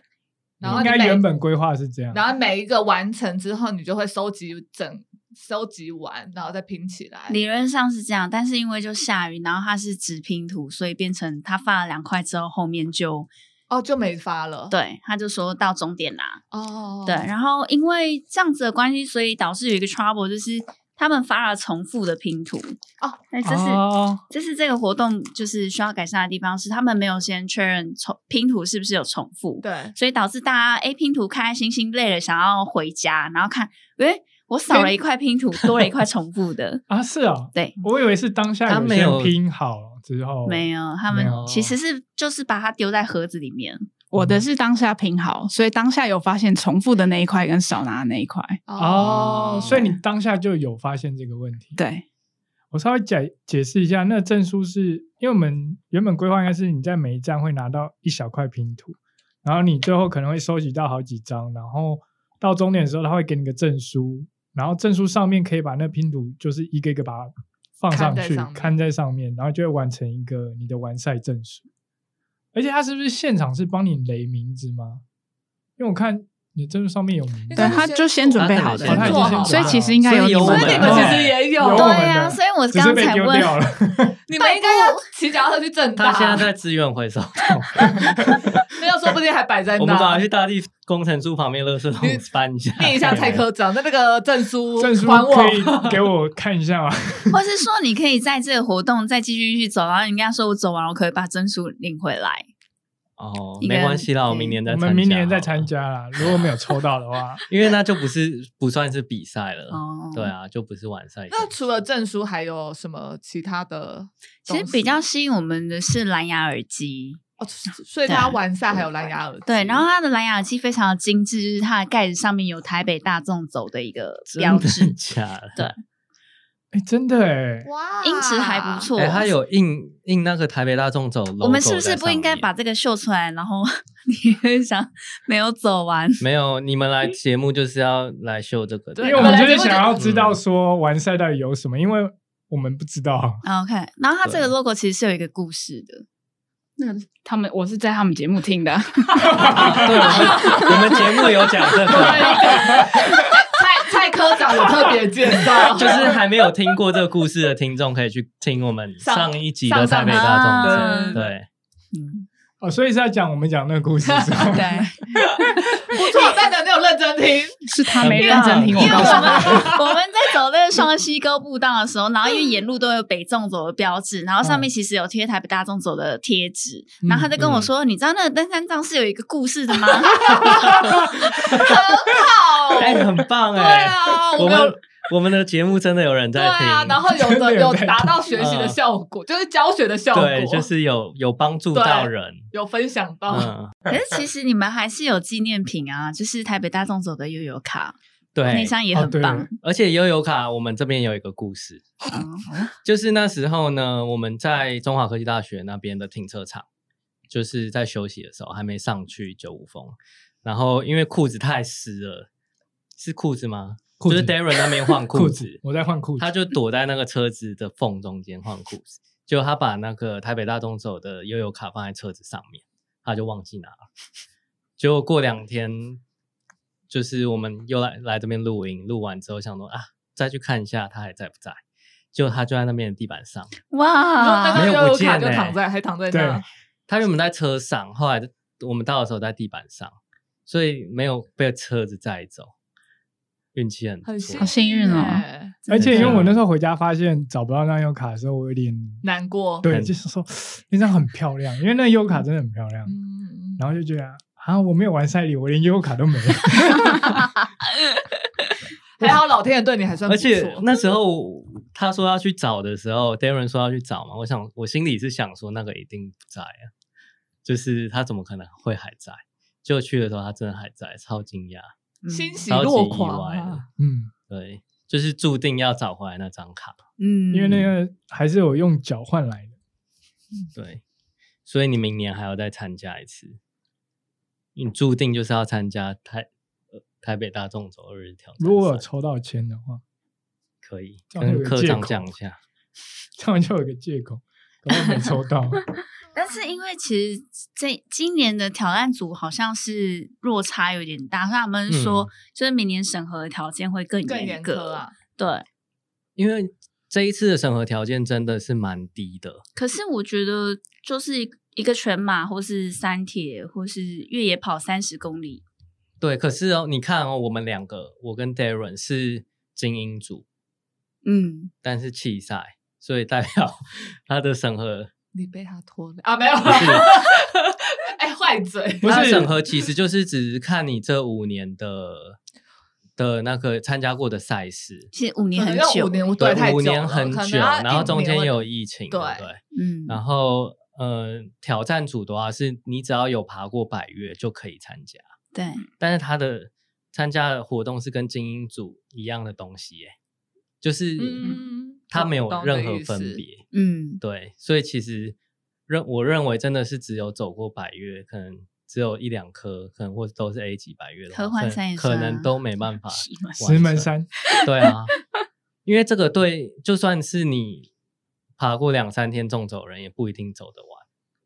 Speaker 1: 然后
Speaker 2: 应
Speaker 1: 你
Speaker 2: 该
Speaker 1: 每
Speaker 2: 原本规划是这样，
Speaker 1: 然后每一个完成之后，你就会收集整收集完，然后再拼起来。
Speaker 5: 理论上是这样，但是因为就下雨，然后它是直拼图，所以变成他发了两块之后，后面就
Speaker 1: 哦，就没发了。
Speaker 5: 对他就说到终点啦。
Speaker 1: 哦，
Speaker 5: 对，然后因为这样子的关系，所以导致有一个 trouble，就是他们发了重复的拼图。
Speaker 1: 哦，
Speaker 5: 那这是、
Speaker 2: 哦。
Speaker 5: 这是这个活动就是需要改善的地方，是他们没有先确认重拼图是不是有重复。
Speaker 1: 对，
Speaker 5: 所以导致大家诶拼图开开心心累了，想要回家，然后看，诶，我少了一块拼图，多了一块重复的
Speaker 2: 啊是啊，
Speaker 5: 对，
Speaker 2: 我以为是当下
Speaker 3: 他
Speaker 2: 有
Speaker 3: 没
Speaker 2: 些
Speaker 3: 有
Speaker 2: 拼好之后
Speaker 5: 没有，他
Speaker 2: 哦没
Speaker 5: 们
Speaker 2: 有
Speaker 5: 其实是就是把它丢在盒子里面。
Speaker 4: 我的是当下拼好，所以当下有发现重复的那一块跟少拿的那一块。
Speaker 2: 哦，所以你当下就有发现这个问题，
Speaker 4: 对，
Speaker 2: 我稍微解解释一下，那证书是因为我们原本规划应该是你在每一站会拿到一小块拼图，然后你最后可能会收集到好几张，然后到终点的时候他会给你个证书，然后证书上面可以把那拼图就是一个一个把它放上
Speaker 1: 看在
Speaker 2: 去，
Speaker 1: 上面
Speaker 2: 看在上面，然后就会完成一个你的完赛证书。而且他是不是现场是帮你雷名字吗？因为我看你的证书上面有名字，
Speaker 1: 应
Speaker 4: 对
Speaker 1: 该是，
Speaker 4: 他
Speaker 1: 先
Speaker 4: 就先准备好的
Speaker 1: 哦他已经先准备好，了
Speaker 4: 所以其实应该有
Speaker 3: 所以有我
Speaker 4: 你
Speaker 1: 所
Speaker 4: 们
Speaker 1: 以
Speaker 3: 们
Speaker 1: 你
Speaker 3: 的
Speaker 1: 们其实
Speaker 2: 对
Speaker 1: 也
Speaker 2: 有
Speaker 1: 有，
Speaker 2: 我们
Speaker 5: 对啊
Speaker 2: 的
Speaker 5: 所以我
Speaker 2: 只是
Speaker 5: 刚
Speaker 2: 被
Speaker 5: 才
Speaker 2: 丢
Speaker 5: 问
Speaker 2: 掉了。
Speaker 1: 你们应该要骑脚踏车去正大
Speaker 3: 他，现在在资源回 收，
Speaker 5: 啊
Speaker 1: 没有，说不定还摆在
Speaker 3: 我们赶
Speaker 1: 那
Speaker 3: 快。去大地工程处旁边垃圾桶
Speaker 1: 你
Speaker 3: 翻一下，
Speaker 1: 念一下蔡科长的那个证书，
Speaker 2: 证书
Speaker 1: 还我。
Speaker 2: 可以给我看一下吗？
Speaker 5: 或是说你可以在这个活动再继续去走，然后你跟他说我走完了，我可以把证书领回来。
Speaker 3: 哦，
Speaker 5: 应该
Speaker 3: 没关系啦，
Speaker 5: 可以
Speaker 3: 我明年再
Speaker 2: 我
Speaker 3: 参加。
Speaker 2: 们明年再参，加啦，如果没有抽到的话，
Speaker 3: 因为那就不是不算是比赛了。
Speaker 5: 哦，
Speaker 3: 对。啊，就不是完赛。
Speaker 1: 那除了证书，还有什么其他的
Speaker 5: 其
Speaker 1: 东西？
Speaker 5: 实比较吸引我们的是蓝牙耳机，
Speaker 1: 哦，所以
Speaker 5: 对
Speaker 1: 他完赛还有蓝牙耳机。
Speaker 5: 对，然后它的蓝牙耳机非常的精致，就是它的盖子上面有台北大众走的一个标
Speaker 3: 真 的
Speaker 5: 志，
Speaker 3: 假的？
Speaker 2: 哎，真的哎，
Speaker 1: 哇，
Speaker 5: 音质还不。错。
Speaker 3: 哎、他有印印那个台北大众走 logo 在上面，
Speaker 5: 我们是不是不应该把这个秀出来？然后 你会想没有走完，
Speaker 3: 没有？你们来节目就是要来秀这个的，
Speaker 1: 对
Speaker 2: 因为我们
Speaker 1: 本
Speaker 2: 就
Speaker 1: 来
Speaker 2: 是
Speaker 1: 就
Speaker 2: 想要知道说完赛到底有什么，因为我们不知道。
Speaker 5: OK，然后它这
Speaker 3: 对
Speaker 5: 个 logo 其实是有一个故事的，
Speaker 4: 那个他们我是在他们节目听的，
Speaker 3: 对，我们我们节目有讲这个，
Speaker 1: 蔡 蔡科长有特别 介绍，
Speaker 3: 就是还没有听过这个故事的听众可以去听我们
Speaker 1: 上啊
Speaker 3: 上一集的台北
Speaker 5: 上
Speaker 3: 大众
Speaker 5: 上
Speaker 3: 走，
Speaker 5: 对
Speaker 3: 对，
Speaker 5: 嗯，
Speaker 2: 哦，所以是在讲我们讲那个故事是 吗，
Speaker 5: 对，
Speaker 1: 不错，代表你有认真听。
Speaker 4: 是他没认真听我
Speaker 5: 因为
Speaker 4: 告
Speaker 5: 我
Speaker 4: 诉你。
Speaker 5: 们我们在走那个双溪沟步道的时候，然后因为沿路都有北纵走的标志，然后上面其实有贴台北大众走的贴纸，然后他就跟我说：“你知道那个登山杖是有一个故事的吗？”
Speaker 1: 好，
Speaker 3: 哎、很棒
Speaker 1: 哦对
Speaker 3: 哎、
Speaker 1: 啊，
Speaker 3: 我
Speaker 1: 们有
Speaker 3: 们我们的节目真的有人
Speaker 1: 对
Speaker 3: 在听，
Speaker 1: 啊，然后有
Speaker 2: 真的
Speaker 1: 的
Speaker 2: 有
Speaker 1: 有
Speaker 2: 在
Speaker 1: 达到学习的效果，就是教学的效果，
Speaker 3: 嗯对，就是有有帮助
Speaker 1: 对
Speaker 3: 到人，
Speaker 1: 有分享到。
Speaker 3: 嗯，
Speaker 5: 可是其实你们还是有纪念品啊，就是台北大众走的悠游卡，那
Speaker 3: 对。
Speaker 5: 张也
Speaker 2: 哦
Speaker 5: 很
Speaker 2: 对
Speaker 5: 棒。
Speaker 3: 而且悠游卡，我们这边有一个故事，
Speaker 5: 嗯
Speaker 3: 就是那时候呢，我们在中华科技大学那边的停车场，就是在休息的时候，还没上去九五峰，然后因为裤子太湿了，是裤子吗？
Speaker 2: 裤子
Speaker 3: 就是 Darren 那边换
Speaker 2: 裤
Speaker 3: 裤
Speaker 2: 子
Speaker 3: 子，
Speaker 2: 我在换裤子
Speaker 3: 他就躲在那个车子的缝中间换裤子，就他把那个台北大众走的悠游卡放在车子上面，他就忘记拿了。结果过两天，就是我们又来来这边录音，录完之后想说啊，再去看一下他还在不在，结果他就在那边的地板上。
Speaker 1: 你说那
Speaker 5: 哇，
Speaker 1: 个
Speaker 3: 没有
Speaker 1: 悠游
Speaker 3: 不见
Speaker 1: 卡就
Speaker 3: 欸
Speaker 1: 躺在，还躺在
Speaker 2: 对
Speaker 1: 那，
Speaker 3: 他原本在车上，后来我们到的时候在地板上，所以没有被车子载走，运气很不
Speaker 1: 很
Speaker 3: 错
Speaker 4: 好。幸运哦
Speaker 1: 欸
Speaker 2: 而且因为
Speaker 3: 真的
Speaker 2: 我那时候回家发现找不到那优卡的时候，我有点
Speaker 1: 难过。
Speaker 2: 对，
Speaker 3: 很
Speaker 2: 就是说那张很漂亮，因为那优卡真的很漂亮，
Speaker 1: 嗯，
Speaker 2: 然后就觉得啊，我没有玩赛里，我连优卡都没有。
Speaker 1: 还好老天爷对你还算不
Speaker 3: 而
Speaker 1: 错，
Speaker 3: 且那时候他说要去找的时候，Darren 说要去找嘛，我想我心里是想说那个一定不在啊，就是他怎么可能会还在？就去的时候他真的还在，超惊讶，
Speaker 1: 欣喜
Speaker 3: 超级
Speaker 1: 若
Speaker 3: 意
Speaker 1: 狂
Speaker 3: 外的
Speaker 1: 啊！。
Speaker 2: 嗯，
Speaker 3: 对，就是注定要找回来那张卡。
Speaker 5: 嗯
Speaker 2: 因为那个还是我用脚换来的。
Speaker 3: 对，所以你明年还要再参加一次，你注定就是要参加台、呃台北大众走二日挑战赛。
Speaker 2: 如果我有抽到签的话，
Speaker 3: 可以
Speaker 2: 这样会
Speaker 3: 跟
Speaker 2: 有
Speaker 3: 科
Speaker 2: 借
Speaker 3: 长
Speaker 2: 口
Speaker 3: 讲一下，
Speaker 2: 这样就有个借口，可能没抽到。
Speaker 5: 但是因为其实这今年的挑战组好像是落差有点大，所以他们说
Speaker 3: 嗯
Speaker 5: 就是明年审核的条件会更
Speaker 1: 更
Speaker 5: 严
Speaker 1: 严苛啊！
Speaker 5: 对，
Speaker 3: 因为这一次的审核条件真的是蛮低的，
Speaker 5: 可是我觉得就是一一个全马，或是三铁，或是越野跑三十公里，
Speaker 3: 对。可是哦，你看哦，我们两个，我跟 Darren 是精英组，
Speaker 5: 嗯，
Speaker 3: 但是弃赛，所以代表 他的 审核。
Speaker 1: 你被他拖累啊？没有 啦，哎，坏嘴。
Speaker 2: 不
Speaker 3: 他的
Speaker 2: 是
Speaker 3: 审核其实就是只是看你这五年的的那个参加过的赛事，
Speaker 5: 其实五年
Speaker 1: 可能
Speaker 5: 很
Speaker 1: 要
Speaker 5: 久欸
Speaker 1: 五，年，
Speaker 3: 对
Speaker 1: 对，太久
Speaker 3: 五
Speaker 1: 了
Speaker 3: 年很
Speaker 1: 可能
Speaker 3: 久，
Speaker 1: 要
Speaker 3: 然后
Speaker 1: 一
Speaker 3: 中间
Speaker 1: 年
Speaker 3: 有疫情，对
Speaker 1: 对
Speaker 3: 不对？
Speaker 5: 嗯，
Speaker 2: 啊
Speaker 3: 然后呃，挑战组的话是你只要有爬过百越就可以参加，
Speaker 5: 对，
Speaker 3: 但是他的参加的活动是跟精英组一样的东西耶，就是
Speaker 1: 嗯
Speaker 3: 他没有
Speaker 1: 懂
Speaker 3: 任
Speaker 1: 懂
Speaker 3: 何
Speaker 1: 的意
Speaker 3: 分
Speaker 1: 思
Speaker 3: 别，
Speaker 5: 嗯，
Speaker 3: 对，所以其实认我认为真的是只有走过百越，可能只有一两颗，可能或者都是 A 级百越的话，
Speaker 5: 合欢
Speaker 3: 可能
Speaker 5: 山也
Speaker 3: 可
Speaker 5: 算
Speaker 3: 能
Speaker 5: 啊
Speaker 3: 都没办法
Speaker 5: 石门
Speaker 3: 完
Speaker 2: 石门
Speaker 3: 成
Speaker 2: 山，
Speaker 3: 对啊，因为这个对，就算是你爬过两三天纵走人，也不一定走得完。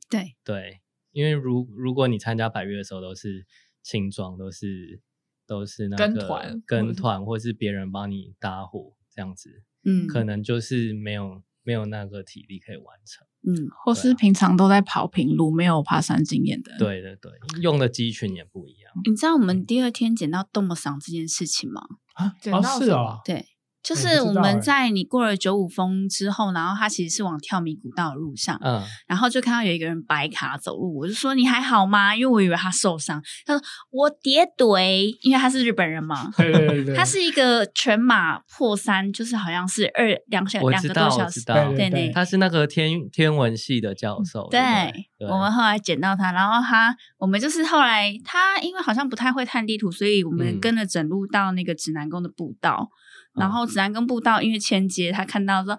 Speaker 5: 对
Speaker 3: 对，因为如如果你参加百越的时候都是轻装，都是都是那个
Speaker 1: 跟团或
Speaker 3: 跟
Speaker 1: 者
Speaker 3: 团，或是别人帮你搭伙这样子，
Speaker 5: 嗯，
Speaker 3: 可能就是没有没有那个体力可以完成。
Speaker 5: 嗯，
Speaker 4: 或是平常都在跑平路，没有爬山经验
Speaker 5: 嗯
Speaker 4: 的，，
Speaker 3: 对对对，用的肌群也不一样。
Speaker 5: 你知道我们第二天捡到动物嗓这件事情吗？
Speaker 2: 啊
Speaker 1: 捡
Speaker 2: 哦
Speaker 1: 到
Speaker 2: 是
Speaker 1: 什
Speaker 2: 哦
Speaker 1: 么，
Speaker 5: 对，就
Speaker 2: 我不
Speaker 5: 是
Speaker 2: 知
Speaker 5: 我
Speaker 2: 道欸
Speaker 5: 们在你过了九五峰之后，然后他其实是往跳米古道的路
Speaker 2: 啊。
Speaker 5: 上，
Speaker 3: 嗯，
Speaker 5: 然后就看到有一个人白卡走路，我就说你还好吗？因为我以为他受伤，他说我跌怼，因为他是日本人嘛
Speaker 2: 对 对对对，
Speaker 5: 他是一个全马破三，就是好像是二两小
Speaker 3: 我
Speaker 5: 两
Speaker 3: 知
Speaker 5: 个
Speaker 3: 道
Speaker 5: 多
Speaker 3: 我
Speaker 5: 小
Speaker 3: 知
Speaker 5: 时，
Speaker 3: 道
Speaker 5: 对对
Speaker 3: 他是那个天天文系的教授。对不
Speaker 5: 对
Speaker 3: 对，对
Speaker 5: 我们后来捡到他，然后他我们就是后来他因为好像不太会看地图，所以我
Speaker 3: 嗯
Speaker 5: 们跟着整路到那个指南宫的步道，然
Speaker 3: 嗯
Speaker 5: 后指南宫步道因为前街，他看到说。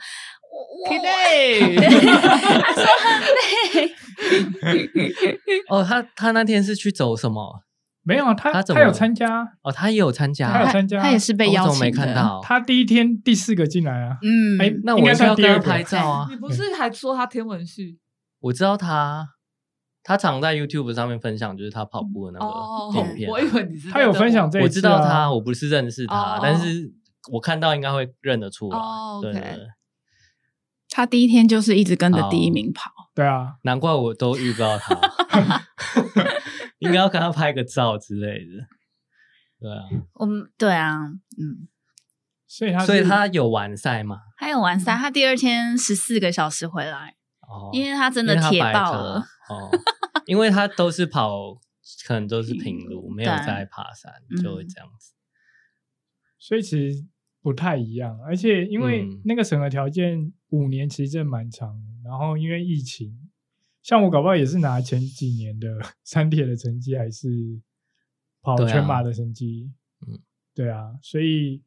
Speaker 5: 我我
Speaker 1: Today，
Speaker 5: 他说对，
Speaker 3: 哦，他他那天是去走什么？
Speaker 2: 没有啊他
Speaker 3: 他怎么
Speaker 2: 他有参加，
Speaker 3: 哦，他也有参加，
Speaker 2: 他有
Speaker 4: 他
Speaker 1: 啊
Speaker 2: 参加
Speaker 4: 他也是被
Speaker 3: 哦
Speaker 4: 邀
Speaker 3: 我怎么没
Speaker 4: 请
Speaker 3: 看
Speaker 4: 的，
Speaker 3: 到。
Speaker 2: 他第一天第四个进来啊。
Speaker 5: 嗯，
Speaker 2: 哎
Speaker 3: 那
Speaker 2: 应
Speaker 3: 我
Speaker 2: 该
Speaker 3: 是
Speaker 2: 算
Speaker 3: 要跟
Speaker 2: 第
Speaker 3: 他
Speaker 2: 二个
Speaker 3: 拍照啊
Speaker 1: 你，不是还说他天文系
Speaker 3: 我知道他，他常在 YouTube 上面分享，就是他跑步的那
Speaker 1: 哦
Speaker 3: 个影片。啊
Speaker 1: 我以为你是
Speaker 2: 他有分享这一次啊
Speaker 3: 我知道他，我不是认识他
Speaker 1: 哦，
Speaker 3: 但是我看到应该会认得出来
Speaker 1: 哦。
Speaker 3: 对
Speaker 1: OK
Speaker 3: 对对，
Speaker 4: 他第一天就是一直跟着第一名跑，
Speaker 1: 哦
Speaker 2: 对啊，
Speaker 3: 难怪我都遇不到他，应该要跟他拍个照之类的。对啊，
Speaker 5: 我们对啊，嗯，
Speaker 2: 所以他是
Speaker 3: 所以他有完赛吗？
Speaker 5: 还有完赛，他第二天十四个小时回来，
Speaker 3: 嗯哦，
Speaker 5: 因为他真
Speaker 3: 因
Speaker 5: 的
Speaker 3: 为他
Speaker 5: 铁
Speaker 3: 白卡
Speaker 5: 爆了，
Speaker 3: 哦，因为他都是跑，可能都是平路，没有
Speaker 5: 对
Speaker 3: 在爬山，就会这样子。
Speaker 2: 所以其实不太一样，而且因为
Speaker 3: 嗯
Speaker 2: 那个审核条件五年其实真的蛮长，然后因为疫情，像我搞不好也是拿前几年的 三铁的成绩，还是跑
Speaker 3: 对啊
Speaker 2: 全马的成绩，
Speaker 3: 嗯，
Speaker 2: 对啊，所以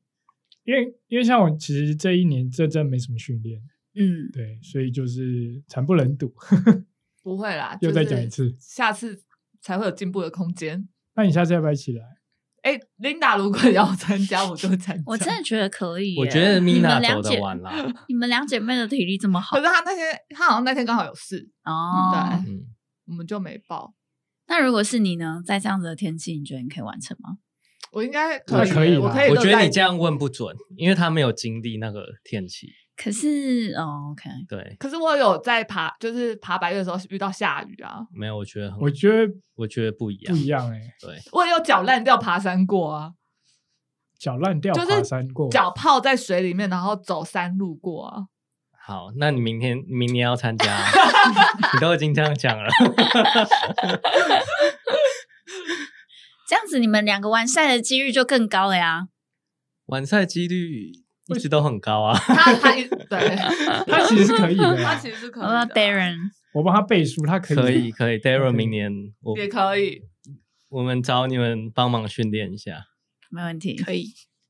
Speaker 2: 因为因为像我其实这一年这真的没什么训练，
Speaker 5: 嗯，
Speaker 2: 对，所以就是惨不忍睹。
Speaker 1: 不会啦，
Speaker 2: 又
Speaker 1: 就
Speaker 2: 再
Speaker 1: 是
Speaker 2: 讲一次
Speaker 1: 下次才会有进步的空间。
Speaker 2: 那你下次要不要一起来？
Speaker 1: 哎、哎，Linda 如果要参加，我就参加。
Speaker 5: 我真的觉得可以耶。
Speaker 3: 我觉得
Speaker 5: 你们
Speaker 3: Mina
Speaker 5: 两
Speaker 3: 走
Speaker 5: 姐
Speaker 3: 得完啦。
Speaker 5: 你们两姐妹的体力这么好
Speaker 1: 可是他那天，他好像那天刚好有事，
Speaker 5: 哦。
Speaker 1: 对
Speaker 3: 嗯，
Speaker 1: 我们就没报。
Speaker 5: 那如果是你呢？在这样子的天气，你觉得你可以完成吗？
Speaker 1: 我应该
Speaker 2: 我
Speaker 1: 可以，
Speaker 2: 可以
Speaker 1: 我
Speaker 2: 啦
Speaker 1: 可以。
Speaker 3: 我觉得你这，样问不准，因为他没有经历那个天气。
Speaker 5: 可是，哦，OK，
Speaker 3: 对，
Speaker 1: 可是我有在爬，就是爬白月的时候遇到下雨啊，
Speaker 3: 没有，我觉得很
Speaker 2: 我觉得
Speaker 3: 我觉得不一样
Speaker 2: 不，一样哎、欸，
Speaker 3: 对，
Speaker 1: 我也有脚烂掉爬山过啊，
Speaker 2: 脚烂掉
Speaker 1: 就是
Speaker 2: 爬山过，
Speaker 1: 脚泡在水里面，然后走山路过 啊。
Speaker 3: 好，那你明天明年要参加啊，你都已经这样讲了，
Speaker 5: 这样子你们两个完赛的几率就更高了呀。
Speaker 3: 完赛几率一直都很高 啊。
Speaker 1: 他他一对，
Speaker 2: 他其实是可以的
Speaker 1: 他
Speaker 2: 啦，
Speaker 1: 其实是可以
Speaker 5: 我要
Speaker 1: 的，
Speaker 5: Darren，
Speaker 2: 我帮他背书，他可以，
Speaker 3: 可以可以，Darren，
Speaker 2: 可以
Speaker 3: 明年我
Speaker 1: 也可以。
Speaker 3: 我们找你们帮忙训练一下。
Speaker 5: 没问题。
Speaker 4: 可以，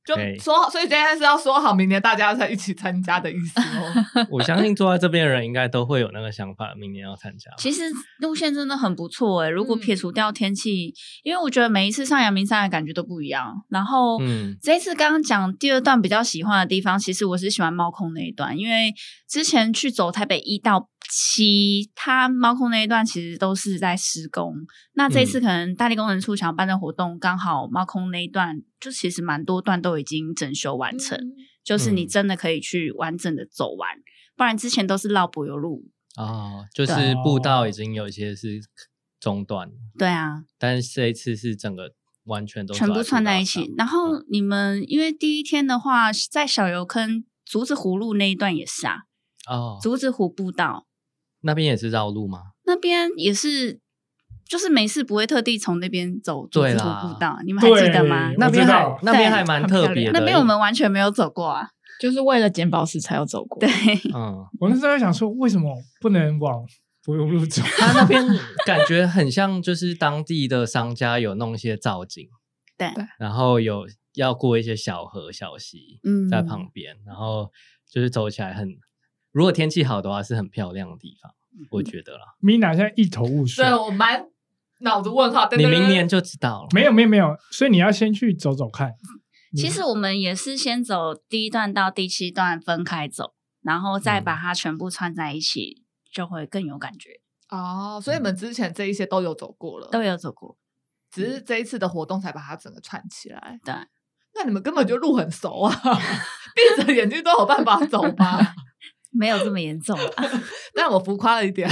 Speaker 1: 就
Speaker 3: 可以
Speaker 1: 说好，所以今天是要说好，明年大家再一起参加的意思 哦。
Speaker 3: 我相信坐在这边的人应该都会有那个想法，明年要参加。
Speaker 5: 其实路线真的很不错诶、欸如果
Speaker 1: 嗯
Speaker 5: 撇除掉天气，因为我觉得每一次上阳明山的感觉都不一样。然后，
Speaker 3: 嗯
Speaker 5: 这一次刚刚讲第二段比较喜欢的地方，其实我是喜欢猫空那一段，因为之前去走台北一到七，它猫空那一段其实都是在施工。那这一
Speaker 3: 嗯
Speaker 5: 次可能大地工程处想要办的活动，刚好猫空那一段就其实蛮多段都已经整修完成，就是你
Speaker 3: 嗯
Speaker 5: 真的可以去完整的走完，不然之前都是绕柏油路。
Speaker 3: 哦，就
Speaker 5: 对
Speaker 3: 是步道已经有一些是中断，
Speaker 5: 对啊，
Speaker 3: 但是这一次是整个完全都
Speaker 5: 全部串在一
Speaker 3: 走步
Speaker 5: 起
Speaker 3: 道。上嗯
Speaker 5: 然后你们因为第一天的话，在小油坑竹子湖路那一段也是啊，
Speaker 3: 哦，
Speaker 5: 竹子湖步道。
Speaker 3: 那边也是绕路吗？
Speaker 5: 那边也是，就是没事不会特地从那边走竹
Speaker 3: 对
Speaker 5: 子
Speaker 3: 啦
Speaker 5: 湖步道，你们还
Speaker 2: 对，
Speaker 5: 记得吗？
Speaker 2: 我
Speaker 3: 那
Speaker 2: 知
Speaker 3: 边还
Speaker 2: 道
Speaker 3: 那边还
Speaker 5: 对
Speaker 3: 蛮
Speaker 2: 很
Speaker 3: 特
Speaker 2: 漂
Speaker 3: 别
Speaker 2: 亮
Speaker 3: 的，
Speaker 5: 那边我们完全没有走过啊。
Speaker 6: 就是为了捡宝石才有走过。
Speaker 5: 对，
Speaker 3: 嗯，
Speaker 2: 我那时候在想说，为什么不能往柏油路走？
Speaker 3: 他那边感觉很像，就是当地的商家有弄一些造景，
Speaker 5: 对
Speaker 6: 对，
Speaker 3: 然后有要过一些小河小溪
Speaker 5: 嗯，
Speaker 3: 在旁边，然后就是走起来很，如果天气好的话是很漂亮的地方，
Speaker 5: 嗯
Speaker 3: 我觉得啦。
Speaker 2: 米娜现在一头雾水
Speaker 4: 哦
Speaker 1: 对，，我满脑子问号。
Speaker 3: 你明年就知道了，
Speaker 2: 没有没有没有，所以你要先去走走看。
Speaker 5: 其实我们也是先走第一段到第七段分开走，然后再
Speaker 3: 嗯
Speaker 5: 把它全部串在一起，就会更有感觉。
Speaker 1: 哦，所以你们之前这一些都有走过
Speaker 2: 嗯
Speaker 1: 了，
Speaker 5: 都有走过，
Speaker 1: 只是这一次的活动才把它整个串起来。
Speaker 5: 对，
Speaker 1: 那你们根本就路很熟啊， 闭着眼睛都有办法走吧？
Speaker 5: 没有这么严重啊。
Speaker 1: 但我浮夸了一点。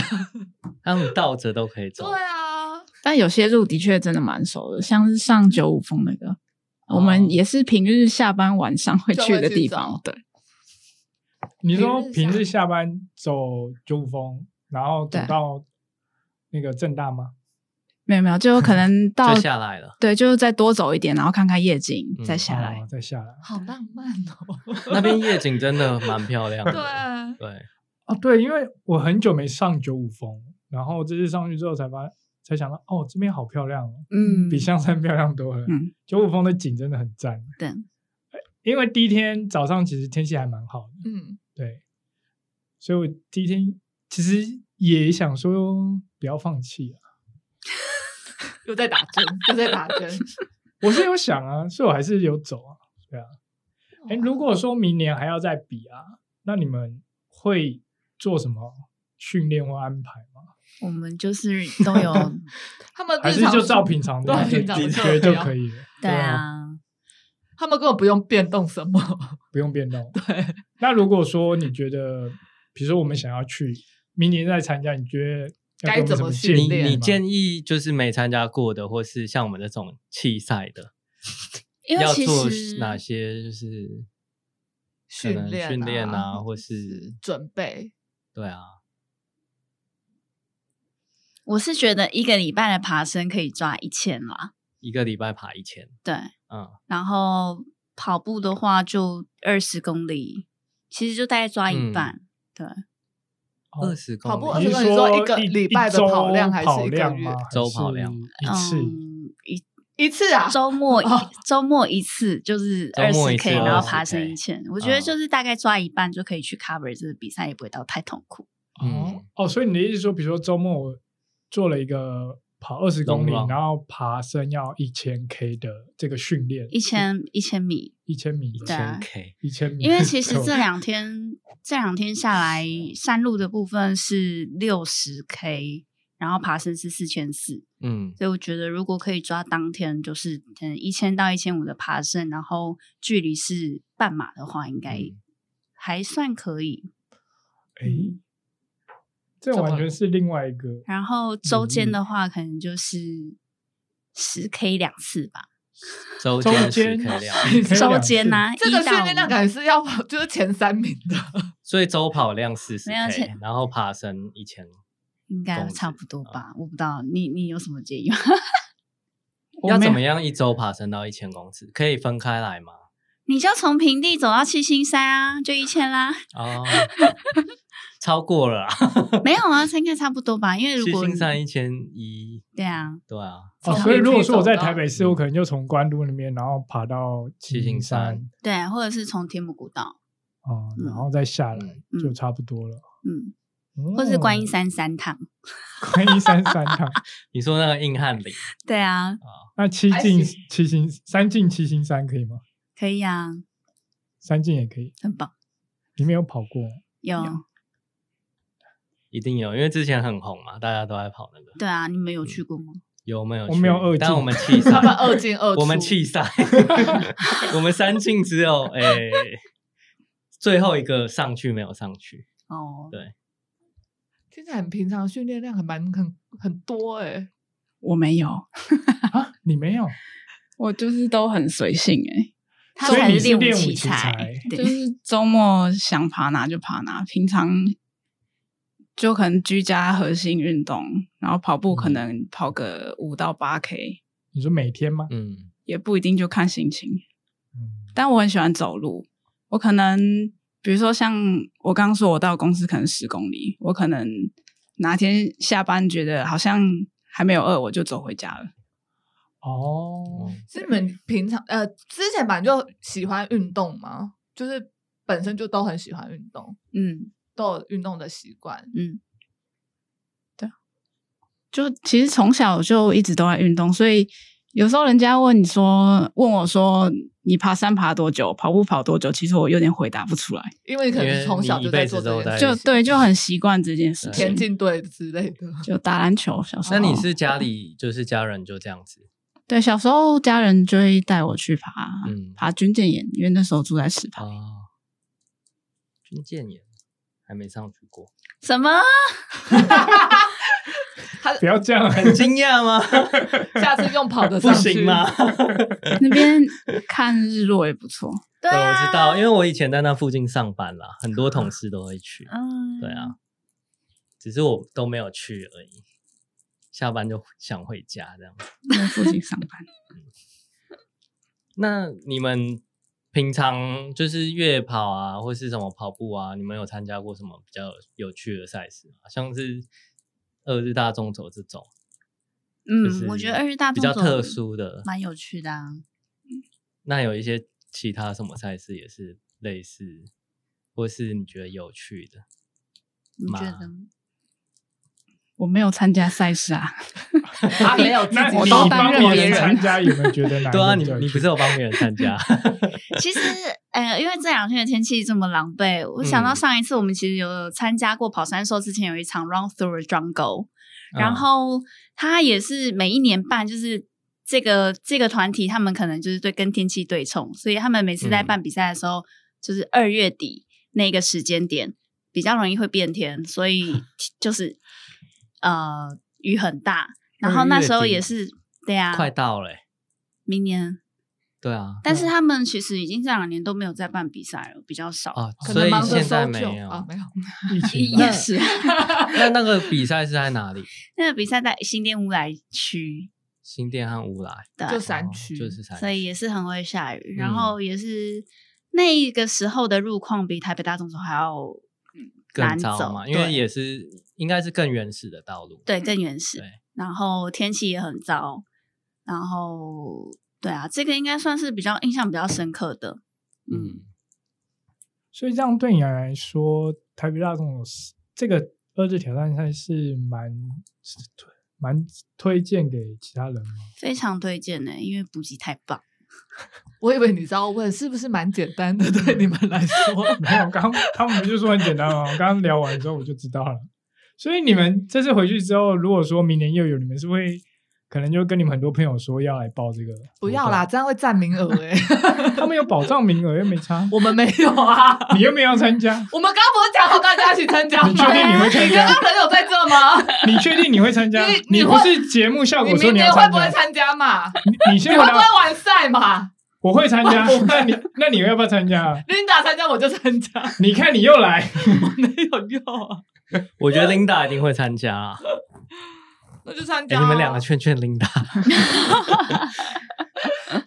Speaker 3: 他们倒着都可以走。
Speaker 1: 对啊，
Speaker 4: 但有些路的确真的蛮熟的，像是上九五峰那个，我
Speaker 3: 哦
Speaker 4: 们也是平日下班晚上会
Speaker 1: 就
Speaker 4: 去
Speaker 1: 会
Speaker 4: 的
Speaker 1: 去
Speaker 4: 地
Speaker 1: 走
Speaker 4: 方。对，
Speaker 2: 你说
Speaker 1: 平
Speaker 2: 平
Speaker 1: 日
Speaker 2: 日下班走九五峰，然后走
Speaker 4: 对
Speaker 2: 到那个正大吗？
Speaker 4: 没有没有，就可能到
Speaker 3: 就下来了，
Speaker 4: 对，就是再多走一点，然后看看夜景，
Speaker 3: 嗯
Speaker 4: 再下来。
Speaker 2: 哦再下来
Speaker 1: 好浪漫 哦。
Speaker 3: 那边夜景真的蛮漂亮的。
Speaker 1: 对，
Speaker 3: 对，
Speaker 2: 哦，对，因为我很久没上九五峰，然后这次上去之后才发才想到，哦，这边好漂亮哦，
Speaker 5: 嗯，
Speaker 2: 比象山漂亮多了。
Speaker 4: 嗯，
Speaker 2: 九五峰的景真的很赞，
Speaker 5: 对，
Speaker 2: 因为第一天早上其实天气还蛮好的，
Speaker 1: 嗯，
Speaker 2: 对，所以我第一天其实也想说不要放弃啊，
Speaker 1: 又在打针，又在打针。
Speaker 2: 我是有想啊，所以我还是有走啊，对啊。
Speaker 1: 哦
Speaker 2: 哎，如果说明年还要再比啊，那你们会做什么训练或安排吗？
Speaker 5: 我们就是都有，
Speaker 1: 他们
Speaker 2: 还
Speaker 1: 日
Speaker 2: 是
Speaker 1: 常
Speaker 2: 就照平常的
Speaker 1: 对
Speaker 2: 就
Speaker 1: 平常的课
Speaker 2: 就就
Speaker 1: 表
Speaker 2: 可以了？
Speaker 5: 对，啊，
Speaker 1: 他们根本不用变动什么。
Speaker 2: 不用变动。
Speaker 1: 对，
Speaker 2: 那如果说你觉得，比如说我们想要去明年再参加，你觉得
Speaker 1: 该
Speaker 2: 要给我们
Speaker 1: 怎
Speaker 2: 什
Speaker 1: 么
Speaker 2: 么
Speaker 1: 训
Speaker 2: 建议
Speaker 1: 练
Speaker 3: 你你
Speaker 2: 吗
Speaker 3: 建议就是没参加过的，或是像我们这种弃赛的，
Speaker 5: 因为
Speaker 3: 要
Speaker 5: 其
Speaker 3: 做
Speaker 5: 实
Speaker 3: 哪些就是可
Speaker 1: 训
Speaker 3: 能
Speaker 1: 练
Speaker 3: 训练
Speaker 1: 啊
Speaker 3: 啊，或是
Speaker 1: 准备，
Speaker 3: 对啊，
Speaker 5: 我是觉得一个礼拜的爬升可以抓一千啦，
Speaker 3: 一个礼拜爬一千，
Speaker 5: 对。
Speaker 3: 嗯，
Speaker 5: 然后跑步的话就二十公里，其实就大概抓一
Speaker 3: 嗯
Speaker 5: 半。
Speaker 2: 哦
Speaker 3: 二十公
Speaker 1: 跑步
Speaker 3: 里
Speaker 1: 20
Speaker 2: 你
Speaker 1: 公
Speaker 2: 是
Speaker 1: 里
Speaker 2: 说
Speaker 1: 一个礼拜的
Speaker 2: 周
Speaker 1: 跑量还是
Speaker 2: 跑
Speaker 1: 一个
Speaker 2: 量
Speaker 1: 月
Speaker 2: 吗？
Speaker 3: 周跑量
Speaker 2: 还是一次。
Speaker 5: 嗯，一
Speaker 1: 一次啊，
Speaker 5: 周末一
Speaker 1: 哦
Speaker 5: 周末一次就是
Speaker 3: 周
Speaker 5: 二
Speaker 3: 末
Speaker 5: 十
Speaker 3: 一次
Speaker 5: K，然后
Speaker 3: 20K
Speaker 5: 爬升一千。我觉得
Speaker 3: 嗯
Speaker 5: 就是大概抓一半就可以去 cover 这个比赛，
Speaker 2: 嗯
Speaker 5: 也不会到太痛苦。
Speaker 3: 嗯
Speaker 2: 哦哦，所以你的意思说，比如说周末我做了一个跑二十公里，
Speaker 3: 龙浪
Speaker 2: 然后爬升要一千 K 的这个训练，
Speaker 5: 一千一千米，
Speaker 2: 一千米，
Speaker 5: 对啊
Speaker 3: 千 K，
Speaker 2: 一千米。
Speaker 5: 因为其实
Speaker 2: 对
Speaker 5: 这两天这两天下来，山路的部分是六十 K，然后爬升是四千四，
Speaker 3: 嗯，
Speaker 5: 所以我觉得如果可以抓当天就是可能一千到一千五的爬升，然后距离是半马的话，应该
Speaker 3: 嗯
Speaker 5: 还算可以。嗯
Speaker 2: 诶，这完全是另外一个
Speaker 5: 然后周间
Speaker 2: 嗯
Speaker 5: 的话，可能就是十 K 两次吧，
Speaker 3: 周
Speaker 2: 周
Speaker 3: 间
Speaker 2: 间
Speaker 3: 时刻量，
Speaker 2: 可以
Speaker 5: 周
Speaker 2: 两
Speaker 5: 间
Speaker 2: 次
Speaker 5: 呐、
Speaker 1: 这个
Speaker 5: 一到
Speaker 1: 训练量
Speaker 5: 五
Speaker 1: 感觉是要跑就是前三名的，
Speaker 3: 所以周跑量四十
Speaker 5: 没有且
Speaker 3: K，然后爬升一千，
Speaker 5: 应该
Speaker 3: 公
Speaker 5: 差
Speaker 3: 尺
Speaker 5: 不多吧，我不知道你你有什么建议吗？
Speaker 2: 我
Speaker 3: 要
Speaker 2: 没
Speaker 3: 怎么样一周爬升到一千公尺？可以分开来吗？
Speaker 5: 你就从平地走到七星山啊，就一千啦。
Speaker 3: 哦，超过了啦，
Speaker 5: 没有啊，应该差不多吧。因 为如
Speaker 3: 七
Speaker 5: 果
Speaker 3: 星山一千一，
Speaker 5: 对啊，
Speaker 3: 对啊，
Speaker 2: 哦，
Speaker 1: 从
Speaker 2: 所以如果说我在
Speaker 1: 平地走到
Speaker 2: 台北
Speaker 3: 嗯
Speaker 2: 市，我可能就从关渡那边，然后爬到七星山，
Speaker 5: 对啊，或者是从天母古道，
Speaker 2: 哦，
Speaker 5: 嗯
Speaker 2: 然后再下来
Speaker 5: 嗯
Speaker 2: 就差不多了。
Speaker 5: 嗯，
Speaker 2: 嗯
Speaker 5: 或是观音，山三趟。
Speaker 2: 哦观音山三趟，
Speaker 3: 你说那个硬汉岭，
Speaker 5: 对啊，
Speaker 2: 那七进
Speaker 1: 还行
Speaker 2: 七星三进七星山可以吗？
Speaker 5: 可以啊，
Speaker 2: 三进也可以，
Speaker 5: 很棒。
Speaker 2: 你没有跑过，
Speaker 5: 有
Speaker 3: 一定有，因为之前很红嘛，大家都在跑那个。
Speaker 5: 对啊，你们有去过吗？
Speaker 3: 有没有
Speaker 2: 我
Speaker 3: 去？
Speaker 2: 没有二
Speaker 3: 但
Speaker 2: 进
Speaker 3: 我们弃赛
Speaker 1: 他们，二进二出，
Speaker 3: 我们弃赛， 我们三进只有诶、最后一个上去没有上去，
Speaker 5: 哦，
Speaker 3: 对
Speaker 1: 听起来很平常，的训练量很蛮很很多哎、
Speaker 4: 我没有，
Speaker 2: 啊，你没有，
Speaker 4: 我就是都很随性诶、
Speaker 5: 他
Speaker 2: 所以
Speaker 5: 才
Speaker 2: 你
Speaker 5: 是
Speaker 2: 是
Speaker 5: 武
Speaker 2: 练武
Speaker 5: 奇
Speaker 2: 奇才
Speaker 4: 就
Speaker 5: 对，
Speaker 4: 是周末想爬哪就爬哪，平常就可能居家核心运动，然后跑步可能跑个五到八 K，
Speaker 2: 你说每天吗？
Speaker 3: 嗯，
Speaker 4: 也不一定就看心情。
Speaker 2: 嗯，
Speaker 4: 但我很喜欢走路，我可能比如说像我刚刚说，我到公司可能十公里，我可能哪天下班觉得好像还没有饿，我就走回家了。
Speaker 2: 哦，
Speaker 1: 是你们平常呃之前本来就喜欢运动吗？就是本身就都很喜欢运动，
Speaker 5: 嗯
Speaker 1: 都有运动的习惯。
Speaker 5: 嗯，
Speaker 4: 就其实从小就一直都在运动，所以有时候人家问你说，问我说你爬山爬多久，跑步跑多久，其实我有点回答不出来，
Speaker 1: 因为你可
Speaker 3: 因
Speaker 1: 能
Speaker 3: 为
Speaker 1: 从小
Speaker 3: 你
Speaker 1: 就
Speaker 3: 一辈
Speaker 1: 在
Speaker 3: 子
Speaker 1: 做这
Speaker 3: 都
Speaker 1: 件
Speaker 3: 在
Speaker 1: 事，
Speaker 4: 就对，就很习惯这件事
Speaker 1: 田
Speaker 4: 情。
Speaker 1: 径队之类 的。
Speaker 4: 就打篮球，小
Speaker 1: 哦
Speaker 4: 时候。
Speaker 3: 嗯那你是家里就是家人就这样子，
Speaker 4: 对小时候家人就会带我去爬、
Speaker 3: 嗯
Speaker 4: 爬军舰岩，因为那时候住在石牌。
Speaker 3: 哦，军舰岩还没上 去过，
Speaker 5: 什么？
Speaker 1: 嗯
Speaker 2: 不要这样，
Speaker 3: 很惊 讶吗？
Speaker 1: 下次用跑的
Speaker 3: 不
Speaker 1: 上去
Speaker 3: 行吗？？
Speaker 4: 那边看日落也不错。
Speaker 5: 对
Speaker 3: 对，我
Speaker 5: 啊，
Speaker 3: 知道，因为我以前在那附近上班啦，很多同事都会去。
Speaker 5: 嗯，
Speaker 3: 对啊，只是我都没有去而已。下班就想回家这样。
Speaker 4: 在附近上班，
Speaker 3: 那你们平常就是越野跑啊，或是什么跑步啊，你们有参加过什么比较有趣的赛事吗？像是二日大众走这种，就是
Speaker 5: 嗯，我觉得二日大
Speaker 3: 比
Speaker 5: 众
Speaker 3: 较
Speaker 5: 走
Speaker 3: 特殊的。
Speaker 5: 蛮有趣的啊。
Speaker 3: 那有一些其他什么赛事也是类似，或是你觉得有趣的？
Speaker 5: 你觉
Speaker 3: 吗
Speaker 5: 得？
Speaker 4: 我没有参加赛事啊，
Speaker 1: 啊，没有自
Speaker 2: 那
Speaker 1: 己
Speaker 2: 你
Speaker 4: 都
Speaker 1: 跑
Speaker 4: 担
Speaker 2: 帮
Speaker 4: 任
Speaker 2: 别
Speaker 4: 别
Speaker 2: 人
Speaker 4: 人
Speaker 2: 参加，有没有 觉得难？
Speaker 3: 对啊，你你不是有帮别人参 加？
Speaker 5: 其实，呃，因为这两天的天气这么狼狈，我想到
Speaker 3: 嗯
Speaker 5: 上一次我们其实有参加过跑山兽，之前有一场 Run Through the Jungle，、然
Speaker 3: 嗯
Speaker 5: 后它也是每一年办，就是这个这个团体他们可能就是对跟天气对冲，所以他们每次在
Speaker 3: 嗯
Speaker 5: 办比赛的时候，就是二月底那个时间点比较容易会变天，所 以就是呃雨很大，然后那时候也是对啊，
Speaker 3: 快到了欸、
Speaker 5: 明年。
Speaker 3: 对啊，
Speaker 5: 但是他们其实已经这两年都没有在办比赛了，比较少。
Speaker 3: 啊，
Speaker 1: 可
Speaker 3: 所
Speaker 1: 能
Speaker 3: 以
Speaker 1: 忙着
Speaker 3: 现在
Speaker 1: 搜
Speaker 3: 没
Speaker 1: 救
Speaker 3: 有。
Speaker 5: 哦
Speaker 1: 啊，没有。
Speaker 2: 疫情吧
Speaker 5: 也是，
Speaker 3: 那那个比赛是在哪里？
Speaker 5: 那个比赛在新店乌来区，
Speaker 3: 新店和乌来，
Speaker 5: 对
Speaker 1: 就山
Speaker 3: 哦
Speaker 1: 区
Speaker 3: 就是山区，
Speaker 5: 所以也是很会下雨，然
Speaker 3: 嗯
Speaker 5: 后也是那个时候的路况比台北大众走还要
Speaker 3: 更
Speaker 5: 难
Speaker 3: 糟
Speaker 5: 走
Speaker 3: 嘛，因为
Speaker 5: 对
Speaker 3: 也是应该是更原始的道路。
Speaker 5: 对更原始
Speaker 3: 对，
Speaker 5: 然后天气也很糟，然后对啊，这个应该算是比较印象比较深刻的，嗯，
Speaker 3: 嗯，
Speaker 2: 所以这样对你来说，台北大众有这个二日挑战赛是蛮蛮推荐给其他人吗？
Speaker 5: 非常推荐呢、因为补给太棒。
Speaker 1: 我以为你知道问是不是蛮简单的， 对你们来说，
Speaker 2: 没有，刚他们不就说很简单吗？我刚刚聊完之后我就知道了。所以你们这次回去之后，如果说明年又有，你们是会可能就跟你们很多朋友说要来报这个？
Speaker 1: 不要啦，，这样会占名额 哎、
Speaker 2: 他们有保障名额又没差，
Speaker 1: 我们没有啊，
Speaker 2: 你又没有要参加，
Speaker 1: 我们刚刚不是讲好大家一起参加吗？
Speaker 2: 你确定你会参加
Speaker 1: 你 刚刚人有在这吗？
Speaker 2: 你确定你会参加？
Speaker 1: 哎你
Speaker 2: 你
Speaker 1: 你
Speaker 2: 不
Speaker 1: 会
Speaker 2: 是节目效果
Speaker 1: 明
Speaker 2: 说你
Speaker 1: 年
Speaker 2: 要
Speaker 1: 会
Speaker 2: 参
Speaker 1: 不会
Speaker 2: 加？
Speaker 1: 参加嘛？
Speaker 2: 你你
Speaker 1: 你
Speaker 2: 先
Speaker 1: 会
Speaker 2: 回
Speaker 1: 不会
Speaker 2: 答，
Speaker 1: 完赛嘛？
Speaker 2: 我会参加。那你那你要不要参加啊？
Speaker 1: 琳达参加我就参加，
Speaker 2: 你看你又来，
Speaker 1: 没有用啊，
Speaker 3: 我觉得 Linda 一定会参加啊。
Speaker 5: 嗯
Speaker 1: 那就参
Speaker 3: 哎、
Speaker 1: 加啊、
Speaker 3: 你们两个劝劝 Linda。
Speaker 5: 啊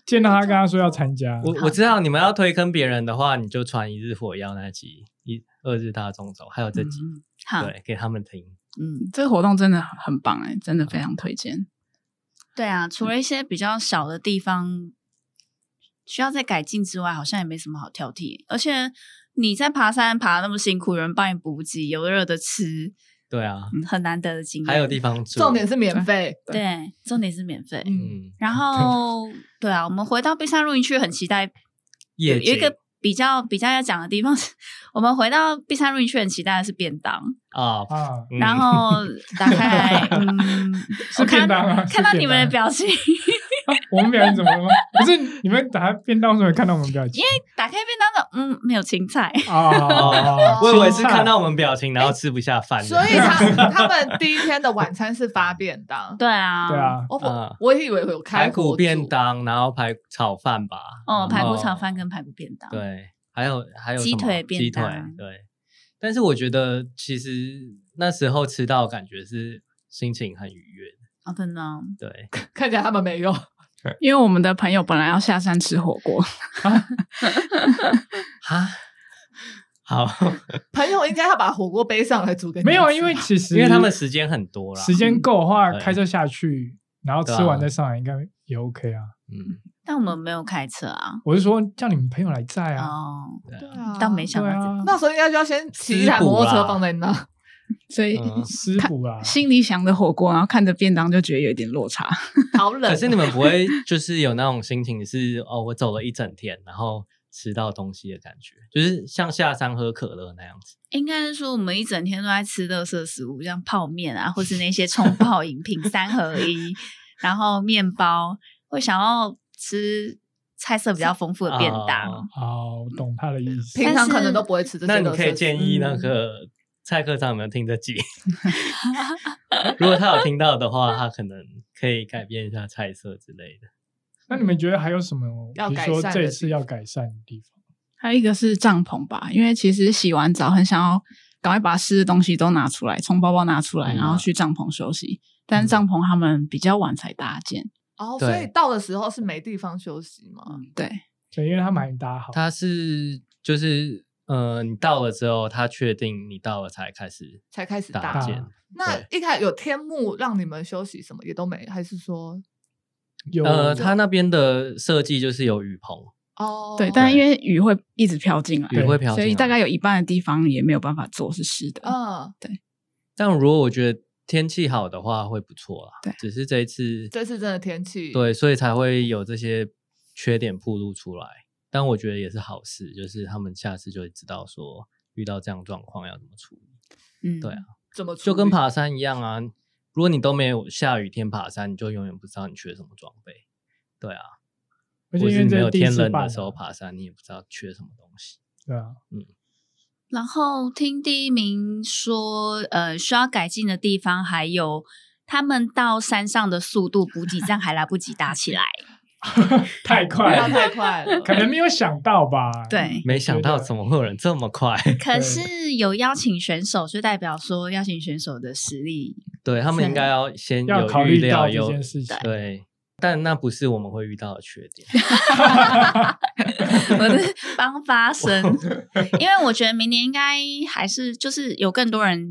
Speaker 2: 见到他跟他说要参加，
Speaker 3: 我我知道你们要推坑别人的话，你就传一日火药那集，一二日大众走，还有这集，
Speaker 5: 嗯好，
Speaker 3: 对，给他们听。
Speaker 5: 嗯，
Speaker 4: 这个活动真的很棒哎、真的非常推荐。
Speaker 5: 对啊，
Speaker 2: 嗯
Speaker 5: 除了一些比较小的地方需要再改进之外，好像也没什么好挑剔。而且你在爬山爬那么辛苦，有人帮你补给，有热的吃，
Speaker 3: 对啊，
Speaker 2: 嗯
Speaker 5: 很难得的经验。
Speaker 3: 还有地方住，
Speaker 1: 重点是免费，
Speaker 5: 对，重点是免费。
Speaker 1: 嗯，
Speaker 3: 嗯，
Speaker 5: 然后，对啊，我们回到碧山露营区，很期待
Speaker 3: 夜
Speaker 5: 有有一
Speaker 3: 景
Speaker 5: 个比较比较要讲的地方是，我们回到碧山露营区，很期待的是便当。
Speaker 3: 啊，
Speaker 2: 啊，
Speaker 3: 嗯
Speaker 5: 然后打开来，嗯，
Speaker 2: 是
Speaker 5: 我看
Speaker 2: 便当啊是
Speaker 5: 看到
Speaker 2: 便
Speaker 5: 你们的
Speaker 2: 当
Speaker 5: 表情，
Speaker 2: 我们表演怎么了吗？不是你们打便当的时候有看到我们表情？
Speaker 5: 打开便当的，嗯，没有芹菜，
Speaker 3: 哦
Speaker 2: 啊，
Speaker 3: 我以为是看到我们表情，然后吃不下饭的，
Speaker 1: 所以他他们第一天的晚餐是发便当，哦
Speaker 5: 对啊，
Speaker 2: 对，啊，
Speaker 1: 我
Speaker 3: 啊
Speaker 1: 我我以为会有开 火
Speaker 3: 排骨
Speaker 1: 煮
Speaker 3: 便，当，然后排炒饭吧，
Speaker 5: 哦，排骨炒
Speaker 3: 哦
Speaker 5: 饭跟排骨便当，，
Speaker 3: 对，还有还有
Speaker 5: 鸡
Speaker 3: 什么
Speaker 5: 腿便
Speaker 3: 鸡腿
Speaker 5: 当，
Speaker 3: 对。但是我觉得其实那时候吃到感觉是心情很愉悦
Speaker 5: 哦，真的哦，
Speaker 3: 的，对，
Speaker 1: 看起来他们没有，
Speaker 4: 因为我们的朋友本来要下山吃火锅，
Speaker 3: 哈，好，
Speaker 1: 朋友应该要把火锅背上来煮给你
Speaker 2: 没
Speaker 1: 们吃吧。
Speaker 2: 有，啊因为其实
Speaker 3: 因为他们时间很多啦，嗯
Speaker 2: 时间够的话，
Speaker 3: 对
Speaker 2: 开车下去，然后吃完再上来，应该也 OK 啊。
Speaker 3: 嗯，
Speaker 5: 但我们没有开车啊，
Speaker 2: 我是说叫你们朋友来载啊，
Speaker 5: 哦，
Speaker 3: 对
Speaker 1: 对
Speaker 3: 啊
Speaker 1: 啊，
Speaker 5: 倒没想
Speaker 2: 对
Speaker 5: 到这
Speaker 2: 啊，
Speaker 1: 那时候应该就要先骑一台摩托车放在那，
Speaker 4: 所以
Speaker 3: 嗯
Speaker 2: 师傅啊，
Speaker 4: 心里想着火锅，然后看着便当就觉得有点落差。
Speaker 1: 好冷。
Speaker 3: 可是你们不会就是有那种心情是哦，我走了一整天，然后吃到东西的感觉，就是像下山喝可乐那样子。
Speaker 5: 应该是说我们一整天都在吃垃圾食物，像泡 面啊，或是那些冲泡饮品三合一， 然后面包，会想要吃菜色比较丰富的便当。
Speaker 3: 哦
Speaker 2: 哦，我懂他的意思。
Speaker 1: 平常可能都不会吃这些垃
Speaker 3: 那
Speaker 1: 圾食物。
Speaker 3: 你可以建议那个蔡科长有没有听得集？ 如果他有听到的话，他可能可以改变一下菜色之类的。
Speaker 2: 那你们觉得还有什么？
Speaker 1: 要
Speaker 2: 比如
Speaker 1: 改
Speaker 2: 说
Speaker 1: 善
Speaker 2: 这
Speaker 1: 的
Speaker 2: 次
Speaker 1: 地
Speaker 2: 要改善的地方，
Speaker 4: 还有一个是帐篷吧，因为其实洗完澡很想要赶快把湿的东西都拿出来，从包包拿出来，
Speaker 3: 嗯啊嗯
Speaker 4: 然后去帐篷休息。但是帐篷他们比较晚才搭建，
Speaker 1: 哦，
Speaker 3: 对
Speaker 1: 所以到的时候是没地方休息吗？
Speaker 3: 嗯
Speaker 4: 对，
Speaker 2: 对，因为他们还没搭好。
Speaker 3: 他是就是呃，你到了之后，他确定你到了才开始
Speaker 1: 才开始
Speaker 3: 搭
Speaker 1: 搭
Speaker 3: 建。
Speaker 1: 那一开始有天幕让你们休息，什么也都没，还是说
Speaker 2: 有
Speaker 3: 呃，他那边的设计就是有雨棚，
Speaker 1: 哦？
Speaker 4: 对，但因为雨会一直飘进来，
Speaker 3: 雨会飘进
Speaker 4: 所
Speaker 3: 来，
Speaker 4: 以大概有一半的地方也没有办法做是湿的。
Speaker 1: 嗯，
Speaker 3: 但如果我觉得天气好的话，会不错啦。
Speaker 4: 对
Speaker 3: 只是这一次，
Speaker 1: 这次真的天气
Speaker 3: 对，所以才会有这些缺点暴露出来。但我觉得也是好事，就是他们下次就会知道说遇到这样状况要怎么处理，
Speaker 5: 嗯，
Speaker 3: 对啊
Speaker 1: 怎么处理
Speaker 3: 就跟爬山一样啊。如果你都没有下雨天爬山，你就永远不知道你缺什么装备。对啊，
Speaker 2: 而且
Speaker 3: 或
Speaker 2: 因
Speaker 3: 是
Speaker 2: 为
Speaker 3: 你没
Speaker 2: 这是
Speaker 3: 有
Speaker 2: 第一
Speaker 3: 天
Speaker 2: 次
Speaker 3: 冷
Speaker 2: 办
Speaker 3: 的时
Speaker 2: 啊
Speaker 3: 候爬山，你也不知道缺什么东西。
Speaker 2: 对啊，
Speaker 5: 然后听第一名说，呃，需要改进的地方还有。他们到山上的速度，补给站还来不及搭起来。
Speaker 3: 嗯
Speaker 2: 太
Speaker 1: 不
Speaker 2: 快
Speaker 1: 要
Speaker 2: 了，
Speaker 1: 太快了，
Speaker 2: 可能没有想到吧？
Speaker 5: 对，
Speaker 3: 没想到
Speaker 2: 觉得
Speaker 3: 怎么会有人这么快？
Speaker 5: 可是有邀请选手，就代表说邀请选手的实力。
Speaker 3: 对他们
Speaker 5: 是
Speaker 3: 应该要先
Speaker 2: 要
Speaker 3: 有
Speaker 2: 考
Speaker 3: 预
Speaker 2: 虑到
Speaker 3: 料
Speaker 2: 这
Speaker 3: 有
Speaker 2: 件事情
Speaker 3: 对，但那不是我们会遇到的缺点。
Speaker 5: 我 是帮发声， 因为我觉得明年应该还是就是有更多人，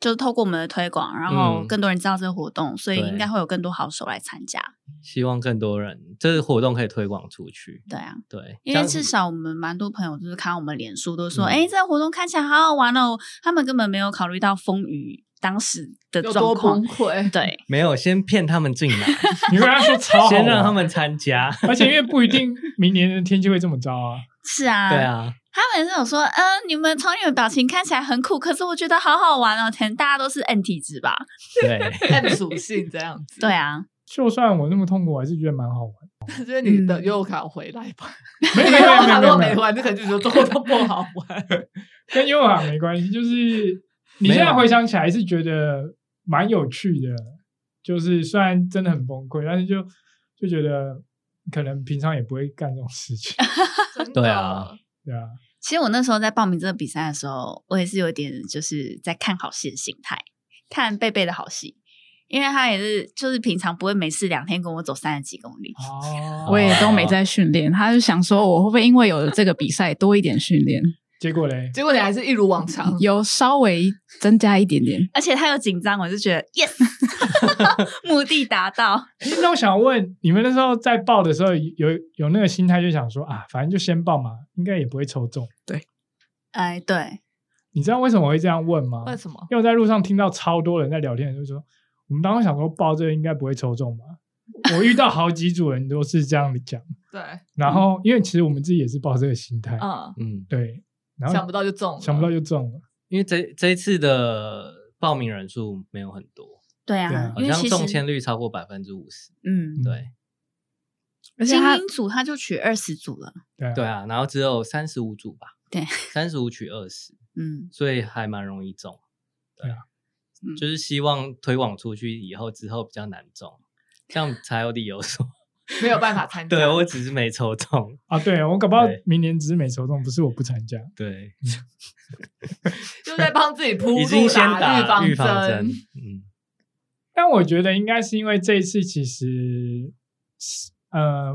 Speaker 5: 就是透过我们的推广，然后
Speaker 3: 嗯
Speaker 5: 更多人知道这个活动，所以
Speaker 3: 对
Speaker 5: 应该会有更多好手来参加。
Speaker 3: 希望更多人这个活动可以推广出去。
Speaker 5: 对啊，
Speaker 3: 对，
Speaker 5: 因
Speaker 3: 这
Speaker 5: 为
Speaker 3: 样
Speaker 5: 至少我们蛮多朋友就是看到我们脸书都说，
Speaker 3: 嗯
Speaker 5: 哎、这个活动看起来好好玩哦，他们根本没有考虑到风雨当时的
Speaker 1: 有
Speaker 5: 状
Speaker 1: 多
Speaker 5: 况
Speaker 1: 崩。 溃？
Speaker 5: 对，
Speaker 3: 没有，先骗他们进来，
Speaker 2: 你跟他说超 好，
Speaker 3: 先让他们，参加。
Speaker 2: 而且因为不一定明年的天气会这么糟啊，
Speaker 5: 是啊，
Speaker 3: 对。 啊，
Speaker 5: 他们是有说，嗯、你们从你们表情看起来很苦，可是我觉得好好玩哦。可能大家都是 N 体质吧？
Speaker 3: 对，
Speaker 1: 按属性这样子，
Speaker 5: 对，啊，
Speaker 2: 就算我那么痛苦，我还是觉得蛮好玩。
Speaker 1: 就是你的悠游卡回来吧。
Speaker 2: 没 有
Speaker 1: 你
Speaker 2: 没
Speaker 1: 的
Speaker 2: 有
Speaker 1: 悠游
Speaker 2: 没有
Speaker 1: 卡
Speaker 2: 没
Speaker 1: 如
Speaker 2: 有
Speaker 1: 果
Speaker 2: 没
Speaker 1: 没
Speaker 2: 有，
Speaker 1: 还，就可能就觉得做都不好玩。
Speaker 2: 跟优卡没关系，就是你
Speaker 3: 没有啊
Speaker 2: 现在回想起来是觉得蛮有趣的，就是虽然真的很崩溃，但是就就觉得可能平常也不会干这种事情，
Speaker 1: 真的
Speaker 3: 对啊，
Speaker 2: 对啊，
Speaker 5: 其实我那时候在报名这个比赛的时候，我也是有点就是在看好戏的心态，看贝贝的好戏，因为他也是就是平常不会没事两天跟我走三十几公里。
Speaker 2: 哦，
Speaker 4: 我也都没在训练，他就想说我会不会因为有了这个比赛多一点训练，
Speaker 2: 结果嘞，
Speaker 1: 结果你还是一如往常，
Speaker 4: 有稍微增加一点点。
Speaker 5: 而且他又紧张，我就觉得 yes，目的达到。
Speaker 2: 诶那我想问，你们那时候在报的时候有有那个心态，就想说啊，反正就先报嘛，应该也不会抽中。
Speaker 5: 哎，对，
Speaker 2: 你知道为什么我会这样问吗？
Speaker 1: 为什么？
Speaker 2: 因为我在路上听到超多人在聊天，就说我们当时想说报这个应该不会抽中吧。我遇到好几组人都是这样讲，
Speaker 1: 对，
Speaker 2: 然后因为其实我们自己也是抱这个心态，
Speaker 1: 嗯，
Speaker 3: 嗯，
Speaker 2: 对，然后
Speaker 1: 想不到就中了，
Speaker 2: 想不到就中了，
Speaker 3: 因为这这一次的报名人数没有很多，
Speaker 5: 对啊，
Speaker 2: 对啊
Speaker 3: 好
Speaker 5: 因为
Speaker 3: 像
Speaker 5: 其
Speaker 3: 中签
Speaker 5: 实
Speaker 3: 率超过百分之五十。
Speaker 5: 嗯，
Speaker 3: 对
Speaker 4: 而且
Speaker 5: 精
Speaker 4: 他
Speaker 5: 英组他就取二十组了，
Speaker 2: 对啊
Speaker 3: 对啊，然后只有三十五组吧，
Speaker 5: 对，
Speaker 3: 三十五取二十，
Speaker 5: 嗯，
Speaker 3: 所以还蛮容易中。对
Speaker 2: 对啊
Speaker 3: 啊，
Speaker 4: 嗯
Speaker 3: 就是希望推广出去以后，之后比较难中，这样才有理由说，
Speaker 1: 没有办法参加。
Speaker 3: 对我只是没抽中。
Speaker 2: 啊，对我搞不好
Speaker 3: 对
Speaker 2: 明年只是没抽中，不是我不参加，
Speaker 3: 对，
Speaker 1: 就在帮自己铺路，
Speaker 3: 已经先
Speaker 1: 打
Speaker 3: 打预防
Speaker 1: 针
Speaker 3: 针，，嗯，
Speaker 2: 但我觉得应该是因为这一次其实，呃，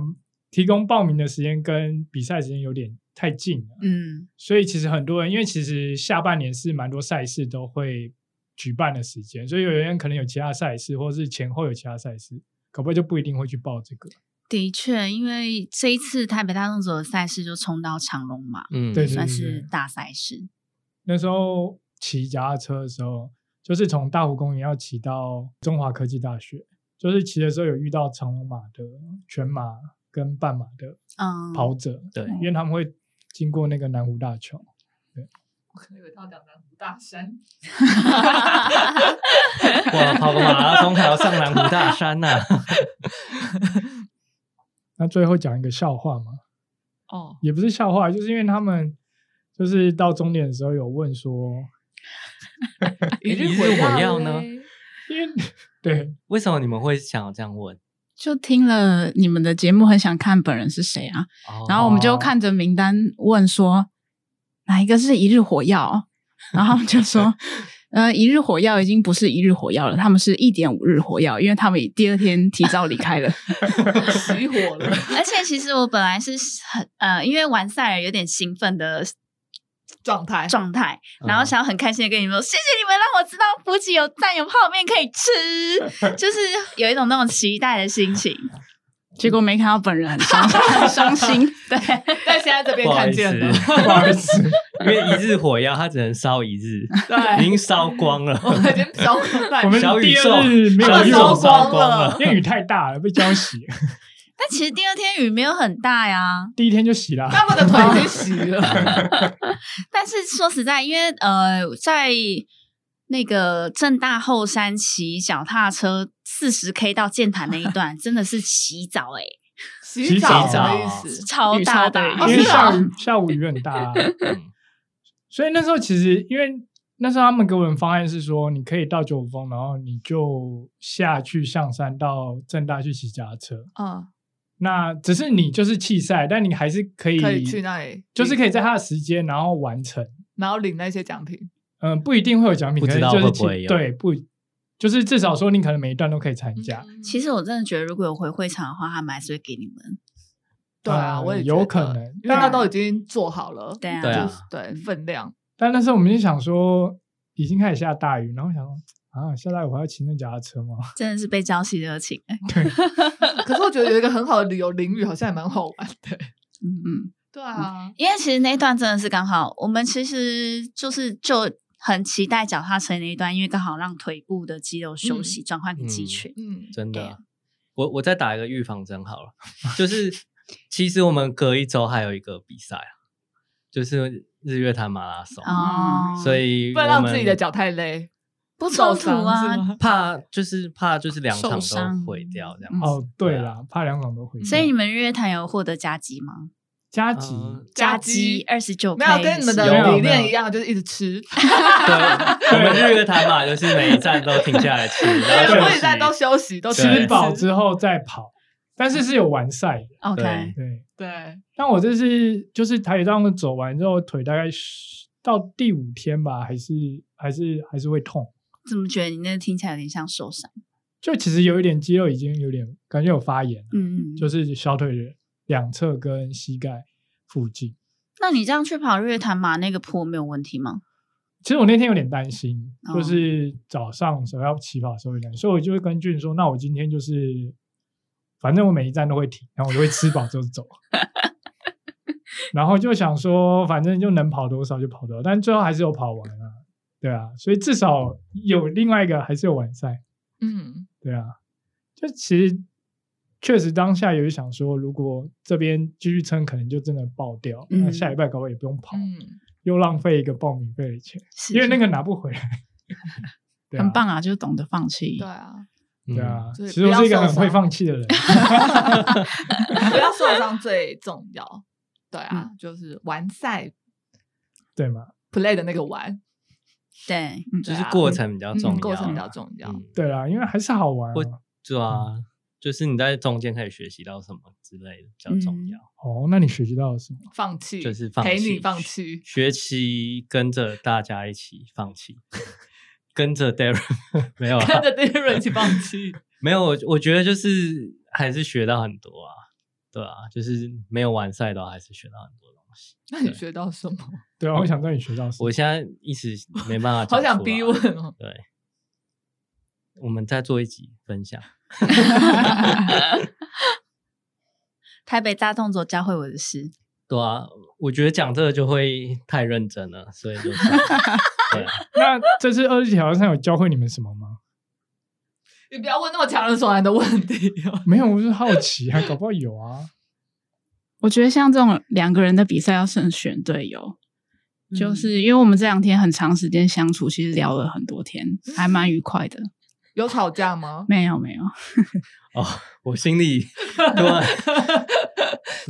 Speaker 2: 提供报名的时间跟比赛时间有点太近了，
Speaker 5: 嗯，
Speaker 2: 所以其实很多人，因为其实下半年是蛮多赛事都会举办的时间，所以有人可能有其他赛事，或是前后有其他赛事，搞不好就不一定会去报这个。
Speaker 5: 的确，因为这一次台北大众走的赛事就冲到长隆嘛，
Speaker 3: 嗯，
Speaker 2: 对对
Speaker 5: 算是大赛事。
Speaker 2: 那时候骑脚踏车的时候，就是从大湖公园要骑到中华科技大学，就是骑的时候有遇到长龙马的全马跟半马的
Speaker 5: 嗯，
Speaker 2: 跑者，
Speaker 3: 对
Speaker 2: 因为他们会经过那个南湖大桥。
Speaker 1: 我可能以为他讲南湖大山，
Speaker 3: 哇，跑个马拉松还要上南湖大山呐、
Speaker 2: 那最后讲一个笑话嘛，
Speaker 1: 哦，
Speaker 2: 也不是笑话，就是因为他们就是到终点的时候有问说，
Speaker 1: 一
Speaker 3: 一日
Speaker 1: 火
Speaker 3: 火药呢
Speaker 1: 嘞
Speaker 2: 因为对
Speaker 3: 为什么你们会想要这样问？
Speaker 4: 就听了你们的节目，很想看本人是谁啊？
Speaker 3: 哦
Speaker 4: 然后我们就看着名单问说，哪一个是一日火药？ 然后他们就说，呃，一日火药已经不是一日火药了，他们是一点五日火药，因为他们第二天提早离 开了。
Speaker 1: 熄火了，
Speaker 5: 而且其实我本来是很呃，因为完赛有点兴奋的
Speaker 1: 状态
Speaker 5: 状态，然
Speaker 2: 嗯
Speaker 5: 后想要很开心的跟你们说，谢谢你们让我知道福吉有蛋有泡面可以吃， 就是有一种那种期待的心情。
Speaker 4: 结果没看到本人，很伤 心，很伤心。
Speaker 5: 对，
Speaker 1: 但现在这边看见了，
Speaker 3: 不好意思，因为一日火药它只能烧一日，已
Speaker 1: 对，
Speaker 3: 经烧光了。
Speaker 1: 哎我们已经烧光
Speaker 2: 我
Speaker 1: 了，
Speaker 2: 们
Speaker 3: 小
Speaker 2: 第
Speaker 3: 宇宙
Speaker 2: 二日没
Speaker 1: 把
Speaker 2: 有
Speaker 1: 它
Speaker 2: 用，
Speaker 1: 烧光
Speaker 3: 了
Speaker 1: 了，
Speaker 2: 因为雨太大了，被浇洗，
Speaker 5: 但其实第二天雨没有很大呀，
Speaker 2: 第一天就洗了。
Speaker 1: 他们的腿已经洗了，
Speaker 5: 但是说实在，因为呃，在那个正大后山骑脚踏车四十 K 到剑潭那一段，真的是洗澡哎、
Speaker 1: 洗
Speaker 2: 澡
Speaker 1: 什么意思？
Speaker 5: 超
Speaker 2: 雨
Speaker 5: 大
Speaker 2: 超
Speaker 5: 的
Speaker 2: 大，
Speaker 1: 哦
Speaker 2: 因为
Speaker 1: 是啊
Speaker 2: 下雨下午雨很大 啊，
Speaker 3: 嗯
Speaker 2: 所以那时候其实因为那时候他们给我们方案是说，你可以到九峰，然后你就下去象山到正大去骑脚踏车。
Speaker 1: 嗯，
Speaker 2: 那只是你就是弃赛，但你还是可以
Speaker 1: 可以去那里
Speaker 2: 就是可以在他的时间然后完成。
Speaker 1: 然后领那些奖品，
Speaker 2: 嗯，不一定会有奖品，
Speaker 3: 不知道
Speaker 2: 可能
Speaker 3: 会
Speaker 2: 就
Speaker 3: 不
Speaker 2: 是
Speaker 3: 会
Speaker 2: 弃
Speaker 3: 有
Speaker 2: 对不，就是至少说你可能每一段都可以参加。
Speaker 1: 嗯
Speaker 5: 其实我真的觉得，如果有回会场的话，他们还是会给你们。
Speaker 1: 对啊，
Speaker 2: 嗯
Speaker 1: 我也觉
Speaker 2: 有可
Speaker 1: 得
Speaker 2: 能
Speaker 1: 因为他
Speaker 2: 但
Speaker 1: 都已经做好了，
Speaker 5: 对啊
Speaker 1: 就是
Speaker 3: 对啊
Speaker 1: 对分量，
Speaker 2: 但那时候我们就想说，已经开始下大雨，然后想说啊，下大雨我还要骑那脚踏车吗？
Speaker 5: 真的是被朝夕热情、欸，
Speaker 1: 可是我觉得有一个很好的理由淋雨，好像也蛮好玩的。
Speaker 4: 嗯，
Speaker 1: 对啊，
Speaker 5: 因为其实那一段真的是刚好，我们其实就是就很期待脚踏车那一段，因为刚好让腿部的肌肉休息，转换给肌群。
Speaker 1: 嗯，
Speaker 3: 真的
Speaker 5: 对
Speaker 3: 啊。我我再打一个预防针好了，就是其实我们隔一周还有一个比赛啊，就是日月潭马拉松，
Speaker 5: 哦，
Speaker 3: 所以
Speaker 1: 不要让自己的
Speaker 3: 我们
Speaker 1: 脚太累。
Speaker 5: 不
Speaker 1: 受
Speaker 5: 冲突
Speaker 1: 伤是
Speaker 5: 啊。
Speaker 1: 吗
Speaker 3: 怕就是怕就是两场
Speaker 5: 受伤
Speaker 3: 都毁掉这样子。
Speaker 2: 哦，对
Speaker 3: 啊，
Speaker 2: 啦，怕两种都会。
Speaker 5: 所以你们日月潭有获得加级吗？
Speaker 2: 加
Speaker 3: 嗯
Speaker 2: 急，
Speaker 1: 加
Speaker 5: 级
Speaker 1: 鸡
Speaker 5: 二十九，
Speaker 1: 没有跟你们
Speaker 2: 没
Speaker 1: 的
Speaker 2: 有没有
Speaker 1: 理念一样，就是一直 吃，
Speaker 3: 对，我们日月潭嘛，就是每一站都停下来吃，
Speaker 1: 每
Speaker 3: 然后休
Speaker 1: 个
Speaker 3: 息
Speaker 1: 位置站都休息，都
Speaker 3: 对
Speaker 2: 吃饱之后再跑，但是是有完赛的。
Speaker 5: OK，
Speaker 2: 对，
Speaker 1: 对，
Speaker 2: 但我这是就是台北上走完之后，腿大概是到第五天吧，还是还是还是会痛，
Speaker 5: 怎么觉得你那听起来有点像受伤？
Speaker 2: 就其实有一点肌肉已经有点感觉有发炎了，
Speaker 5: 嗯，嗯嗯
Speaker 2: 就是小腿的两侧跟膝盖附近。
Speaker 5: 那你这样去跑日月潭马那个坡没有问题吗？
Speaker 2: 其实我那天有点担心，
Speaker 5: 哦
Speaker 2: 就是早上时候要起跑的时候有点担心，所以我就会跟俊说，那我今天就是，反正我每一站都会停，然后我就会吃饱就走。然后就想说，反正就能跑多少就跑多少，但最后还是有跑完啊，对啊，所以至少有另外一个还是有完赛，
Speaker 1: 嗯，
Speaker 2: 对啊，就其实确实当下有想说，如果这边继续撑，可能就真的爆掉，那
Speaker 5: 嗯
Speaker 2: 下一拜搞不好也不用跑，
Speaker 1: 嗯，
Speaker 2: 又浪费一个报名费的钱。
Speaker 5: 是
Speaker 2: 因为那个拿不回来。 对啊
Speaker 4: 很，棒啊，就懂得放弃
Speaker 1: 对。啊，
Speaker 3: 嗯
Speaker 2: 对啊，
Speaker 1: 所以
Speaker 2: 其实我是一个很
Speaker 1: 不要
Speaker 2: 会
Speaker 1: 受伤
Speaker 2: 放弃的人。
Speaker 1: 不要受伤最重要。对啊，就是完赛
Speaker 2: 对嘛？
Speaker 1: play 的那个玩，
Speaker 5: 对，嗯
Speaker 3: 就
Speaker 1: 对
Speaker 3: 是
Speaker 1: 啊
Speaker 3: 过程比较重要，
Speaker 1: 嗯，过程比较重要。
Speaker 3: 嗯
Speaker 2: 对啦，因为还是好玩啊、
Speaker 3: 我对啊，就是你在中间可以学习到什么之类的比较
Speaker 1: 嗯
Speaker 3: 重要。
Speaker 2: 哦，那你学习到了什么？
Speaker 1: 放弃
Speaker 3: 就是放
Speaker 1: 陪
Speaker 3: 弃
Speaker 1: 你放 弃，
Speaker 3: 学习跟着大家一起放弃， 跟着 Darren 没有
Speaker 1: 跟
Speaker 3: 啊，
Speaker 1: 着 Darren 一起放 弃。
Speaker 3: 没有。我我觉得就是还是学到很多啊，对啊，就是没有完赛的话，还是学到很多东西。
Speaker 1: 那你
Speaker 3: 对
Speaker 1: 学到什么？
Speaker 2: 对啊，我想知道你学到什么。
Speaker 3: 我现在一时没办法讲 出
Speaker 1: 好
Speaker 3: 来，
Speaker 1: 想逼问哦。
Speaker 3: 对，我们再做一集分享。
Speaker 5: 台北大动作教会我的事，
Speaker 3: 对啊，我觉得讲这个就会太认真了，所以就是 对啊，
Speaker 2: 那这次二十条上有教会你们什么吗？
Speaker 1: 你不要问那么强人所难的问题哦。
Speaker 2: 没有，我是好奇啊，搞不好有啊。
Speaker 4: 我觉得像这种两个人的比赛要慎选队友，就是因为我们这两天很长时间相处，其实聊了很多天，还蛮愉快的。
Speaker 1: 有吵架吗？
Speaker 4: 没有没有，
Speaker 3: 哦，我心里对啊，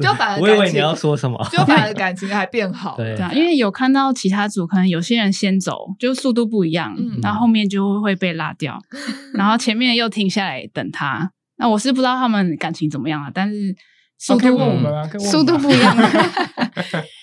Speaker 1: 就反而
Speaker 3: 我以
Speaker 1: 感
Speaker 3: 为
Speaker 1: 情
Speaker 3: 你要说什么，
Speaker 1: 就反而感情还变好了。
Speaker 3: 对
Speaker 4: 对啊，因为有看到其他组可能有些人先走，就速度不一样，
Speaker 1: 嗯，
Speaker 4: 然后后面就会被拉掉，然后前面又停下来等他。那我是不知道他们感情怎么样啊，但是速
Speaker 2: 啊可以
Speaker 4: 度、
Speaker 2: 问我们啊，可以问我
Speaker 4: 速
Speaker 2: 们
Speaker 4: 度
Speaker 2: 啊
Speaker 4: 不一样啊，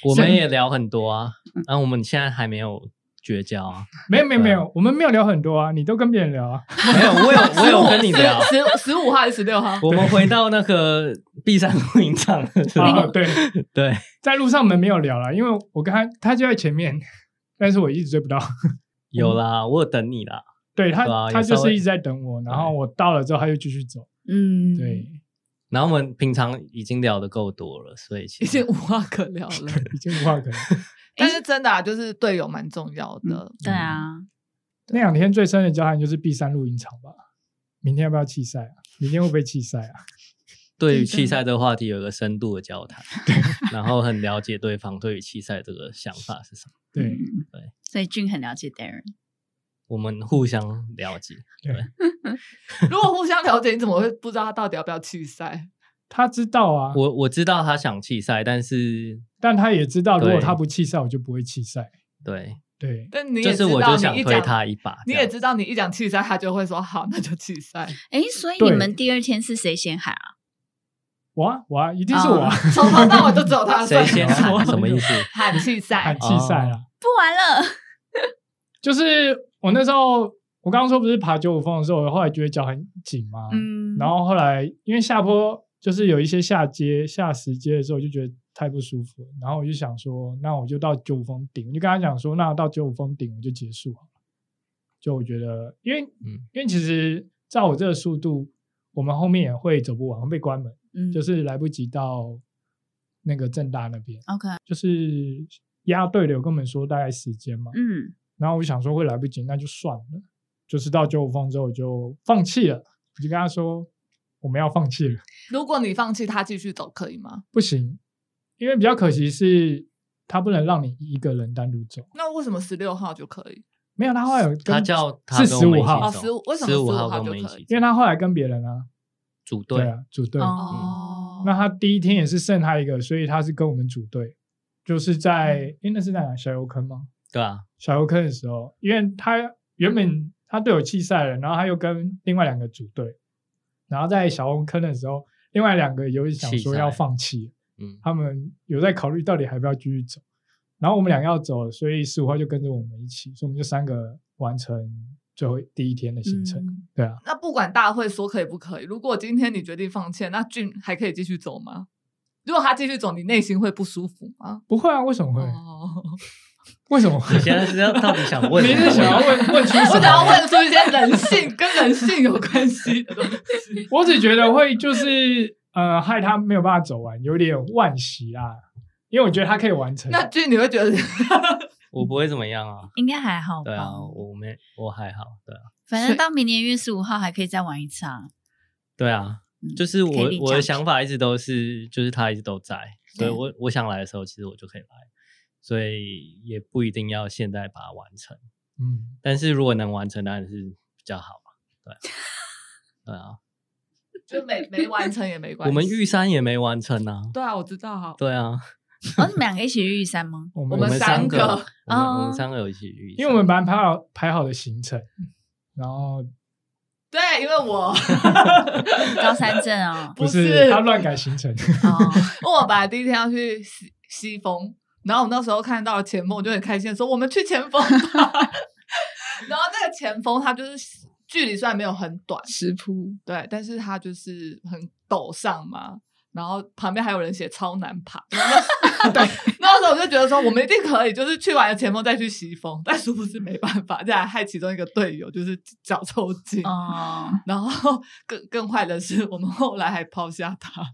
Speaker 3: 我们也聊很多啊，然后我们现在还没有绝交啊，
Speaker 2: 没有没有没有，我们没有聊很多啊，你都跟别人聊啊。
Speaker 3: 没有，我有我有跟你聊
Speaker 1: 十十五号还是十六号？
Speaker 3: 我们回到那个碧山露营场
Speaker 1: 哦
Speaker 3: 的时
Speaker 2: 啊，
Speaker 3: 候，
Speaker 2: 对，
Speaker 3: 对，
Speaker 2: 在路上我们没有聊啦，因为我跟他他就在前面， 但是我一直追不到。
Speaker 1: 嗯
Speaker 3: 有啦，我有等你啦，
Speaker 2: 对他
Speaker 3: 对啊
Speaker 2: 他
Speaker 3: 有稍
Speaker 2: 就
Speaker 3: 微
Speaker 2: 是一直在等我，然后我到了之后他就继续走。
Speaker 5: 嗯，
Speaker 2: 对，，
Speaker 3: 然后我们平常已经聊的够多了，所以其
Speaker 1: 已
Speaker 3: 实
Speaker 1: 经
Speaker 4: 嗯
Speaker 1: 无话可聊 了。
Speaker 2: 已经无话 可聊。
Speaker 1: 但是真的啊，就是队友蛮重要的。
Speaker 5: 对啊，
Speaker 2: 嗯那两天最深的交谈就是 B 三露营场吧。明天要不要弃赛啊？明天会不会弃赛啊？
Speaker 3: 对于弃赛这个话题有一个深度的交谈， 然后很了解对方对于弃赛这个想法是什么，
Speaker 2: 对，
Speaker 5: 所以俊很了解 Darren，
Speaker 3: 我们互相了解。嗯
Speaker 1: 如果互相了解，你怎么会不知道他到底要不要弃赛？
Speaker 2: 他知道啊，
Speaker 3: 我我知道他想弃赛，但是
Speaker 2: 但他也知道，如果
Speaker 3: 对
Speaker 2: 他不弃赛，我就不会弃赛。
Speaker 3: 对，
Speaker 2: 对，
Speaker 1: 但你也
Speaker 3: 就是
Speaker 1: 知
Speaker 3: 我
Speaker 1: 道，
Speaker 3: 就想
Speaker 1: 你一
Speaker 3: 推
Speaker 1: 讲
Speaker 3: 他一把，
Speaker 1: 你
Speaker 3: 这
Speaker 1: 也
Speaker 3: 样
Speaker 1: 知道，你一讲弃赛，他就会说好，那就弃 赛。
Speaker 5: 哎，所以
Speaker 2: 对
Speaker 5: 你们第二天是谁先喊啊？
Speaker 2: 我啊，我啊，一定是
Speaker 3: 哦
Speaker 2: 我啊，
Speaker 1: 从头到尾就只有他
Speaker 3: 谁
Speaker 1: 算
Speaker 3: 先喊什么意思？
Speaker 1: 喊弃赛
Speaker 2: 喊，弃赛
Speaker 3: 哦
Speaker 2: 啊。
Speaker 5: 不玩了，
Speaker 2: 就是我那时候，我刚刚说不是爬九五峰的时候，我后来觉得脚很紧嘛，
Speaker 5: 嗯，
Speaker 2: 然后后来因为下坡就是有一些下阶、下石阶的时候，我就觉得太不舒服了，然后我就想说，那我就到九五峰顶，我就跟他讲说，那到九五峰顶我就结束好了。就我觉得，因为、
Speaker 3: 嗯
Speaker 2: 因为其实照我这个速度，我们后面也会走不完，会被关门，
Speaker 5: 嗯
Speaker 2: 就是来不及到那个正大那边，
Speaker 5: OK，
Speaker 2: 就是压队的有跟我们说大概时间嘛，
Speaker 5: 嗯
Speaker 2: 然后我想说会来不及，那就算了。就是到九五峰之后，我就放弃了，我就跟他说我们要放弃了，
Speaker 1: 如果你放弃他继续走，可以吗？
Speaker 2: 不行，因为比较可惜是他不能让你一个人单独走。
Speaker 1: 那为什么十六号就可以？
Speaker 2: 没有，他后来有跟
Speaker 3: 他叫他
Speaker 2: 是
Speaker 3: 跟
Speaker 2: 十
Speaker 3: 我们
Speaker 2: 五
Speaker 3: 一
Speaker 2: 号，
Speaker 1: 哦
Speaker 3: 起
Speaker 1: 15
Speaker 3: 走，
Speaker 1: 为什么
Speaker 3: 十五
Speaker 1: 15
Speaker 3: 号
Speaker 1: 号
Speaker 3: 跟我
Speaker 1: 就
Speaker 3: 们一
Speaker 1: 可以
Speaker 3: 起
Speaker 2: 因为他后来跟别人啊，
Speaker 3: 组队
Speaker 2: 对，啊，组
Speaker 3: 嗯
Speaker 2: 队。
Speaker 1: 哦，
Speaker 2: 那他第一天也是剩他一个，所以他是跟我们组队，就是在诶那是在哪小油坑吗？
Speaker 3: 对啊，
Speaker 2: 小游坑的时候，因为他原
Speaker 1: 嗯
Speaker 2: 本他队友弃赛了，然后他又跟另外两个组队，然后在小游坑的时候，另外两个有想说要放弃，
Speaker 3: 嗯，
Speaker 2: 他们有在考虑到底还要不要继续走。然后我们两个要走了，所以十五号就跟着我们一起，所以我们就三个完成最后第一天的行程。
Speaker 1: 嗯
Speaker 2: 对啊，
Speaker 1: 那不管大会说可以不可以，如果今天你决定放弃，那俊还可以继续走吗？如果他继续走，你内心会不舒服吗？
Speaker 2: 不会啊，为什么会？
Speaker 1: 哦，
Speaker 2: 为什么会
Speaker 3: 你？现在是要到底想 问
Speaker 2: 你
Speaker 3: 什么？
Speaker 2: 是想要 问问出什
Speaker 1: 我想要
Speaker 2: 么？
Speaker 1: 问出一些人性跟人性有关系的东西。
Speaker 2: 我只觉得会就是呃，害他没有办法走完，有点惋惜啊，因为我觉得他可以完成。
Speaker 1: 那俊你会觉得
Speaker 3: 我不会怎么样 啊。
Speaker 5: 应该还好吧？
Speaker 3: 对啊，我没，我还好，对啊，
Speaker 5: 反正到明年一月十五号还可以再玩一次啊。
Speaker 3: 对啊，
Speaker 5: 嗯
Speaker 3: 就是
Speaker 5: 可以
Speaker 3: 我
Speaker 5: 领
Speaker 3: 我的
Speaker 5: 奖
Speaker 3: 想法一直都是，就是他一直都在，所以
Speaker 5: 对
Speaker 3: 我我想来的时候，其实我就可以来，所以也不一定要现在把它完成，
Speaker 2: 嗯，
Speaker 3: 但是如果能完成，当然是比较好嘛，对啊，对啊，
Speaker 1: 就没没完成也没关系？
Speaker 3: 我们玉山也没完成啊，
Speaker 1: 对啊，我知道哈。
Speaker 3: 对啊，
Speaker 5: 哦，你们两个一起去玉山 吗？
Speaker 2: 我
Speaker 1: 我
Speaker 2: 们
Speaker 1: 们
Speaker 3: 三
Speaker 1: 三个
Speaker 3: 我们我们
Speaker 5: 哦
Speaker 3: 三个有一起玉山，
Speaker 2: 因为我们本来排好排好的行程，然后
Speaker 1: 对，因为我，
Speaker 5: 高山镇哦
Speaker 2: 不
Speaker 1: 不
Speaker 2: 是
Speaker 1: 是
Speaker 2: 他乱改行程，
Speaker 5: 哦，
Speaker 1: 因为我本来第一天要去西西峰，然后我那时候看到了前锋，我就很开心的说我们去前锋吧。 然后那个前锋它就是距离虽然没有很短，
Speaker 4: 食谱
Speaker 1: 对，但是它就是很陡上嘛。然后旁边还有人写超难爬， 然后那那时候我就觉得说我们一定可以，就是去完了前锋再去西峰，但殊不知没办法，这样害其中一个队友就是脚抽筋。
Speaker 5: 哦，
Speaker 1: 然后更更坏的是，我们后来还抛下他。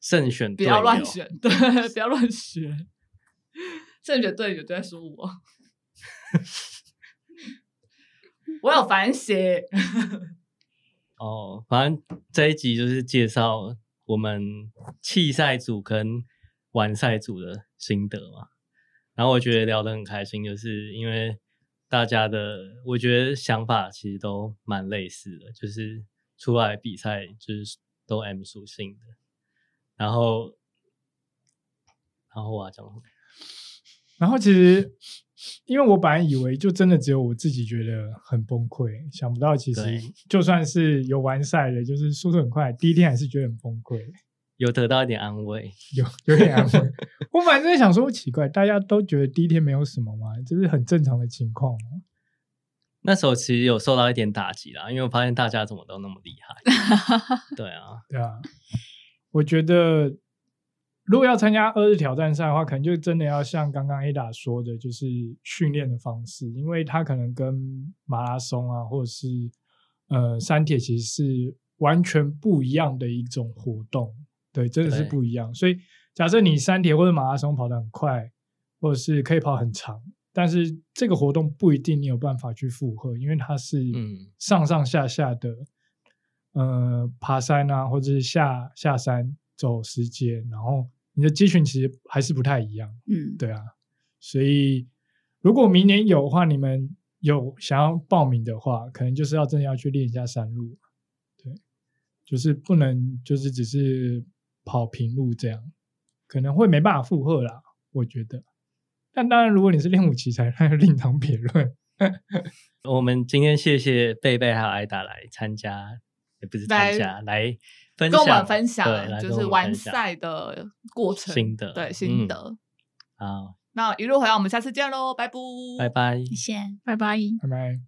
Speaker 3: 慎选
Speaker 1: 不
Speaker 3: 队
Speaker 1: 要乱
Speaker 3: 友
Speaker 1: 选， 对，不要乱选。正选队友都在说我，我有反省。
Speaker 3: 哦，反正这一集就是介绍我们弃赛组跟完赛组的心得嘛。然后我觉得聊得很开心，就是因为大家的，我觉得想法其实都蛮类似的，就是出来比赛就是都 M 属性的。然后，然后我要讲什么，
Speaker 2: 然后其实因为我本来以为就真的只有我自己觉得很崩溃，想不到其实
Speaker 3: 对
Speaker 2: 就算是有完赛的，就是速度很快，第一天还是觉得很崩溃，
Speaker 3: 有得到一点安慰，
Speaker 2: 有有点安慰。 我本来真的想说奇怪，大家都觉得第一天没有什么嘛，这是很正常的情况嘛。
Speaker 3: 那时候其实有受到一点打击啦，因为我发现大家怎么都那么厉害。 对啊，
Speaker 2: 对啊，我觉得如果要参加二日挑战赛的话，可能就真的要像刚刚 Ada 说的，就是训练的方式，因为它可能跟马拉松啊，或者是呃山铁其实是完全不一样的一种活动。对，真的是
Speaker 3: 对
Speaker 2: 不一样。所以假设你山铁或者马拉松跑得很快，或者是可以跑很长，但是这个活动不一定你有办法去负荷，因为它是
Speaker 3: 嗯
Speaker 2: 上上下下的，呃，爬山啊，或者是下下山走石阶，然后你的肌群其实还是不太一样，
Speaker 5: 嗯，
Speaker 2: 对啊。所以如果明年有的话，你们有想要报名的话，可能就是要真的要去练一下山路，对，就是不能就是只是跑平路这样，可能会没办法负荷啦，我觉得。但当然，如果你是练武奇才，那就另当别论。
Speaker 3: 我们今天谢谢贝贝还有艾达来参加，也不是参加，来分
Speaker 1: 跟
Speaker 3: 享，
Speaker 1: 我们分享
Speaker 3: 对，来跟
Speaker 1: 就
Speaker 3: 我
Speaker 1: 是
Speaker 3: 们
Speaker 1: 完
Speaker 3: 分享
Speaker 1: 赛的过程
Speaker 3: 心得
Speaker 1: 对
Speaker 3: 嗯
Speaker 1: 心得。
Speaker 3: 好，
Speaker 1: 那一路回来，我们下次见喽，拜拜，
Speaker 3: 拜拜。
Speaker 5: 谢谢。
Speaker 4: 拜拜。
Speaker 2: 拜拜。